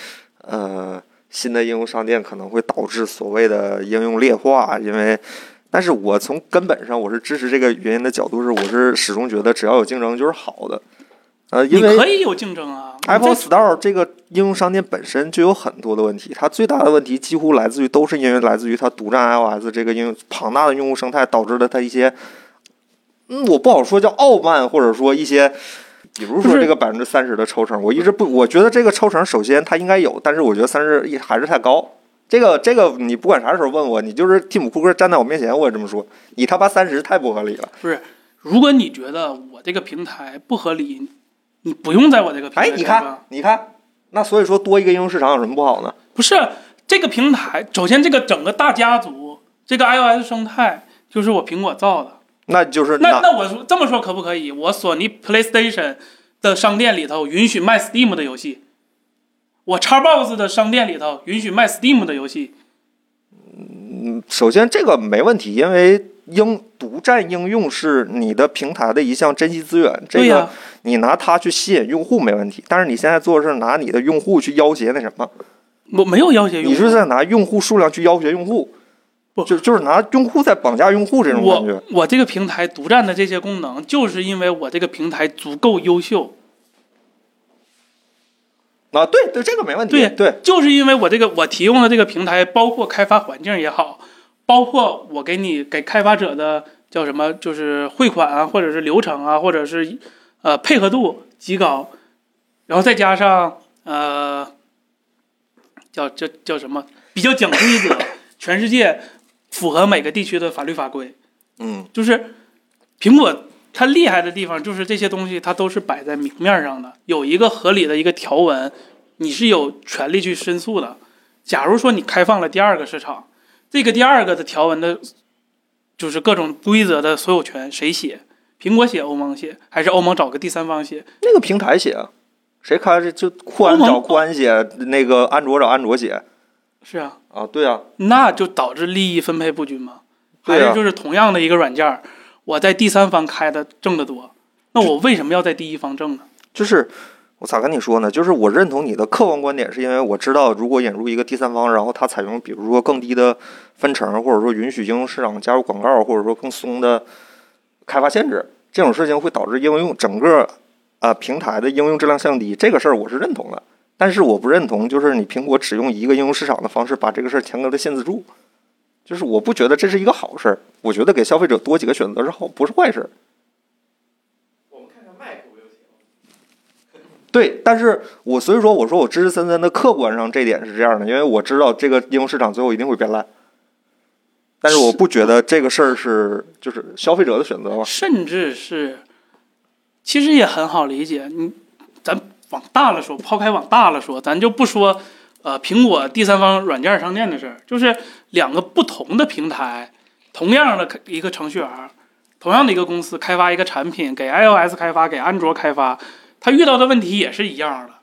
A: 呃新的应用商店可能会导致所谓的应用劣化，啊因为。但是我从根本上我是支持这个原因的角度是，我是始终觉得只要有竞争就是好的，呃，
B: 你
A: 因为
B: 可以有竞争啊。你
A: Apple
B: 在
A: Store 这个应用商店本身就有很多的问题，它最大的问题几乎来自于都是因为来自于它独占 iOS 这个应用庞大的用户生态导致的它一些，嗯，我不好说叫傲慢，或者说一些，比如
B: 不
A: 说
B: 是
A: 这个百分之三十的抽成，我一直不，我觉得这个抽成首先它应该有，但是我觉得三十一还是太高。这个这个，你不管啥时候问我，你就是蒂姆·库克站在我面前，我也这么说。你他妈三十太不合理了！
B: 如果你觉得我这个平台不合理，你不用在我这个平台
A: 哎，
B: 上
A: 你
B: 吧。
A: 看，你看，那所以说多一个应用市场有什么不好呢？
B: 不是这个平台，首先这个整个大家族，这个 iOS 生态就是我苹果造的。
A: 那就是
B: 那那我说这么说可不可以？我索尼 PlayStation 的商店里头允许卖 Steam 的游戏，我 Xbox 的商店里头允许卖 Steam 的游戏，
A: 首先这个没问题，因为应独占应用是你的平台的一项珍稀资源，这
B: 对呀、
A: 个你拿它去吸引用户没问题。但是你现在做的是拿你的用户去要挟那什么，
B: 我没有要挟用户。
A: 你是在拿用户数量去要挟用户
B: 不，
A: 就就是拿用户在绑架用户这种感觉
B: 我。我这个平台独占的这些功能，就是因为我这个平台足够优秀，
A: 啊，对对，这个没问题。
B: 对
A: 对，
B: 就是因为我这个我提供的这个平台，包括开发环境也好，包括我给你给开发者的叫什么，就是汇款啊，或者是流程啊，或者是呃配合度极高，然后再加上呃叫叫叫什么比较讲规则，全世界符合每个地区的法律法规，
A: 嗯，
B: 就是苹果它厉害的地方，就是这些东西它都是摆在明面上的，有一个合理的一个条文，你是有权利去申诉的。假如说你开放了第二个市场，这个第二个的条文的就是各种规则的所有权谁写？苹果写，欧盟写，还是欧盟找个第三方写？
A: 那个平台写啊，谁开这就酷安
B: 欧盟
A: 找酷安写，那个安卓找安卓写
B: 是啊，
A: 啊，对啊，
B: 那就导致利益分配不均嘛。还
A: 对啊
B: 是就是同样的一个软件儿，我在第三方开的挣得多，那我为什么要在第一方挣呢？
A: 就是我咋跟你说呢？就是我认同你的客观观点，是因为我知道，如果引入一个第三方，然后它采用比如说更低的分成，或者说允许应用市场加入广告，或者说更松的开发限制，这种事情会导致应用整个啊、呃平台的应用质量降低。这个事儿我是认同的，但是我不认同就是你苹果只用一个应用市场的方式把这个事儿强格的限制住。就是我不觉得这是一个好事儿，我觉得给消费者多几个选择是好，不是坏事儿。
F: 我们看看 Mac 不就行了？
A: 对，但是我所以说我说我支持森森的客观上这一点是这样的，因为我知道这个应用市场最后一定会变烂，但是我不觉得这个事儿是就是消费者的选择吧。
B: 甚至是，其实也很好理解。你，咱往大了说，抛开往大了说，咱就不说呃苹果第三方软件商店的事儿，就是两个不同的平台，同样的一个程序员儿，同样的一个公司开发一个产品，给 iOS 开发，给安卓开发，他遇到的问题也是一样的。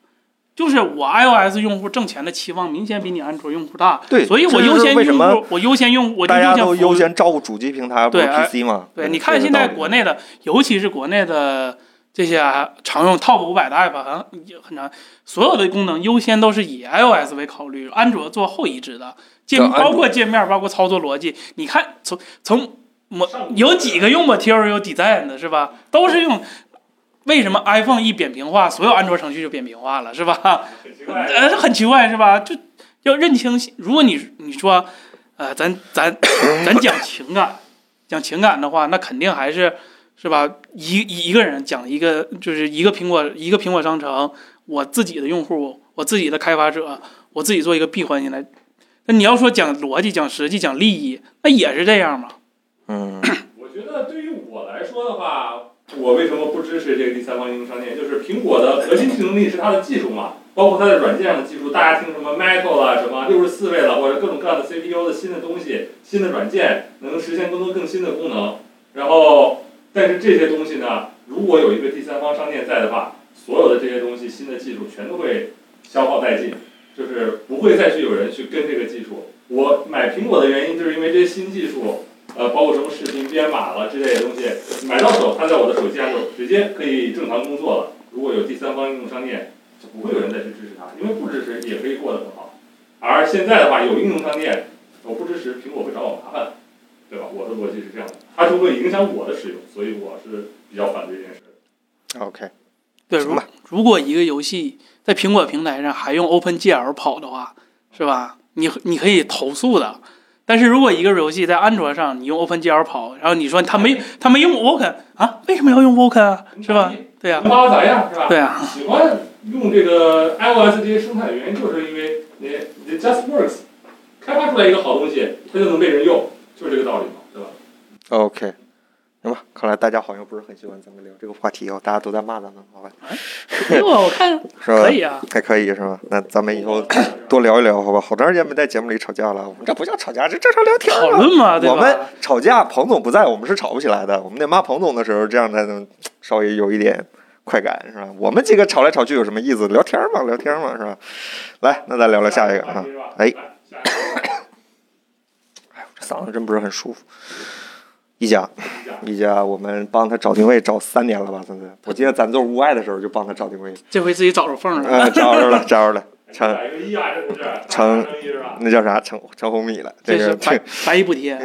B: 就是我 iOS 用户挣钱的期望明显比你安卓用户大，
A: 对
B: 所以我
A: 这就是
B: 优先
A: 为什
B: 用
A: 么
B: 户，我优先用，我就
A: 大家
B: 先
A: 都
B: 服务
A: 优先照顾主机平台，不是
B: 对而
A: PC 嘛？
B: 对，你看现在国
A: 内
B: 内的，尤其是国内的这些啊常用 Top 五百的 app，好像也很常，所有的功能优先都是以 iOS 为考虑，安卓做后移植的界面，
A: 对安
B: 包
A: 卓
B: 括界面，包括操作逻辑。你看，从从我
C: 上古
B: 有几个用 Material Design 的是吧？都是用。为什么 iPhone 一扁平化，所有安卓程序就扁平化了，是吧？
C: 很奇怪。
B: 呃，很奇怪是吧？就要认清，如果你你说，呃，咱咱咱讲情感，讲情感的话，那肯定还是是吧？一一一个人讲一个，就是一个苹果一个苹果商城，我自己的用户，我自己的开发者，我自己做一个闭环进来。那你要说讲逻辑、讲实际、讲利益，那也是这样嘛？
A: 嗯，
C: 我觉得对于我来说的话，我为什么不支持这个第三方应用商店？就是苹果的核心竞争力是它的技术嘛，包括它的软件上的技术。大家听什么 Metal 啦，什么六十四位了，或者各种各样的 CPU 的新的东西、新的软件，能实现更多更新的功能。然后，但是这些东西呢，如果有一个第三方商店在的话，所有的这些东西、新的技术全都会消耗殆尽，就是不会再去有人去跟这个技术。我买苹果的原因就是因为这些新技术。呃，包括什么视频编码了之类的东西，买到手，它在我的手机上就直接可以正常工作了。如果有第三方应用商店，就不会有人再去支持它，因为不支持也可以过得很好。而现在的话，有应用商店，我不支持，苹果会找我麻烦，对吧？我的逻辑是这样的，它就会影响我的使用，所以我是比较反对这件事。
A: OK，
B: 对，
A: 行
B: 如
A: 吧
B: 如果一个游戏在苹果平台上还用 OpenGL 跑的话，是吧？你你可以投诉的。但是如果一个游戏在安卓上你用 OpenGL 跑，然后你说他没他没用 Vulkan 啊，为什么要用 Vulkan 啊？是吧？对呀、
A: 嗯
C: 你把我咋样是吧？
B: 对呀、
C: 喜欢用这个 iOS 这些生态的原因，就是因为你你 just works，开发出来一个好东西，它就能被人用，就是这个道理嘛，对吧？
A: OK，行吧，看来大家好像不是很喜欢咱们聊这个话题哦，大家都在骂咱们，好吧？
B: 哎呦，我看
A: 是吧？
B: 可以啊，
A: 还可以是吧？那咱们以后多聊一聊，好吧？好长时间没在节目里吵架了，我们这不叫吵架，这正常聊天
B: 讨
A: 啊。
B: 论嘛，对
A: 我们
B: 吧？
A: 吵架，彭总不在，我们是吵不起来的。我们得骂彭总的时候，这样才能稍微有一点快感，是吧？我们几个吵来吵去有什么意思？聊天嘛，聊天嘛，是吧？来，那咱聊聊下一个啊。哎
C: 来，下一个
A: 这嗓子真不是很舒服。一家，
C: 一家
A: 一家，我们帮他找定位找三年了吧？森森，我记得咱做屋外的时候就帮他找定位，
B: 这回自己找着缝儿了。
A: 啊，找着了，找着了，成
C: 打一个一啊，这不是
A: 成
C: 一是吧？
A: 那叫啥？成成红米了，这
B: 这是
A: 个
B: 百百亿补贴，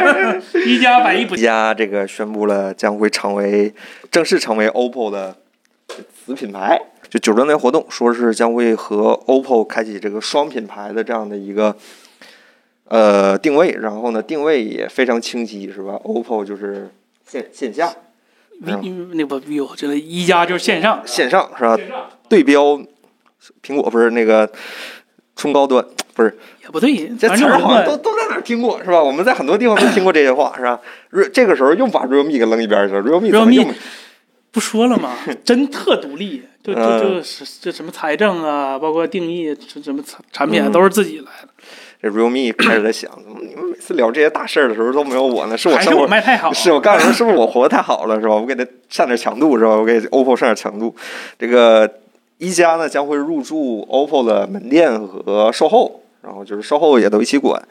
B: 一加百亿补
A: 一
B: 贴，
A: 加这个宣布了将会成为正式成为 OPPO 的子品牌。就九周年活动，说是将会和 OPPO 开启这个双品牌的这样的一个呃定位，然后呢定位也非常清晰，是吧？OPPO 就是线线下、
B: 那不 vivo 这个一加就是线上，
A: 线上是吧？
C: 线上
A: 对标苹果不是那个中高端，不是
B: 也不对，
A: 这
B: 反
A: 词
B: 正
A: 儿
B: 我
A: 好像都
B: 们
A: 都在哪儿听过是吧？我们在很多地方都听过这些话是吧？Re- 这个时候又把 realme 给扔一边去了，realme 怎么
B: Realme
A: 又没
B: 不说了 吗？真特独立，就就
A: 嗯
B: 就是这什么财政啊，包括定义，这什么产产品啊
A: 嗯
B: 都是自己来的。
A: 这 realme 开始在想，你们次聊这些大事儿的时候都没有我呢，是我
B: 还是
A: 生
B: 我
A: 活。
B: 卖太好，啊
A: 是我告诉你，是不是我活得太好了，是吧？我给它上点强度，是吧？我给 OPPO 上点强度。这个一加呢将会入驻 OPPO 的门店和售后，然后就是售后也都一起管。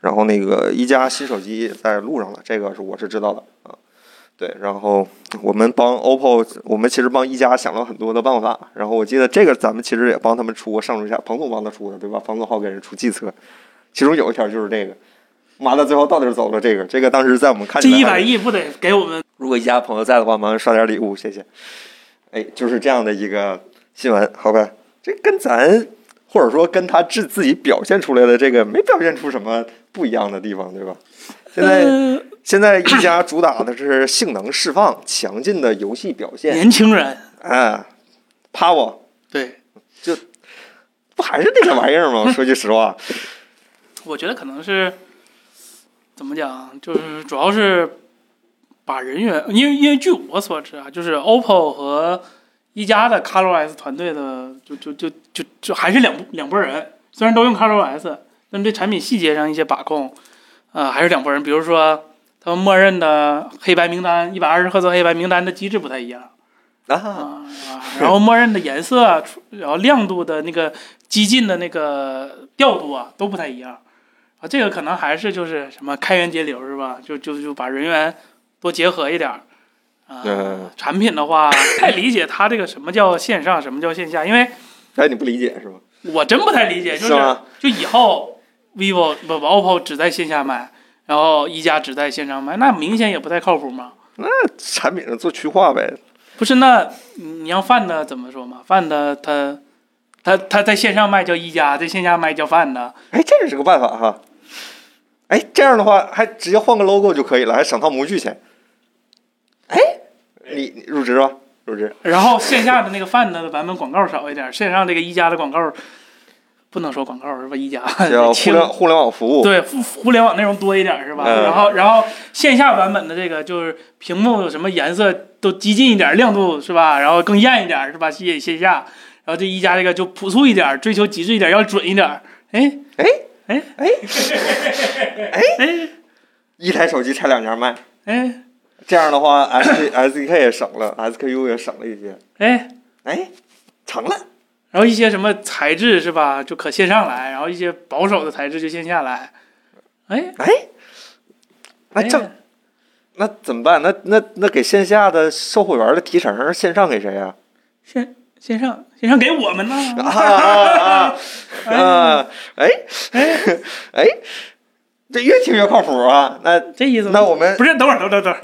A: 然后那个一加新手机也在路上了，这个是我是知道的啊。对，然后我们帮 OPPO，我们其实帮一加想了很多的办法。然后我记得这个咱们其实也帮他们出过上中下，彭总帮他出的，对吧？彭总好给人出计策，其中有一条就是这个。妈的，最后到底走了这个，这个当时在我们看
B: 这
A: 起来
B: 一
A: 还
B: 百亿不得给我们
A: 如果一家朋友在的话，麻烦刷点礼物，谢谢。哎，就是这样的一个新闻，好吧？这跟咱或者说跟他自自己表现出来的这个没表现出什么不一样的地方，对吧？现在
B: 呃
A: 现在一加主打的是性能释放、强劲的游戏表现，
B: 年轻人，
A: 啊，趴我
B: 对
A: 不还是那个玩意儿吗？说句实话，
B: 我觉得可能是怎么讲，就是主要是把人员，因为因为据我所知啊，就是 OPPO 和一加的 ColorOS 团队的，就就就就就还是两拨两拨人，虽然都用 ColorOS，但对产品细节上一些把控，呃，还是两拨人。比如说，他们默认的黑白名单一百二十赫兹黑白名单的机制不太一样。
A: 啊，
B: 啊， 然后默认的颜色啊，出然后亮度的那个激进的那个调度啊，都不太一样。啊，这个可能还是就是什么开源节流是吧？就就就把人员多结合一点儿。啊、
A: 嗯
B: 产品的话，不太理解它这个什么叫线上，什么叫线下，因为
A: 哎，你不理解是吧？
B: 我真不太理解，就是
A: 吗？
B: 就以后 vivo 不不 OPPO 只在线下卖，然后一加只在线上卖，那明显也不太靠谱嘛。
A: 产品上做区划呗，
B: 不是，那你要饭的怎么说嘛？饭的他他他在线上卖叫一家，在线下卖叫饭的。
A: 哎，这也是个办法哈。哎，这样的话还直接换个 logo 就可以了，还省趟模具钱。哎，你你入职吧，入职。
B: 然后线下的那个饭的版本广告少一点，线上这个一家的广告不能说广告是吧？一家
A: 叫互
B: 轻
A: 联互联网 服务，
B: 对互互联网内容多一点是吧？
A: 嗯
B: 然后然后线下版本的这个就是屏幕有什么颜色都激进一点，亮度是吧？然后更艳一点是吧？吸引线下。然后这一家这个就朴素一点，追求极致一点，要准一点。哎
A: 哎
B: 哎
A: 哎
B: 哎
A: 一台手机拆两家卖。
B: 哎
A: 这样的话，S S K 也省了，SKU 也省了一些。
B: 哎，
A: 哎，成了。
B: 然后一些什么材质是吧，就可线上来，然后一些保守的材质就线下来。哎，
A: 哎，那
B: 哎
A: 这、那怎么办？那那那给线下的售货员的提成，线上给谁呀、
B: 线线上线上给我们呢？
A: 啊？ 啊啊啊！啊哎
B: 哎，
A: 哎，这越听越靠谱啊！那
B: 这意思吗？
A: 那我们
B: 不是等会儿，等会儿，等会儿，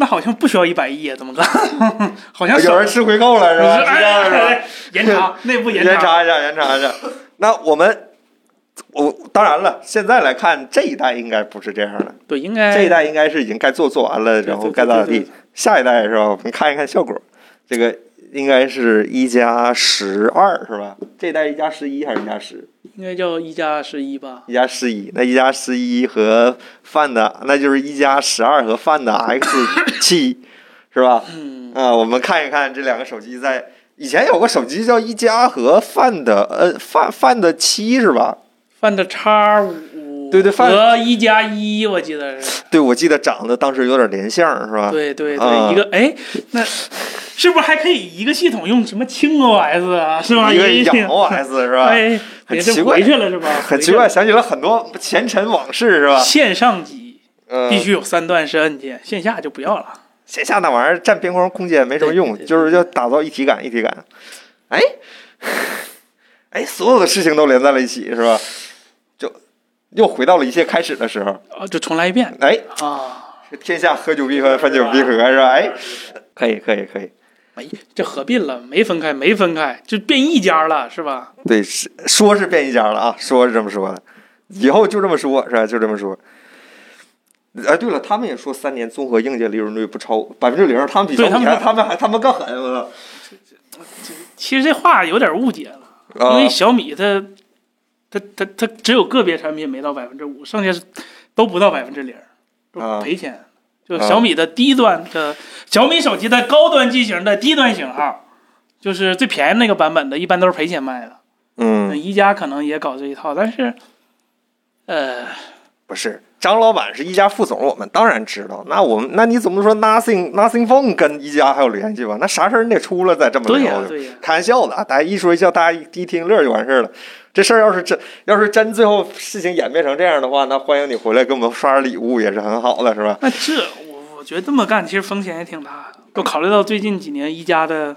B: 那好像不需要一百亿啊，怎么干？ 好像
A: 有人吃回扣了是吧？是这样是吧？
B: 哎，延长内部
A: 延
B: 延长，
A: 长一下，延长一下。那我们，我当然了，现在来看这一代应该不是这样的，
B: 对，应该
A: 这一代应该是已经该做做完了，
B: 哎对
A: 然后
B: 对
A: 该咋咋
B: 对对
A: 地。下一代是吧？我们看一看效果。这个应该是一加十二是吧？这一代一加十一还是一加十？
B: 应该叫一加十一吧？
A: 一加十一，那一加十一和 Find，那啊就是一加十二和 Find X 七，是吧？
B: 嗯，
A: 啊、我们看一看这两个手机在以前有个手机叫一加和 Find，呃，Find Find 七是吧？
B: 范的叉五
A: 对对范
B: 和一加一，我记得是，
A: 对，我记得长得当时有点连相，是吧？
B: 对对
A: 啊
B: 对，一个哎，那是不是还可以一个系统用什么轻 OS 啊？是吧？
A: 一个
B: 一
A: 养 OS 是吧？
B: 哎，
A: 很
B: 也
A: 奇
B: 是
A: 怪
B: 回去了是吧？
A: 很
B: 回
A: 奇
B: 去了
A: 怪，，想啊起了很多前尘往事，是吧？
B: 线上级
A: 嗯、
B: 必须有三段式按键，线下就不要了。
A: 线下那玩意儿占边框空间没什么用
B: 对对，对
A: 就是要打造一体感，一体感。哎，哎，所有的事情都连在了一起，是吧？就又回到了一切开始的时候。
B: 啊，就重来一遍
A: 哎，
B: 啊！
A: 天下合久必分，分久必合，是吧？哎，可以，可以，可以。
B: 没，这合并了，没分开，没分开，就变一家了是吧？
A: 对，是说是变一家了啊，说是这么说的，以后就这么说，是吧？就这么说。哎，对了，他们也说三年综合应届利润率不超百分之零，他们比
B: 对
A: 小米
B: 他们
A: 还他们还他们更狠，我
B: 其实这话有点误解了，
A: 操！啊
B: 因为小米它它它它只有个别产品没到百分之五，剩下是都不到百分之零，都
A: 啊
B: 赔钱。就
A: 啊
B: 小米的低端的小米手机的高端机型的低端型号，就是最便宜那个版本的，一般都是赔钱卖的。
A: 嗯
B: 那，宜家可能也搞这一套，但是，呃，
A: 不是，张老板是一加副总，我们当然知道。那我们那你总不能说 nothing nothing phone 跟一加还有联系吧？那啥事儿你得出了再这么
B: 对呀、
A: 聊。
B: 对呀、
A: 开玩笑的啊，大家一说一笑，大家一听乐就完事儿了。这事儿要是真要是真最后事情演变成这样的话，那欢迎你回来给我们刷点礼物也是很好的，是吧？
B: 那这我我觉得这么干其实风险也挺大的。就考虑到最近几年一加的，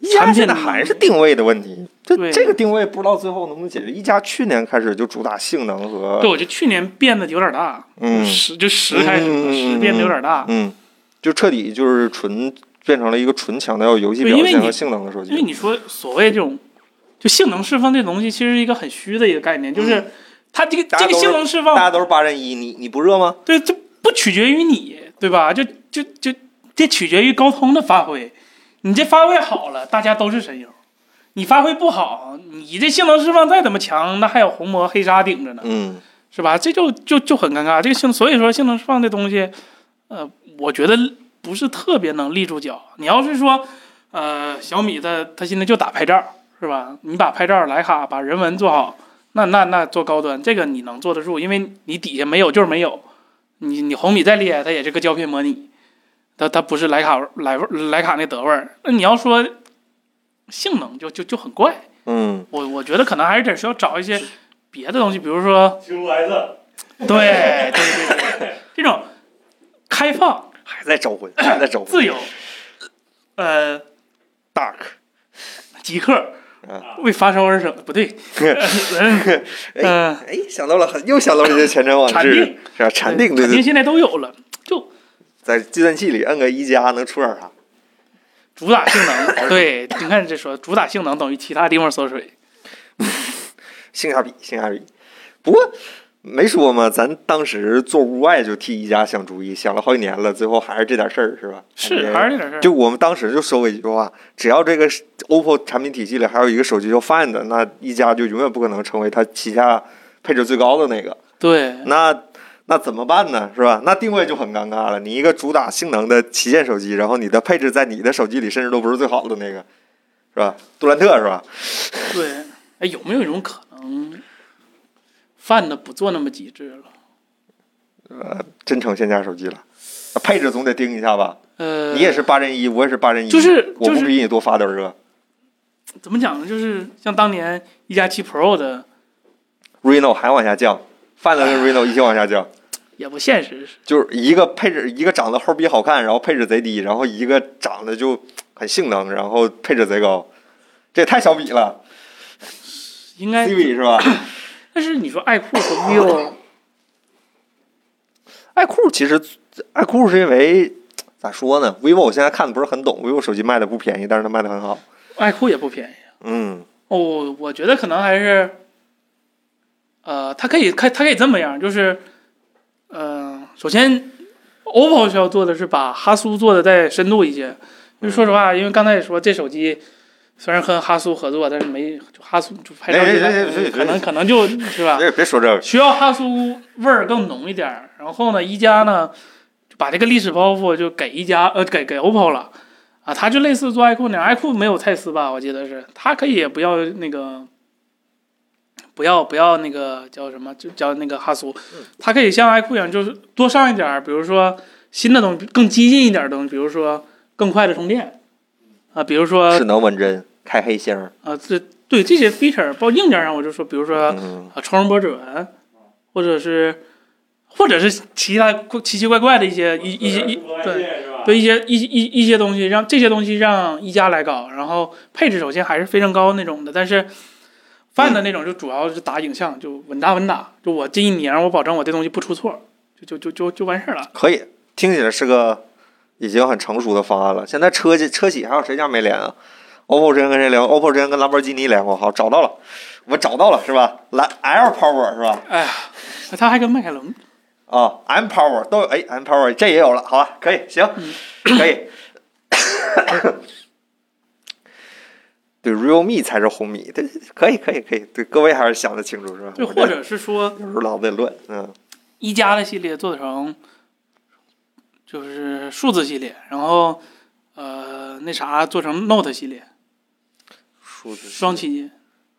A: 一加
B: 产
A: 现
B: 品
A: 在还是定位的问题，这
B: 对
A: 这个定位不知道最后能不能解决。一加去年开始就主打性能和
B: 对我觉得去年变得有点大，
A: 嗯
B: 十就十开始
A: 嗯嗯嗯
B: 了，
A: 嗯
B: 十变得有点大，
A: 嗯，就彻底就是纯变成了一个纯强调游戏
B: 对
A: 表
B: 因为
A: 现
B: 你
A: 和性能的手
B: 因为
A: 机。
B: 你说所谓这种就性能释放这东西，其实是一个很虚的一个概念，就是它这个
A: 嗯大家
B: 这个
A: 都是
B: 性能释
A: 大
B: 放，
A: 家都是八人一，你你不热吗？
B: 对，这不取决于你，对吧？就就就这取决于高通的发挥，你这发挥好了，大家都是神游。你发挥不好，你这性能释放再怎么强，那还有红魔黑鲨顶着呢。
A: 嗯，
B: 是吧？这就就就很尴尬。这个性，所以说性能释放这东西，呃，我觉得不是特别能立住脚。你要是说，呃，小米它它现在就打拍照，是吧？你把拍照、徕卡、把人文做好，那那那做高端，这个你能坐得住，因为你底下没有就是没有。你你红米再厉害，它也是个胶片模拟，它它不是徕卡徕味徕卡那德味儿。那你要说性能就就就很怪，
A: 嗯，
B: 我我觉得可能还是得需要找一些别的东西，比如说。
E: 请出来的，
B: 对对对对对，这种开放、
A: 还在招魂，还在招魂。
B: 自由，呃，
A: Dark，
B: 极客
A: 嗯
B: 为发烧而生，不对， 嗯嗯，
A: 哎，想到了很，又想到了这些前 尘往
B: 禅
A: 事
B: 定，
A: 是吧？禅定，对
B: 肯定
A: 对，
B: 现在都有了，就
A: 在计算器里摁个一加能出点啥？
B: 主打性 能。对，你看这说主打性能等于其他地方缩水，
A: 性价比，性价比。不过没说嘛，咱当时做屋外就替一加想主意，想了好几年了，最后还是这点事儿，是吧？
B: 是
A: 感觉
B: 还是这点事儿。
A: 哎就我们当时就收尾一句话：只要这个 OPPO 产品体系里还有一个手机叫 Find，那一加就永远不可能成为它旗下配置最高的那个。
B: 对，
A: 那那怎么办呢？是吧？那定位就很尴尬了。你一个主打性能的旗舰手机，然后你的配置在你的手机里甚至都不是最好的那个，是吧？杜兰特是吧？
B: 对，哎，有没有一种可能，犯的不做那么极致了？
A: 呃，真成线下手机了，那配置总得盯一下吧。
B: 呃，
A: 你也是八人一，我也是八人一，
B: 就是
A: 我
B: 就
A: 不
B: 是
A: 比你多发点热。
B: 怎么讲呢？就是像当年一加七 Pro 的
A: Reno 还往下降，Find 跟 Reno 一起往下降。
B: 也不现实，
A: 就是一个配置，一个长得齁逼好看，然后配置贼低，然后一个长得就很性能，然后配置贼高，这也太小比了。
B: 应该
A: CV 是吧？
B: 但是你说爱酷和
A: 哎
B: vivo，
A: 爱酷其实，爱酷是因为咋说呢？vivo 我现在看的不是很懂，vivo 手机卖的不便宜，但是它卖的很好。
B: 爱酷也不便宜。
A: 嗯
B: 哦，我觉得可能还是，呃，它可以开，它可以这么样，就是，呃，首先，OPPO 需要做的是把哈苏做的再深度一些。因为说实话，
A: 嗯
B: 因为刚才也说这手机虽然跟哈苏合作，但是没就哈苏就拍照
A: 哎
B: 这
A: 哎哎哎哎
B: 个，可能可能就是吧，
A: 别别说这个，
B: 需要哈苏味儿更浓一点儿。然后呢，一加呢就把这个历史包袱就给一加呃给给 OPPO 了啊，它就类似做爱酷那样，爱酷没有蔡司吧？我记得是，它可以也不要那个。不要不要那个叫什么，就叫那个哈苏，它可以像爱酷一样，就是多上一点儿，比如说新的东西，更激进一点儿的东西，比如说更快的充电，啊，比如说
A: 智能文针开黑星，
B: 啊，这对这些 feature，包括硬件上，我就说，比如说
A: 嗯，
B: 啊，超声波指纹，或者是或者是其他奇奇怪怪的一些呃一一些一
C: 呃
B: 对
E: 对
B: 对一些一一一些东西，让这些东西让一加来搞，然后配置首先还是非常高那种的，但是。饭的那种就主要是打影像，就稳打稳打。就我这一年，我保证我这东西不出错，就就就就就完事儿了。
A: 可以，听起来是个已经很成熟的方案了。现在车企车企还有谁家没连啊？OPPO 之前跟谁连过？OPPO 之前跟兰博基尼连过，好，找到了，我们找到了是吧？蓝 L Power 是吧？
B: 哎呀，他还跟迈凯伦，
A: 啊、m Power 都有，哎，M Power 这也有了，好吧，可以，行，
B: 嗯
A: 可以。对，Realme 才是红米，对，可以，可以，可以，对，各位还是想得清楚是吧？
B: 就
A: 我
B: 或
A: 这
B: 者是说，
A: 有时候脑子也乱，嗯
B: 一加的系列做成就是数字系列，然后呃那啥做成 Note 系列，
A: 数字
B: 双旗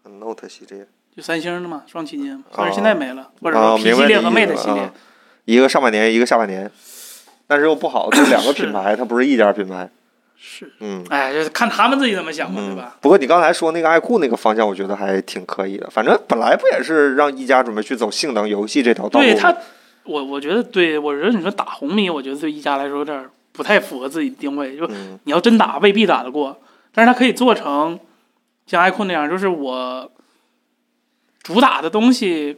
A: ，Note 系列，
B: 就三星的嘛，双旗舰嘛，
A: 哦
B: 但是现在没了，或者
A: 啊，
B: 说 P
A: 明白你
B: 系列
A: 意
B: 和
A: 思
B: Mate 系列，
A: 啊一个上半年，一个下半年，但是又不好，这两个品 牌它不是一家品牌，
B: 是，
A: 嗯。
B: 哎，就是看他们自己怎么想嘛，对
A: 嗯
B: 吧？，
A: 不过你刚才说那个爱酷那个方向，我觉得还挺可以的。反正本来不也是让一加准备去走性能游戏这条道路吗？
B: 对他，我我觉得对我觉得你说打红米，我觉得对一加来说有点不太符合自己定位，就
A: 嗯
B: 你要真打未必打得过，但是它可以做成像 iQOO 那样，就是我主打的东西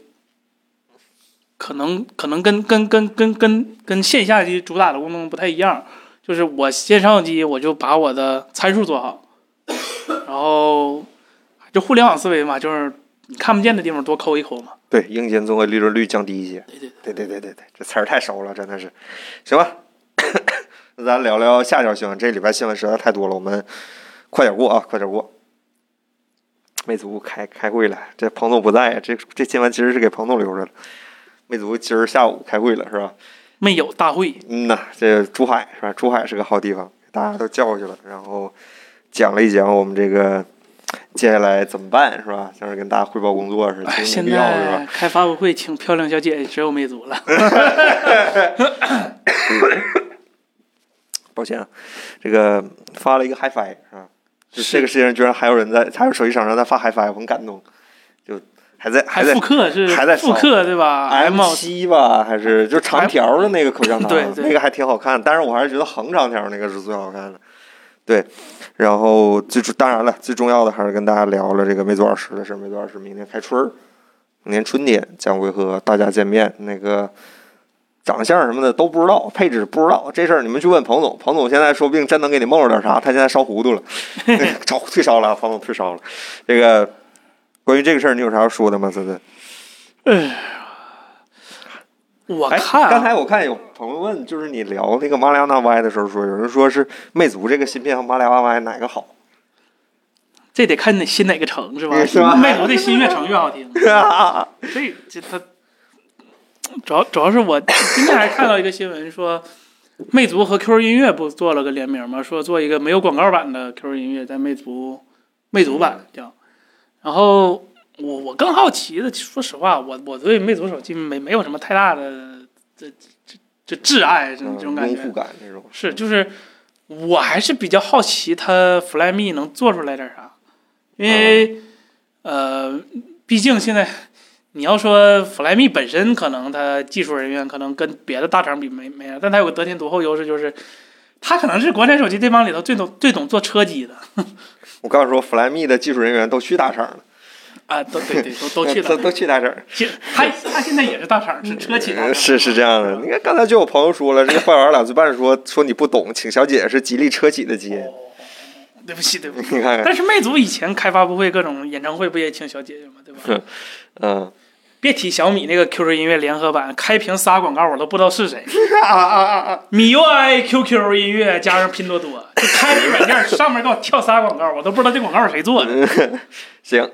B: 可能可能跟跟跟跟跟跟线下机主打的功能不太一样，就是我线上机我就把我的参数做好，然后就互联网思维嘛，就是你看不见的地方多抠一抠嘛。
A: 对硬件综合利润率降低一些。
B: 对对
A: 对
B: 对，
A: 对对对对，这词儿太熟了，真的是。行吧， 那咱聊聊下条新闻。这礼拜新闻实在太多了，我们快点过啊，快点过。魅族开开会了，这彭总不在啊，这这新闻其实是给彭总留着的。魅族今儿下午开会了，是吧？
B: 没有大会，
A: 嗯呐，这珠海是吧？珠海是个好地方，大家都叫过去了，然后讲了一讲我们这个接下来怎么办，是吧？像是跟大家汇报工作似的，
B: 哎，
A: 挺
B: 现
A: 有必要是吧
B: 在？开发布会请漂亮小姐姐只有魅族了。
A: 抱歉啊，这个发了一个 HiFi 是吧？就是这个世界上居然还有人在，还有手机厂商在发 HiFi，我很感动，就还在
B: 还
A: 在
B: 复刻是
A: 还在
B: 复
A: 烧
B: 刻对吧
A: M 七吧，还是就长条的那个口香糖，
B: 对对
A: 那个还挺好看，但是我还是觉得横长条那个是最好看的。对，然后最主当然了，最重要的还是跟大家聊了这个魅族二十的事儿。魅族二十明年开春儿，明年春天将会和大家见面。那个长相什么的都不知道，配置不知道，这事儿你们去问彭总。彭总现在说不定真能给你蒙着点啥，他现在烧糊涂 了， 烧退烧了，彭总退烧了。这个关于这个事儿，你有啥要说的 吗？森森？
B: 我
A: 哎，
B: 看、啊、
A: 刚才我看有朋友问，就是你聊那个马里亚纳 Y 的时候说，有人说是魅族这个芯片和马里亚纳 Y 哪个好？
B: 这得看你新哪个城是吧？
A: 嗯是吧
B: 魅族的新越城越好听。这这它主要主要是我今天还看到一个新闻说，魅族和 QQ 音乐不做了个联名吗？说做一个没有广告版的 QQ 音乐，在魅族魅族版叫。然后我我更好奇的，说实话，我我对魅族手机没没有什么太大的这这这挚爱嗯这种这种感
A: 拥
B: 觉
A: 护。嗯感那种
B: 是，就是我还是比较好奇它 Flyme 能做出来点啥，因为、
A: 嗯
B: 呃，毕竟现在你要说 Flyme 本身可能它技术人员可能跟别的大厂比没没啥，但它有个得天独厚优势，就是它可能是国产手机这帮里头最懂最懂做车机的
A: 我刚说，Flyme 的技术人员都去大厂了，
B: 啊，都对对，都都去
A: 都
B: 了。
A: 都去大 厂。
B: 其实它它现在也是大厂，是车企大 厂。
A: 是是这样的，
B: 吧
A: 你看刚才就有朋友说了，这个坏玩两岁半说说你不懂，请小姐是吉利车企的基因，
B: 哦对不起，对不
A: 你
B: 起。
A: 看看，
B: 但是魅族以前开发布会、各种演唱会不也请小姐姐吗？对吧？
A: 嗯，
B: 别提小米那个 QQ 音乐联合版开屏仨广告，我都不知道是谁。
A: 啊啊啊啊！
B: MIUI、QQ 音乐加上拼多多，就开着软件上面给我跳仨广告，我都不知道这广告是谁做的。
A: 嗯行，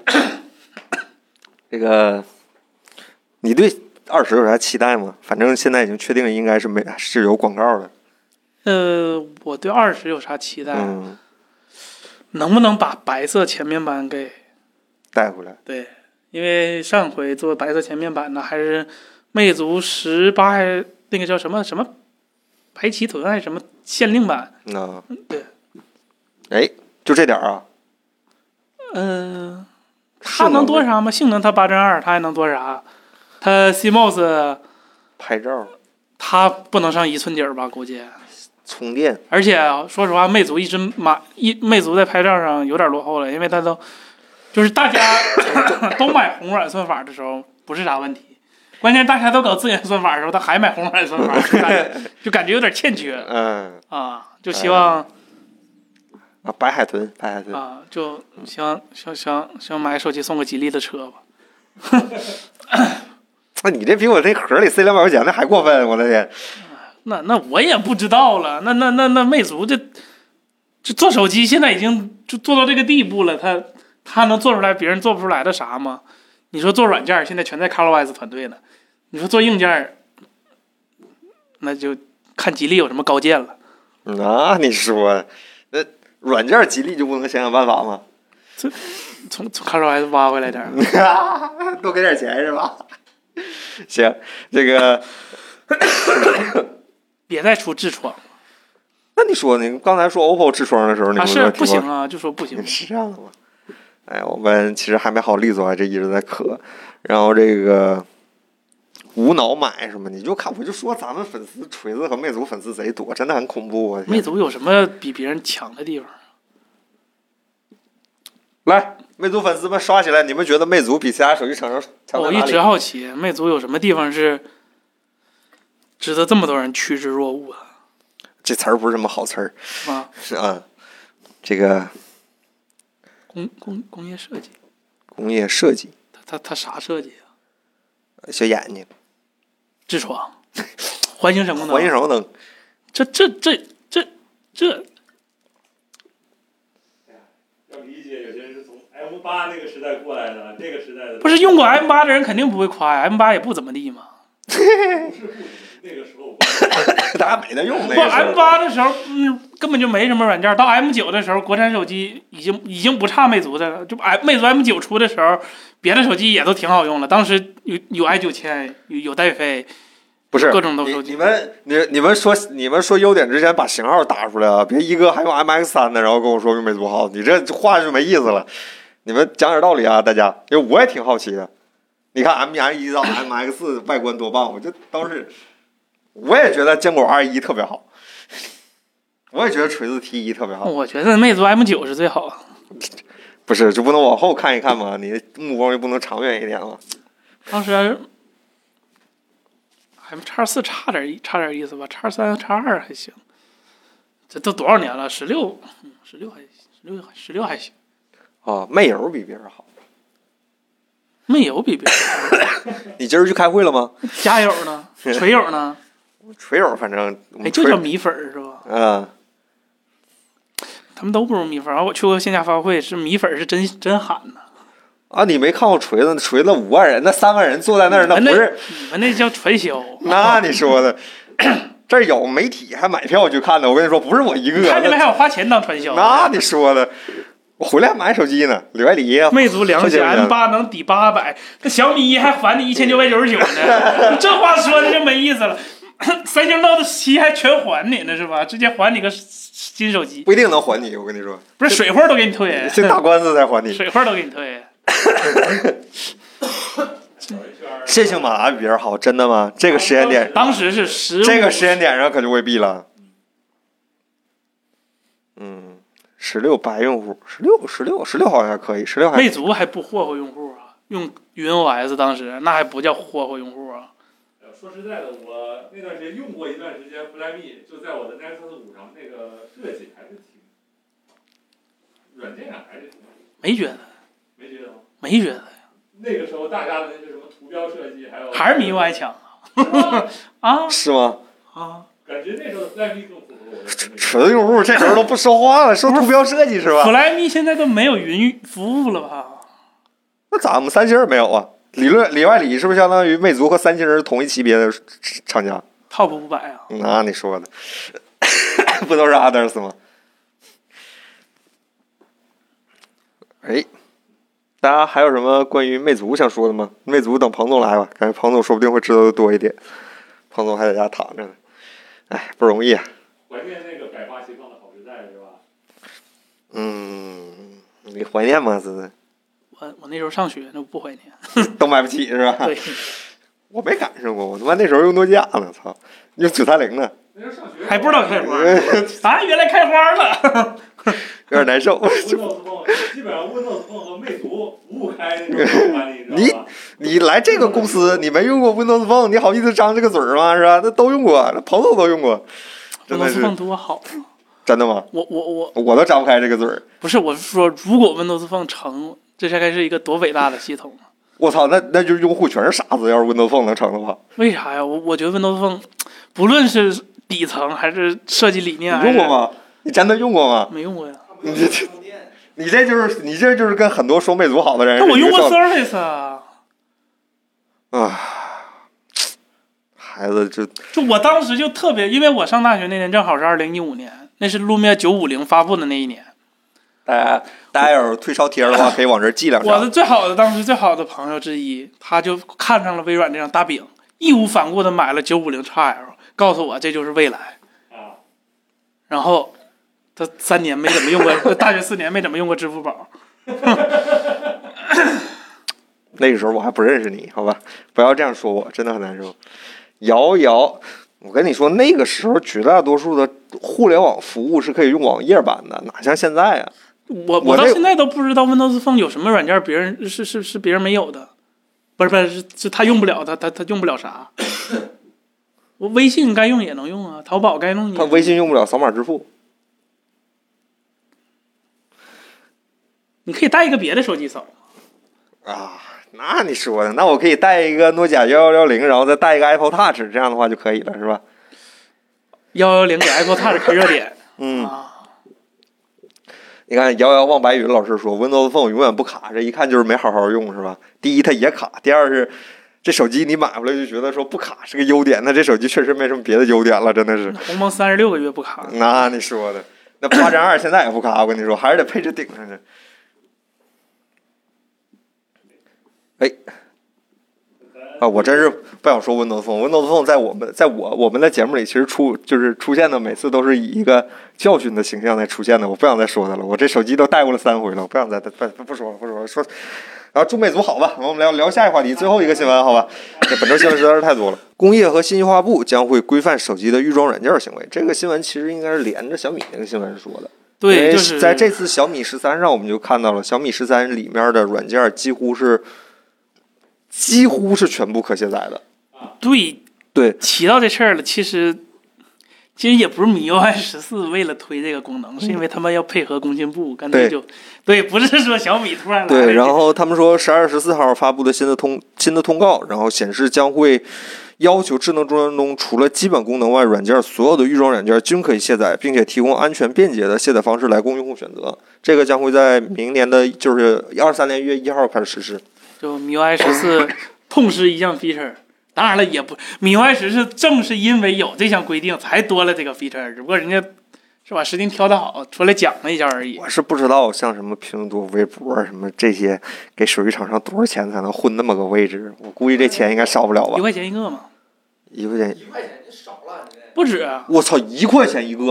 A: 这个你对二十有啥期待吗？反正现在已经确定应该是没是有广告的，
B: 呃，我对二十有啥期待？
A: 嗯，
B: 能不能把白色前面板给
A: 带回来。
B: 对？因为上回做白色前面板呢，还是魅族十八还那个叫什么什么白旗豚还是什么限定版？
A: 那
B: 对，
A: 哎，就这点儿啊，
B: 嗯、呃。
A: 是
B: 它能多啥吗？性能它八针二，它还能多啥？它 CMOS
A: 拍照、
B: 它不能上一寸底儿吧？估计。
A: 充电，
B: 而且说实话，魅族一直买一魅族在拍照上有点落后了，因为它都就是大家都买红软算法的时候不是啥问题，关键大家都搞自研算法的时候，它还买红软算法，就感觉就感觉有点欠缺
A: 嗯
B: 啊，就希望。
A: 啊，白海豚，白海豚，
B: 啊，就想想想想买手机送个吉利的车吧，
A: 那、啊你这比我这盒里塞两百块钱的还过分，我的天！
B: 那那我也不知道了，那那那那魅族这这做手机现在已经就做到这个地步了，他他能做出来别人做不出来的啥吗？你说做软件儿现在全在 ColorOS 团队呢，你说做硬件儿，那就看吉利有什么高见了。
A: 那、你说，那软件吉利就不能想想办法吗？
B: 从从 ColorOS 挖回来点儿。
A: 多给点钱是吧？ 行，这个
B: 别再出痔疮
A: 那你说呢？你刚才说 OPPO 痔疮的时候，你
B: 啊！
A: 们
B: 是
A: 说
B: 不行啊，就说 不行。
A: 是这样的吗？哎，我们其实还没好利索啊，这一直在磕。然后这个无脑买什么，你就看我就说咱们粉丝锤子和魅族粉丝贼多，真的很恐怖啊！
B: 魅族有什么比别人强的地方？
A: 来，魅族粉丝们刷起来，你们觉得魅族比其他手机厂商强在
B: 我
A: 哪
B: 哦一
A: 里
B: 直？啊好奇，魅族有什么地方是值得这么多人趋之若鹜的
A: 这词儿不是什么好词儿，
B: 啊？
A: 是啊，这个
B: 工工工业设计，
A: 工业设计，
B: 它它它啥设计啊？
A: 小眼睛，
B: 痔疮，环形什么的？
A: 环形什么灯，
B: 这这这这这
E: 要理解有些人是从 M 八那个时代过来的，这个时代的
B: 不是用过 M 八的人肯定不会夸呀，M 八也不怎么地嘛。
E: 不是不止那个时候，
A: 大家没得用那
B: 不
A: 个事儿
B: ，M 八的时候，嗯，根本就没什么软件。到 M 九的时候，国产手机已经已经不差魅族的了。就 M 魅族 M 九出的时候，别的手机也都挺好用了。当时有有 i 九千，有有戴飞，
A: 不是
B: 各种都
A: 你
B: 收集
A: 你们你你们说你们说优点之前把型号打出来啊，别一哥还用 MX 三呢，然后跟我说用魅族好，你这话就没意思了。你们讲点道理啊，大家，因为我也挺好奇的。你看 M 一到 MX 四外观多棒，我就当时我也觉得坚果 R 一特别好，我也觉得锤子 T 一特别好。
B: 我觉得魅族 M 九是最好的。
A: 不是，就不能往后看一看吗？你目光就不能长远一点吗？
B: 当时 M 叉四差点意差点意思吧，叉三叉二还行。这都多少年了？十六，十六还十六十六还行。
A: 啊，魅友比别人好。
B: 魅友比别人
A: 你今儿去开会了吗？
B: 家友 呢，锤友呢，
A: 锤友反正我
B: 哎，
A: 们
B: 就
A: 锤
B: 叫米粉儿是吧？
A: 嗯。
B: 他们都不如米粉儿。然后我去过线下发布会，是米粉儿是真真喊呐。
A: 啊，你没看过锤子？锤子五万人，那三万人坐在那儿，那
B: 你
A: 不
B: 们
A: 是？
B: 你嗯们那叫传 销。
A: 那你说的， 这儿有媒体还买票去看的。我跟你说，不是我一个。
B: 看见没？
A: 那
B: 还有花钱当传销。
A: 那你说的，我回来还买手机呢，里外里 呀。
B: 嗯魅族良心
A: 这就是
B: ，M 八能抵八百，那小米一还还你一千九百九十 九呢。这话说的就没意思了。三星 Note 七还全还你呢是吧？直接还你个新手机，
A: 不一定能还你。我跟你说，
B: 不是水货都给你退，
A: 先打官司再还你。
B: 水货都给你退。
E: 小一圈 儿
A: 线性马达比别人好，真的吗？这个时间点，
B: 当时是十
A: 这个时间点上可就未必了。嗯，十六白用户，十六十六十六好像还可以，十六还
B: 魅族还不霍霍用户啊，用云 OS 当时那还不叫霍霍用户啊。
E: 呃说实在的，我那段时间用过一段时间 Flyme，就在我的 Nexus 五上，那个设计还是挺，软件上还是挺，
B: 没觉得，
E: 没觉得吗？
B: 没觉得，
E: 那个时候大家的那些什么图标设计，还有
B: 还是迷 UI 强
E: 啊
B: 啊
A: 是吗？
B: 啊！
E: 感觉那时候的 Flyme 更符合我的审美。
A: 锤子用户这时候都不说话了，说图标设计是吧？
B: 普莱米现在都没有云服务了吧？
A: 那咱们三星儿没有啊？理论里外里是不是相当于魅族和三星儿同一级别的厂家？
B: top 五百啊，
A: 那你说的不都是 others 吗？哎，大家还有什么关于魅族想说的吗？魅族等彭总来吧，感觉彭总说不定会知道的多一点。彭总还在家躺着呢，哎，不容易啊。
E: 怀念那个百花齐放的好时代，是吧？
A: 嗯，你怀念吗？是
B: 我我那时候上学那不怀念。
A: 都买不起是吧？
B: 对，
A: 我没赶上过，我他妈那时候用诺基亚呢，操，用九三零呢，
E: 那时候上学
B: 还不知道开花， 啊，原来开花了。
A: 有点难 受。
E: Windows Phone，基本上 Windows Phone 和魅族五五开那种管理，你知道吧？
A: 你来这个公司，你没用过 Windows Phone，你好意思张这个嘴儿吗？是吧？那都用过，那彭总都用过，真的
B: Windows
A: 是
B: Phone 多好，
A: 真的吗？
B: 我我我
A: 我都张不开这个嘴儿。
B: 不是我是说，如果 Windows Phone 成，这才该是一个多伟大的系统。啊
A: 我操，那那就是用户全是傻子。要是 Windows Phone 能成的话，
B: 为啥呀？我我觉得 Windows Phone，不论是底层还是设计理
A: 你
B: 念，
A: 用过？吗？你真的用过吗？
B: 没用过呀。
D: 他没有任何充电
A: 你这就是你这就是跟很多说魅族好的人是
B: 但我
A: 一个
B: 用过
A: 状态
B: Surface 啊。
A: 啊。孩子就
B: 就我当时就特别，因为我上大学那年正好是二零一五年，那是路面九五零发布的那一年，
A: 大家大家要是推烧贴儿的 话，可以往这儿寄两
B: 我的
A: 张。
B: 最好的当时最好的朋友之一，他就看上了微软这张大饼，义无反顾的买了九五零 XL，告诉我这就是未来。
E: 啊，
B: 然后他三年没怎么用 过，大学四年没怎么用过支付宝。
A: 那个时候我还不认识你，好吧？不要这样说我，真的很难受。瑶瑶，我跟你说，那个时候绝大多数的互联网服务是可以用网页版的，哪像现在啊？
B: 我
A: 我
B: 我到
A: 这
B: 现在都不知道 Windows Phone 有什么软件别人是是是别人没有的，不是不是是是他用不了，他他他用不了啥。我微信该用也能用啊，淘宝该用也
A: 他
B: 能
A: 微信用不了扫码支付，
B: 你可以带一个别的手机扫。
A: 啊，那你说的，那我可以带一个诺基亚幺幺幺零，然后再带一个 Apple Touch，这样的话就可以了，是吧？
B: 幺幺零给 Apple Touch 开热点
A: 嗯，
B: 啊，
A: 你看遥遥望白云老师说，Windows Phone 永远不卡，这一看就是没好好用，是吧？第一，它也卡；第二是，这手机你买回来就觉得说不卡是个优点，那这手机确实没什么别的优点了，真的是。
B: 鸿蒙三十六个月不卡，
A: 那你说的，那八针二现在也不卡，我跟你说，还是得配置顶上去。哎，啊，我真是不想说 Windows Phone。Windows Phone 在我们在我我们的节目里，其实出就是出现的，每次都是以一个教训的形象在出现的。我不想再说它了，我这手机都带过了三回了，我不想再不不不说了，不说了，说。然后中美足好吧，我们聊聊下一话题，最后一个新闻好吧？这本周新闻实在是太多了。工业和信息化部将会规范手机的预装软件行为。这个新闻其实应该是连着小米那个新闻说的。因
B: 对，
A: 为
B: 就是
A: 在这次小米十三上，我们就看到了小米十三里面的软件几乎是几乎是全部可卸载的。
B: 对
A: 对
B: 提到这事儿了，其实其实也不是 MIUI 十四为了推这个功能，是因为他们要配合工信部，干脆
A: 对
B: 就对，不是说小米突然来了
A: 对，
B: 这
A: 然后他们说十二、十四号发布的新的通新的通告，然后显示将会要求智能终端中除了基本功能外，软件所有的预装软件均可以卸载，并且提供安全便捷的卸载方式来供用户选择。这个将会在明年的，就是二三年一月一号开始实施。
B: 就 MIUI 十四痛失一项 feature。当然了，也不 MIUI 十四正是因为有这项规定才多了这个 feature，只不过人家是把时间挑的好，出来讲了一下而已。
A: 我是不知道像什么拼多多、微博什么这些，给手机厂商多少钱才能混那么个位置？我估计这钱应该少不了
B: 一
A: 吧，
B: 块钱一个嘛，
A: 一块钱，
D: 一块钱就少了，你这
B: 不止啊，
A: 我操，一块钱一个，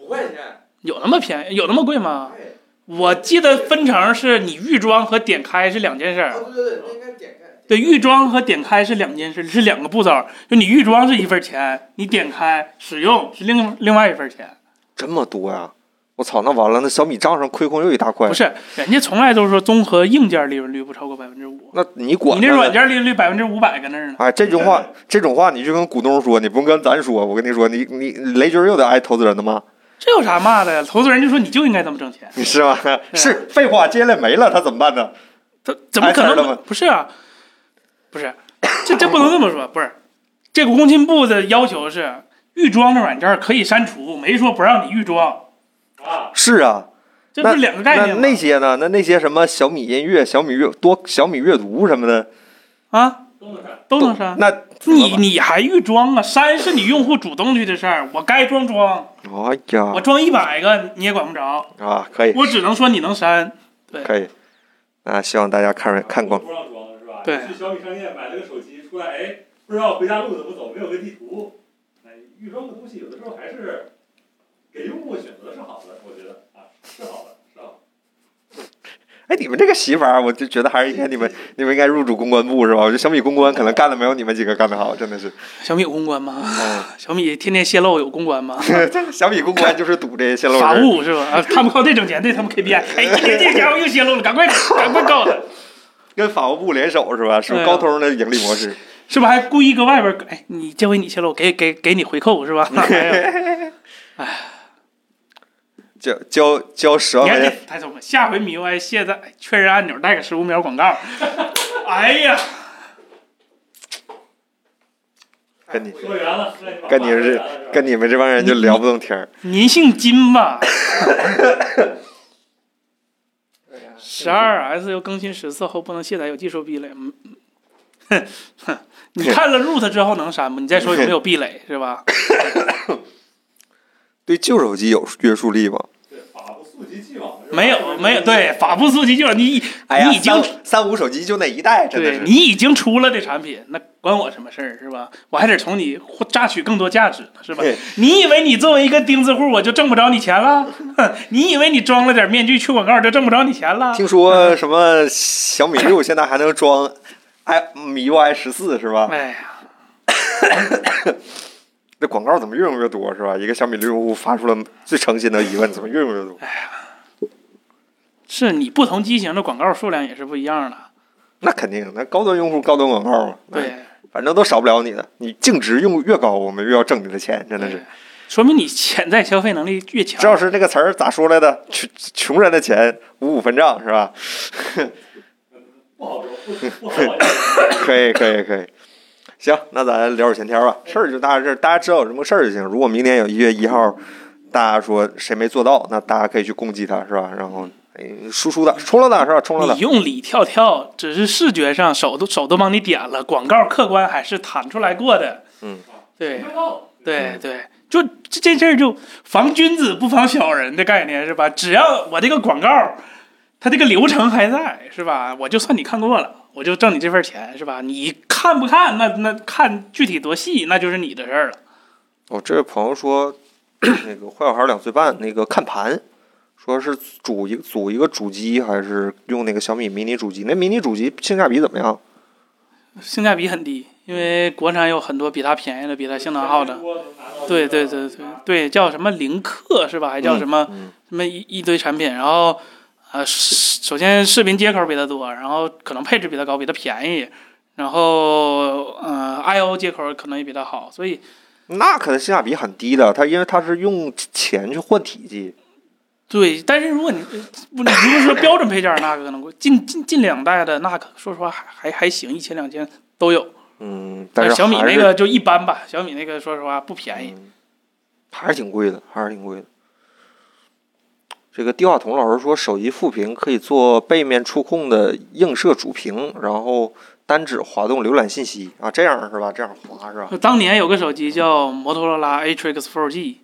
D: 五块钱，
B: 有那么便宜，有那么贵吗？
A: 哎
D: 对，
B: 我记得分成是你预装和点开是两件事儿，
D: 哦对对对，那应该点开，
B: 对，预装和点开是两件事，是两个步骤。就你预装是一份钱，你点开使用是另另外一份钱。
A: 这么多呀！我操，那完了，那小米账上亏空又一大块
B: 不。是，人家从来都说综合硬件利润率不超过百分之五，
A: 那你管
B: 你那
A: 它呢
B: 软件利润率百分之五百搁那儿呢。
A: 哎，这种话，这种话你就跟股东说，你不用跟咱说。我跟你说，你你雷军又得挨投资人的骂，
B: 这有啥骂的呀？投资人就说你就应该这么挣钱，
A: 你是 吧？
B: 啊
A: 是废话，接下来没了，他怎么办呢？
B: 他怎么可
A: 挨打了
B: 能
A: 吗？
B: 不是啊，不是，这这不能这么说，不是。这个工信部的要求是，预装的软件可以删除，没说不让你预装，
E: 啊，
A: 是啊，
B: 这不是两个概
A: 那
B: 念吗？
A: 那些呢？那那些什么小米音乐、小米阅多、小米阅读什么的，
B: 啊，
E: 都能看，
B: 都能删。
A: 那
B: 你你还预装啊？删是你用户主动去的事儿，我该装装，
A: 哎呀
B: 我装一百个你也管不着，
A: 啊，可以
B: 我只能说你能删。对
A: 可以，啊，希望大家看看光
E: 不让装是吧？
B: 对
E: 去小米商店买了个手机，出来哎，不知道回家路怎么走，没有个地图。哎，预装的东西有的时候还是给用户选择是好的，我觉得啊，是好的，是好
A: 哎，你们这个媳妇儿，我就觉得还是应该你们你们应该入主公关部是吧？我觉得小米公关可能干的没有你们几个干的好，真的是。
B: 小米有公关吗？
A: 嗯，
B: 小米天天泄露有公关吗？
A: 这小米公关就是赌这些泄露人
B: 法务是吧？啊，他们靠这挣钱，对他们 KPI。哎， 这这家伙又泄露了，赶 快赶快告他！
A: 跟法务部联手是吧？是不是
B: 对啊
A: 高通的盈利模式？
B: 是不是还故意搁外边儿？哎，你这回你泄露，给给给你回扣 是吧？哎呀
A: 交交交十万
B: 你
A: 块
B: 看这
A: 钱，
B: 太聪明，下回 MIUI 卸载哎确认按钮带个十五秒广告。哎呀，
A: 跟你
E: 的。说圆了，那你把
A: 跟你
E: 话
A: 是
E: 说完了吧
A: 跟你们这帮人就聊不动天儿。
B: 您姓金吧？十二 S 又更新十四后不能卸载，有技术壁垒。嗯，哼哼， 你 看了 root 之后能删吗？你再说有没有壁垒是吧？
A: 对旧手机有约束力吗？
E: 对法不溯及既往是
B: 没有没有，对，法布斯基就是你
A: 哎呀，
B: 你已经
A: 三三五手机就那一代，真的
B: 对
A: 是
B: 你已经出了这产品，那关我什么事儿是吧？我还得从你获榨取更多价值呢是吧
A: 对？
B: 你以为你作为一个钉子户我就挣不着你钱了？ 哼你以为你装了点面具去广告就挣不着你钱了？
A: 听说什么小米六现在还能装 i MIUI 十四是吧？
B: 哎呀，
A: 这广告怎么越用越多是吧？一个小米六用户发出了最诚心的疑问：怎么越用越多？
B: 是你不同机型的广告数量也是不一样的。
A: 那肯定，那高端用户高端广告嘛，
B: 对，
A: 反正都少不了你的。你净值用越高，我们越要挣你的钱，真的是
B: 对。说明你潜在消费能力越强。
A: 知道是那个词儿咋说来的？穷穷人的钱五五分账是吧？
E: 不好说，不不好说。
A: 可以，可以，可以。行，那咱聊会儿闲天儿吧。事儿就大致，大家知道有什么事儿就行。如果明年有一月一号，大家说谁没做到，那大家可以去攻击他，是吧？然后，哎，输出的，冲浪的是吧？冲浪的
B: 你，用里跳跳，只是视觉上手都手都帮你点了，广告客观还是弹出来过的。
A: 嗯，
B: 对
E: 没到
B: 对对，就这这事儿就防君子不防小人的概念是吧？只要我这个广告，它这个流程还在是吧？我就算你看过了，我就挣你这份钱是吧？你看不看那那看具体多细那就是你的事儿了。
A: 我、哦这位朋友说，那个坏小孩两岁半，那个看盘，说是组一组一个主机，还是用那个小米迷你主机？那迷你主机性价比怎么样？
B: 性价比很低，因为国产有很多比它便宜的，比它性能好的。对对对对对，叫什么零克是吧？还叫什么、
A: 嗯
B: 什么一一堆产品，然后呃，视首先视频接口比它多，然后可能配置比它高，比它便宜，然后呃，I O 接口可能也比它好，所以
A: 那可能性价比很低的，它因为它是用钱去换体积。
B: 对。但是如果你不，你如果说标准配件儿，那可能贵近近近两代的那可说实话还还还行，一千两千都有。
A: 嗯，但是
B: 小米
A: 还
B: 那
A: 是
B: 个就一般吧，小米那个说实话不便宜。
A: 嗯还是挺贵的，还是挺贵的。这个地话筒老师说，手机副屏可以做背面触控的映射主屏，然后单指滑动浏览信息啊，这样是吧？这样滑是吧？
B: 当年有个手机叫摩托罗拉 Atrix 4G，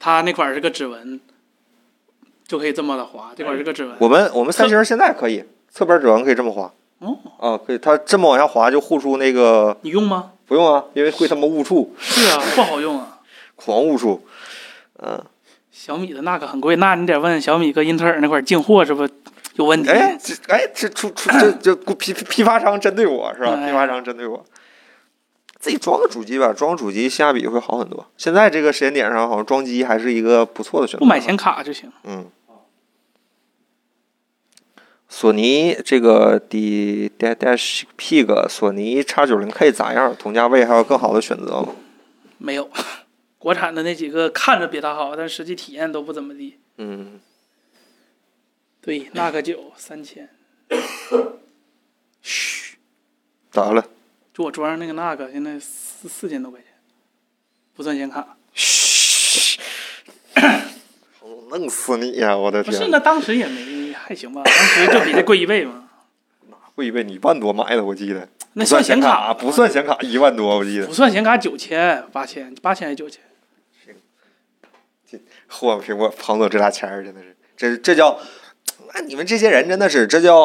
B: 它那款是个指纹，就可以这么的滑，这款是个指纹。
A: 我们我们三星现在可以侧边指纹可以这么滑
B: 哦，
A: 啊，可以，它这么往下滑就护出那个
B: 你用吗？
A: 不用啊，因为会他妈误触，
B: 是啊，不好用啊。
A: 狂误触，嗯、
B: 小米的那个很贵，那你得问小米跟英特尔那块进货是不是有问题？
A: 哎，这哎这出出这这批批发商针对我是吧？
B: 哎
A: 批发商针对我，自己装个主机吧，装主机性价比会好很多。现在这个时间点上，好像装机还是一个不错的选择。
B: 不买显卡就行。
A: 嗯。索尼这个 D D Dash Pig，索尼 X 九零 K 咋样？同价位还有更好的选择吗？
B: 没有，国产的那几个看着比它好，但实际体验都不怎么地。
A: 嗯，
B: 对，那个九三千，
A: 咋了？
B: 就我桌上那个那个现在四四千多块钱，不算显卡。
A: 嘘，弄死你呀、我的
B: 不
A: 天！
B: 是，那当时也没还行吧，当时就比这贵一倍嘛。
A: 会为你一万多买的，我记得。
B: 那
A: 不算
B: 显
A: 显啊
B: 卡啊
A: 不算显卡，一万多我记得
B: 不。算显卡九千八千八千还是九千？
A: 后往苹果捧走这俩钱儿，真的是，这这叫，那你们这些人真的是，这叫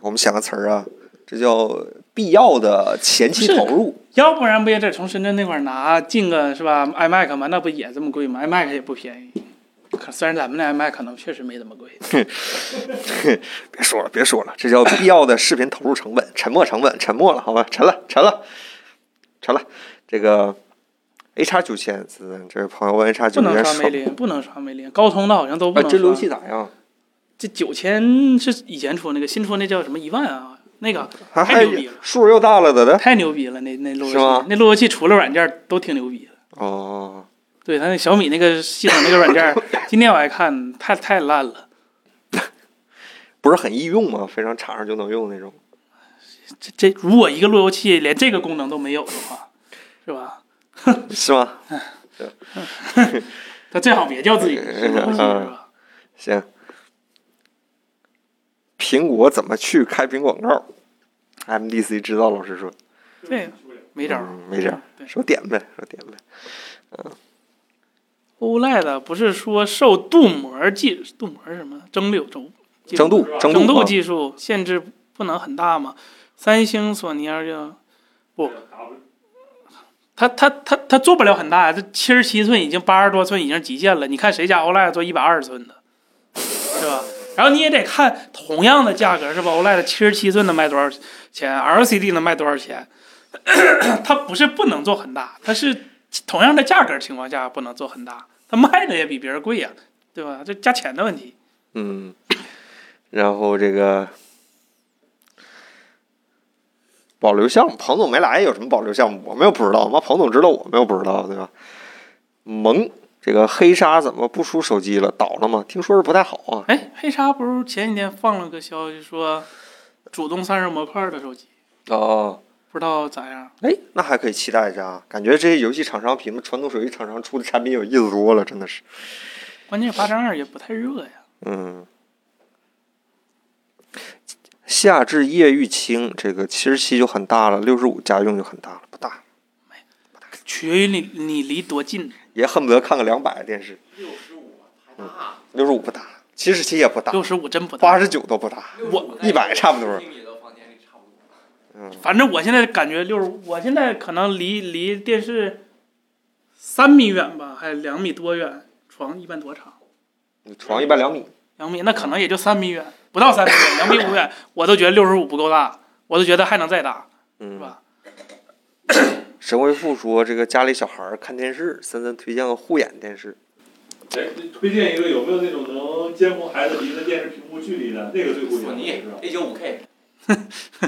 A: 我们想个词儿啊，这叫必要的前期
B: 不是
A: 投入。
B: 要不然不也得从深圳那块儿拿进个是吧？iMac 嘛，那不也这么贵吗？iMac 也不便宜。可虽然咱们那 iMac 可能确实没怎么贵，
A: 别说了，别说了，这叫必要的视频投入成本，沉没成本，沉没了，好吧，沉了，沉了，沉了。这个 A 叉九千，这位朋友问 A 叉
B: 不
A: 九
B: 能
A: 千
B: 刷
A: 少
B: 梅，林，不能刷梅林，高通的好像都不
A: 啊，
B: 能
A: 这
B: 刷。
A: 路由器咋样？
B: 这九千是以前出那个，新出那叫什么一万啊？那个
A: 还
B: 太
A: 还
B: 牛逼了，
A: 数又大了，咋的？
B: 太牛逼了！那那路由
A: 是吗
B: 器，那路由器除了软件儿都挺牛逼的。
A: 哦，
B: 对他那小米那个系统那个 软件儿，今天我还看，太太烂了。
A: 不是很易用吗？非常插上就能用那种。
B: 这这如果一个路由器连这个功能都没有的话，是吧？
A: 是吗？
B: 他最好别叫
A: 呃
B: 自己是路由器是吧？
A: 行。苹果怎么去开屏广告？MDC 知道老师说
B: 这没招儿
A: 嗯，没招儿
B: 对，
A: 说点呗，说点呗。嗯，
B: OLED 不是说受镀膜技镀膜是什么蒸馏轴技术
A: 蒸镀
E: 是吧
A: 蒸
B: 程
A: 镀
B: 度
A: 啊
B: 技术限制不能很大嘛。三星、索尼啊而且不它它它它做不了很大，这七十七寸已经八十多寸已经极限了。你看谁家 OLED 做一百二十寸的，是吧？然后你也得看同样的价格是吧？OLED 七十七寸的卖多少钱？LCD 能卖多少钱？ 它不是不能做很大，它是同样的价格情况下不能做很大，它卖的也比别人贵呀、对吧？这加钱的问题。
A: 嗯，然后这个保留项目，彭总没来，有什么保留项目？我们又不知道，妈，彭总知道，我们又不知道，对吧？萌，这个黑鲨怎么不出手机了？倒了吗？听说是不太好啊。
B: 哎，黑鲨不是前几天放了个消息说，主动散热模块的手机，
A: 哦，
B: 不知道咋样？
A: 哎，那还可以期待一下啊！感觉这些游戏厂商比那传统手机厂商出的产品有意思多了，真的是。
B: 关键八张二也不太热呀。
A: 嗯，夏至夜欲清，这个七十七就很大了，六十五家用就很大了，不大，
B: 取决于你你离多近。
A: 也恨不得看个两百电视。嗯
D: 六十
B: 啊
D: 五还大，
A: 六十五不大，七十七也不大，
B: 六十五真不大。
A: 八十九都不大。
B: 我
A: 100差不多
D: 平米的房间里差不多。
A: 嗯，
B: 反正我现在感觉六十，我现在可能离离电视三米远吧，还两米多远。床一般多长？
A: 床一般两米，
B: 两米，那可能也就三米远，不到三 米远，两米五远，我都觉得六十五不够大，我都觉得还能再大，是
A: 嗯。
B: 吧？
A: 神回复说，这个家里小孩儿看电视，森森推荐个护眼电视。
E: 哎，推荐一个有没有那种能监控孩子离的电视屏幕距离的？那个最贵
D: 索尼
E: 是吧？
D: A 九五 K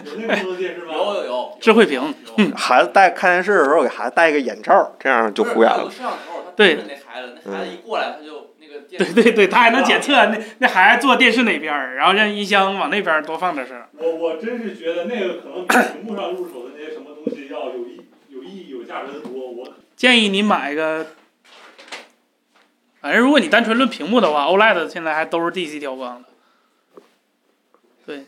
E: 有那种电视
D: 有
E: 吗？
D: 有有，
B: 智慧屏
D: 有
A: 孩子戴看电视的时候，给孩子戴一个眼罩，这样 就护眼了。嗯
D: 不是他有摄像头，他
B: 对
D: 盯着那孩子，那孩子一过来他就那个电
B: 对对对，他还能检测那那孩子坐电视哪边儿，然后让音箱往那边儿多放点声 儿。
E: 我我真是觉得那个可能比屏幕上入手的那些什么东西要有意有意义、有价值的多。我
B: 建议你买个，反正如果你单纯论屏幕的话，OLED 现在还都是 DC 调光的。对，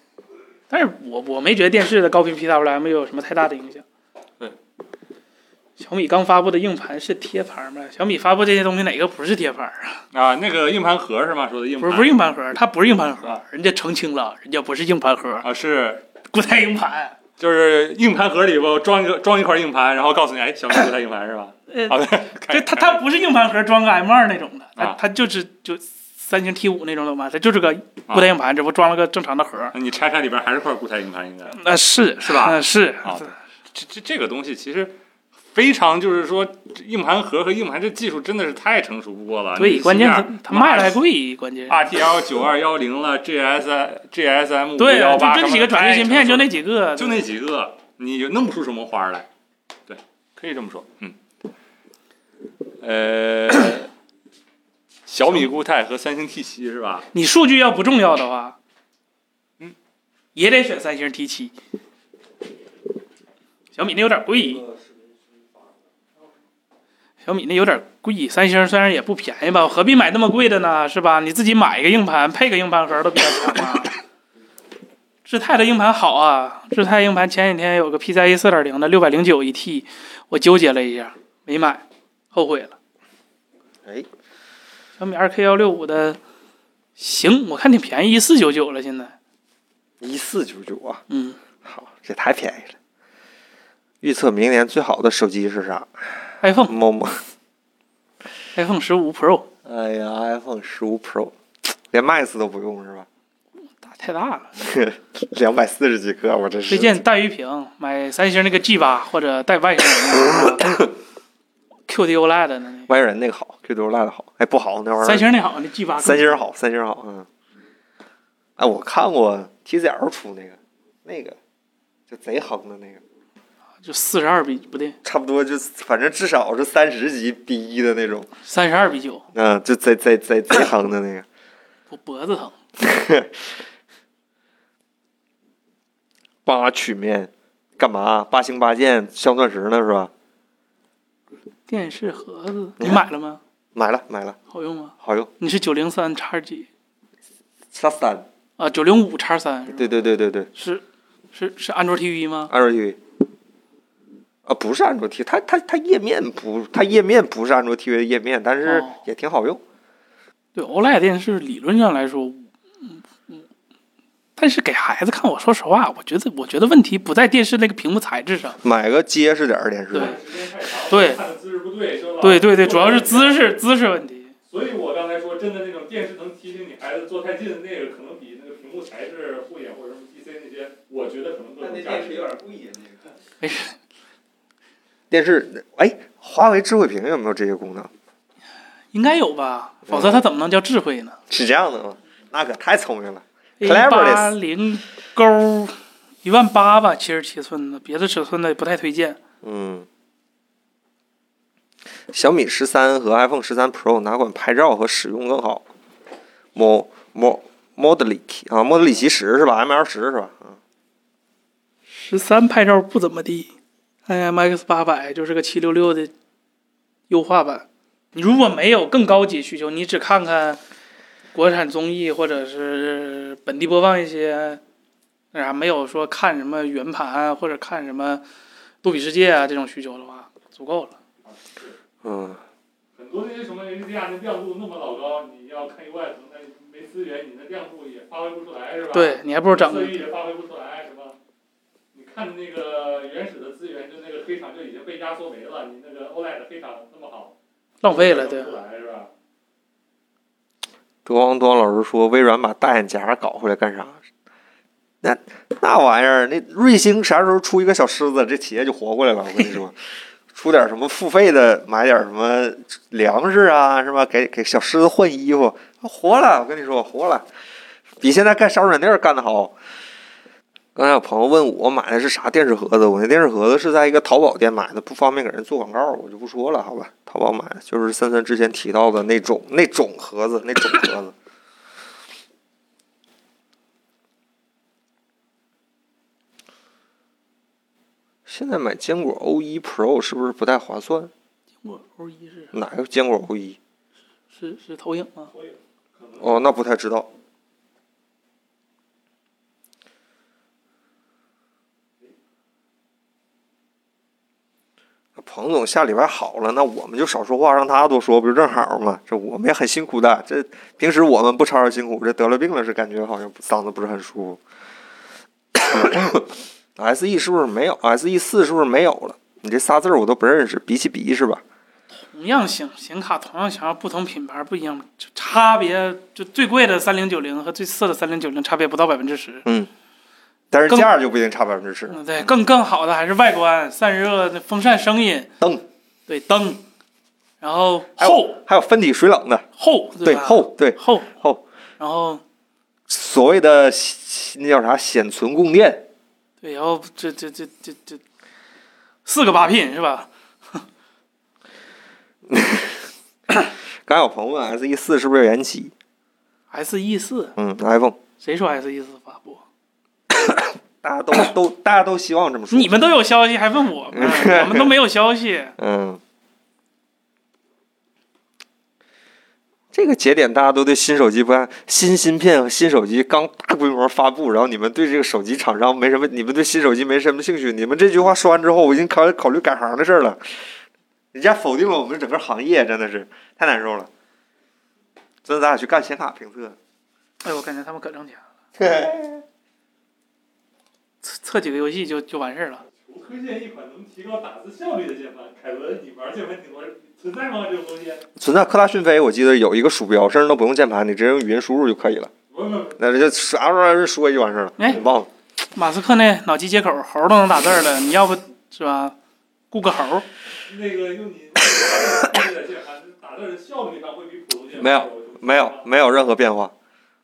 B: 但是我我没觉得电视的高频 PWM 有什么太大的影响。
C: 对，
B: 小米刚发布的硬盘是贴盘吗？小米发布这些东西哪个不是贴盘啊？
C: 啊，那个硬盘盒是吗？说的硬
B: 不
C: 盘
B: 是不是硬盘盒，它不是硬盘盒，人家澄清了，人家不是硬盘盒，
C: 啊，是
B: 固态硬盘。
C: 就是硬盘盒里边装一个装一块硬盘，然后告诉你，哎，小米不带硬盘 是吧？
B: 呃，
C: 好的，
B: 这它它不是硬盘盒装个 M 二那种的，它
C: 啊
B: 它就是就三星 T 五那种的嘛，它就是个
C: 啊
B: 固态硬盘，只不过装了个正常的盒儿。
C: 你拆开里边还是块固态硬盘，应该
B: 那是
C: 啊是吧
B: 那是
C: 啊这这这个东西其实非常就是说，这硬盘盒和硬盘这技术真的是太成熟不过了。
B: 对，
C: 你
B: 关键
C: 像
B: 它它卖的还
C: 啊
B: 贵，关键。
C: RTL 九二幺零了，GS GSM
B: 对啊，
C: 幺
B: 就
C: 八，
B: 这几个转
C: 转
B: 接芯片，就那几个，
C: 就那几个，你就弄不出什么花儿来。对，可以这么说，嗯。呃，小米固态和三星 T 七是吧？
B: 你数据要不重要的话，
C: 嗯，
B: 也得选三星 T 七。小米那有点贵，小米那有点贵，三星虽然也不便宜吧，我何必买那么贵的呢？是吧？你自己买一个硬盘，配个硬盘盒都比较强啊。智泰的硬盘好啊，智泰硬盘前几天有个 PCIe E 四点零的六百零九一 T，我纠结了一下，没买，后悔了。
A: 哎，
B: 小米二 K 幺六五的，行，我看挺便宜，一四九九了现在。
A: 一四九九啊，
B: 嗯，
A: 好，这太便宜了。预测明年最好的手机是啥？
B: iPhone
A: 某某，
B: iPhone 十五 Pro
A: 哎呀，iPhone 十五 Pro，连 Max 都不用是吧？
B: 大太大了，
A: 两百四十几克，我真是。
B: 推荐带鱼屏，买三星那个 G 八或者带外星人 那个 QD OLED E 的那
A: 外星人那个好，QQ 烂的好，哎不好那玩意儿。
B: 个。三星那好，那 G 八。
A: 三星儿好，三星儿好，嗯。哎，我看过 TCL 出那个，那个就贼横的那个，
B: 就四十二比不对，
A: 差不多就反正至少是三十级 B 一的那种，
B: 三十二比九，
A: 嗯，就贼贼贼 贼横的那个。
B: 我脖子疼。
A: 八曲面干嘛？八星八箭镶钻石呢是吧？
B: 电视盒子你买了吗？
A: 买了买了，
B: 好用吗？
A: 好用，
B: 你是九零三叉几
A: 叉三，
B: 啊？九零五叉三
A: 对对对对对，
B: 是是是安卓 TV 吗？
A: 安卓 TV 啊，不是安卓 T，它它它页面不，它页面不是安卓 TV 的页面，但是
B: 哦
A: 也挺好用。
B: 对 OLED 电视理论上来说，嗯嗯但是给孩子看，我说实话，我觉得我觉得问题不在电视那个屏幕材质上。
A: 买个结实点儿的电视，
B: 对
C: 时间太长，
B: 对
C: 看的姿势不对，就老
B: 对对对，主要是姿势姿势问题。
C: 所以我刚才说，真的那种电视能提醒你孩子坐太近，那个可能比那个屏幕材质、护眼或者什么 PC 那些，我觉得可能
D: 但
C: 更
D: 那
C: 有价
D: 电视
C: 值。
D: 有点贵呀，那个。
B: 没事，
A: 电视，哎，华为智慧屏有没有这些功能？
B: 应该有吧？否则它怎么能叫智慧呢？
A: 是这样的吗？那可太聪明了。
B: 一
A: Cleverless
B: 八零勾一万八吧，七十七寸的，别的尺寸的也不太推荐。
A: 嗯，小米十三和 iPhone 十三 Pro 哪款拍照和使用更好？Mo Mo Modelic 啊，莫德里奇十是吧？ML 十是吧？啊，
B: 十三拍照不怎么地，IMX 八百就是个七六六的优化版。你如果没有更高级需求，你只看看国产综艺或者是本地播放一些，那啥没有说看什么圆盘啊或者看什么杜比世界啊这种需求的话，足够了。
C: 啊是
A: 嗯，
C: 很多那些什么 HDR 那亮度那么老高，你要看 UI 可能那没资源，你那亮度也发挥不出来是吧？
B: 对你还不如整
C: 色域也发挥不出来是吧？你看那个原始的资源，就那个黑场就已经被压缩没了，你那个 OLED 黑场那么好，
B: 浪费了，对
C: 整不。出来是吧？
A: 德王端老师说微软把大眼夹搞回来干啥？那那玩意儿，那瑞星啥时候出一个小狮子，这企业就活过来了。我跟你说， 出点什么付费的，买点什么粮食啊，是吧？给给小狮子换衣服，啊活了。我跟你说，活了，比现在干烧软件干得好。刚才有朋友问我买的是啥电视盒子，我那电视盒子是在一个淘宝店买的，不方便给人做广告，我就不说了，好吧？淘宝买的就是森森之前提到的那种那种盒子，那种盒子。现在买坚果 O 一 Pro 是不是不太划算？
B: 我 O 一是
A: 哪个坚果 O 一？
B: 是是投影吗？
C: 所以可能
A: 哦，那不太知道。那彭总下礼拜好了，那我们就少说话，让他多说，不就正好吗？这我们也很辛苦的，这平时我们不吵吵辛苦，这得了病了是感觉好像嗓子不是很舒服。S E 是不是没有？S E 四是不是没有了？你这仨字儿我都不认识，比起比是吧？
B: 同样型显卡，同样型号，不同品牌不一样，就差别就最贵的三零九零和最次的三零九零差别不到百分之十。
A: 嗯但是
B: 更
A: 价儿就不一定差百分之十。
B: 嗯，对，更更好的还是外观、散热、那风扇声音、
A: 灯，
B: 对灯，然后
A: 还
B: 厚
A: 有还有分体水冷的，
B: 厚
A: 对
B: 吧
A: 厚对
B: 厚
A: 厚，
B: 然后
A: 所谓的显那叫啥显存供电，
B: 对，然后这这这这这四个八 pin 是吧？
A: 刚有朋友问 S E 四是不是有延期？
B: S E 四，
A: 嗯，iPhone
B: 谁说 S E 四发布？
A: 大家都都大家都希望这么说。
B: 你们都有消息还问我 们？我们都没有消息。哎
A: 嗯，这个节点大家都对新手机不安，新芯片和新手机刚大规模发布，然后你们对这个手机厂商没什么，你们对新手机没什么兴趣。你们这句话说完之后，我已经考考虑改行的事儿了。人家否定了我们整个行业，真的是太难受了。真的，咱俩去干显卡评测。
B: 哎，我感觉他们可挣钱了，测测几个游戏就就完事儿了。
C: 我推键一款能提高打字效率的键盘。凯文，你玩键盘挺多，存在吗？这种东西？
A: 存在科大讯飞，我记得有一个鼠标，甚至都不用键盘，你直接用语音输入就可以了。
C: 我问问
A: 那这啥时候说就完事儿了。
B: 哎
A: 你忘了？
B: 马斯克那脑机接口，猴都能打字儿了，你要不是吧？雇个猴儿，
C: 那个用你那个键盘打字的效率上会比普通键盘
A: 没有没有，没有任何变化，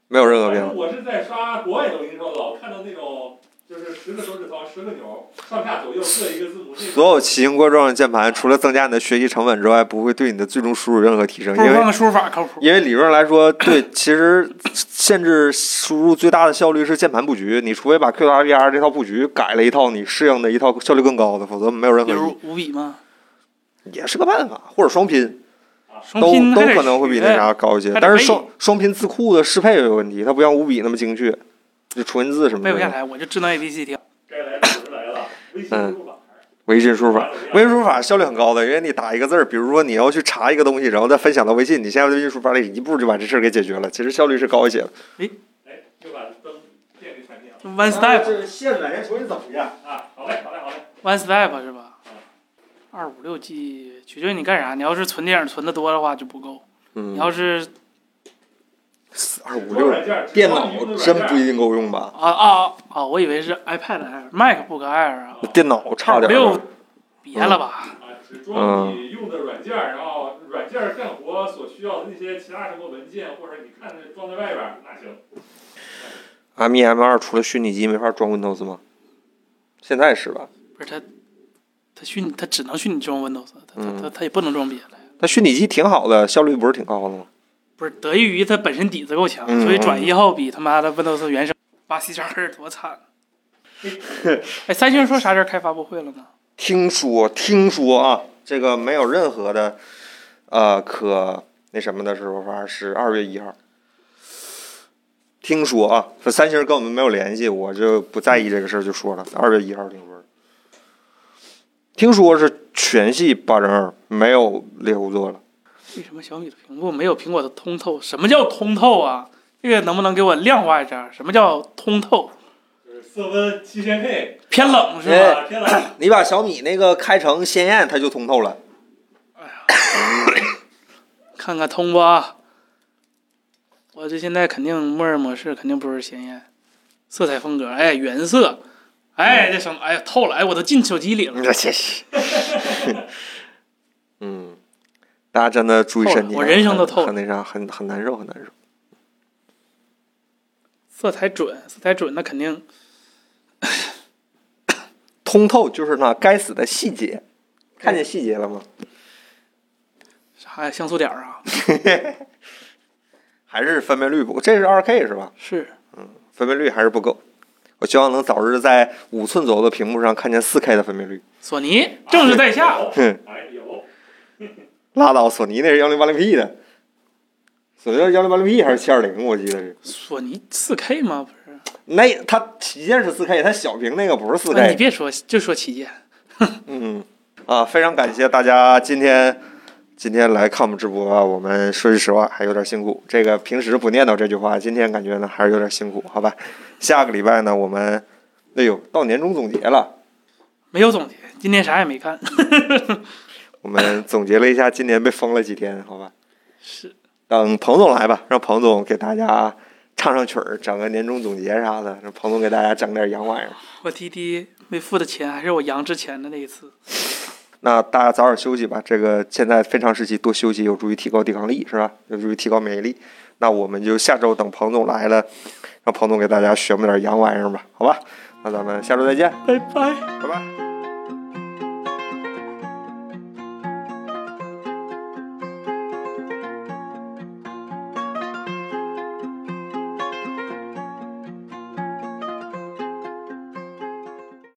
A: 没有任何
C: 反
A: 变
C: 正
A: 化。
C: 我是在刷国外抖音的时候，老看到那种就是十个手指头十个钮，上下左右各一个字母。那种
A: 所有奇形怪状的键盘，除了增加你的学习成本之外，不会对你的最终输入任何提升，
B: 不
A: 因
B: 如
A: 为
B: 换个输入法靠谱。
A: 因为理论上来说，对， 其实限制输入最大的效率是键盘布局，你除非把 QWER 这套布局改了一套你适应的一套效率更高的，否则没有任
B: 比
A: 何
B: 如
A: 意
B: 五笔嘛，
A: 义，也是个办法，或者双拼。
B: 双
A: 都
B: 拼哎
A: 都
B: 还得
A: 可能会比那
B: 学
A: 啥高一些
B: 还，得
A: 但
B: 背
A: 是双双拼字库的适配有问题，它不像五笔那么精确，就纯文字什么
B: 背不下
A: 的。
B: 来，我就智能 A B C 听。
C: 该来的总是来了，微信
A: 嗯
C: 支付宝。
A: 微信输入法，微信输入法效率很高的，因为你打一个字儿，比如说你要去查一个东西，然后再分享到微信，你现在微信输入法里一步就把这事儿给解决了，其实效率是高一些的。
E: 哎，就把灯电给闪灭了
B: One step
A: 是现在人重新走一下。
E: 啊！好嘞，好嘞，好嘞。
B: One step 是吧？二五六 G 取决于你干啥。你要是存电影存的多的话就不够，你
A: 嗯，
B: 要是
A: 二五
E: 多
A: 六
E: 软件儿，
A: 电
E: 只要你用
A: 脑
E: 的软
A: 真
E: 件儿
A: 不一定够用吧？
B: 啊啊啊，我以为是 iPad Air、MacBook Air 啊，
A: 电脑差点儿。
B: 六别了吧，
E: 啊，只
A: 嗯
E: 装你用的软件儿，然后软件儿干活所需要的那些其他什么文件，或者你看的装在外边儿，那行。
A: M 一啊 M 二除了虚拟机没法装 Windows 吗？现在是吧？
B: 不是它，它虚拟它只能虚拟装 Windows，它它
A: 嗯
B: 它它也不能装别的。
A: 那虚拟机挺好的，效率不是挺高的吗？
B: 不是得益于它本身底子够强，
A: 嗯
B: 所以转移后比他妈的 Windows 原生八七叉二多 惨。哎，三星说啥时候开发布会了吗？
A: 听说听说啊，这个没有任何的呃可那什么的时候法是二月一号。听说啊，说三星跟我们没有联系，我就不在意这个事儿，就说了二月一号听说的。听说是全系八零二，没有猎户座了。
B: 为什么小米的屏幕没有苹果的通透？什么叫通透啊？这个能不能给我量化一下？什么叫通透？
E: 就是色温七千 K
B: 偏冷是
E: 是
A: 哎
B: 吧？
E: 吧？天蓝，
A: 你把小米那个开成鲜艳，它就通透了。
B: 看看通不啊？我这现在肯定默认模式肯定不是鲜艳，色彩风格，哎，原色，哎，这什么，哎呀，透了，哎，我都进手机里了
A: 你。这谢谢。 嗯，大家真的注意身体啊，
B: 透了我人生都透了
A: 很很那啥，很很难受，很难受。
B: 色彩准，色彩准，那肯定
A: 通透就是那该死的细节，看见细节了吗？
B: 啥呀？像素点儿啊？
A: 还是分辨率不够？这是二 K 是吧？
B: 是，
A: 分辨率还是不够。我希望能早日在五寸左右的屏幕上看见四 K 的分辨率。
B: 索尼正是在下。
A: 哼，
E: 哎有，
A: 拉倒，索尼那是幺零八零 P 的，索尼幺零八零 P 还是七二零？我记得是。
B: 索尼四 K 吗？不是，
A: 那它旗舰是四 K，它小屏那个不是四 K、
B: 哎你别说，就说旗舰。
A: 嗯，啊，非常感谢大家今天今天来看我们直播啊，我们说句实话还有点辛苦。这个平时不念叨这句话，今天感觉呢还是有点辛苦，好吧？下个礼拜呢，我们哎呦到年终总结了，
B: 没有总结，今天啥也没干。
A: 我们总结了一下今年被封了几天，好吧？
B: 是，
A: 等彭总来吧，让彭总给大家唱唱曲儿，整个年终总结啥的，让彭总给大家整点洋玩意儿。
B: 我滴滴没付的钱，还是我阳之前的那一次。
A: 那大家早点休息吧，这个现在非常时期多休息有助于提高抵抗力，是吧？有助于提高免疫力。那我们就下周等彭总来了，让彭总给大家学么点洋玩意儿吧，好吧？那咱们下周再见，
B: 拜拜。
A: 拜拜。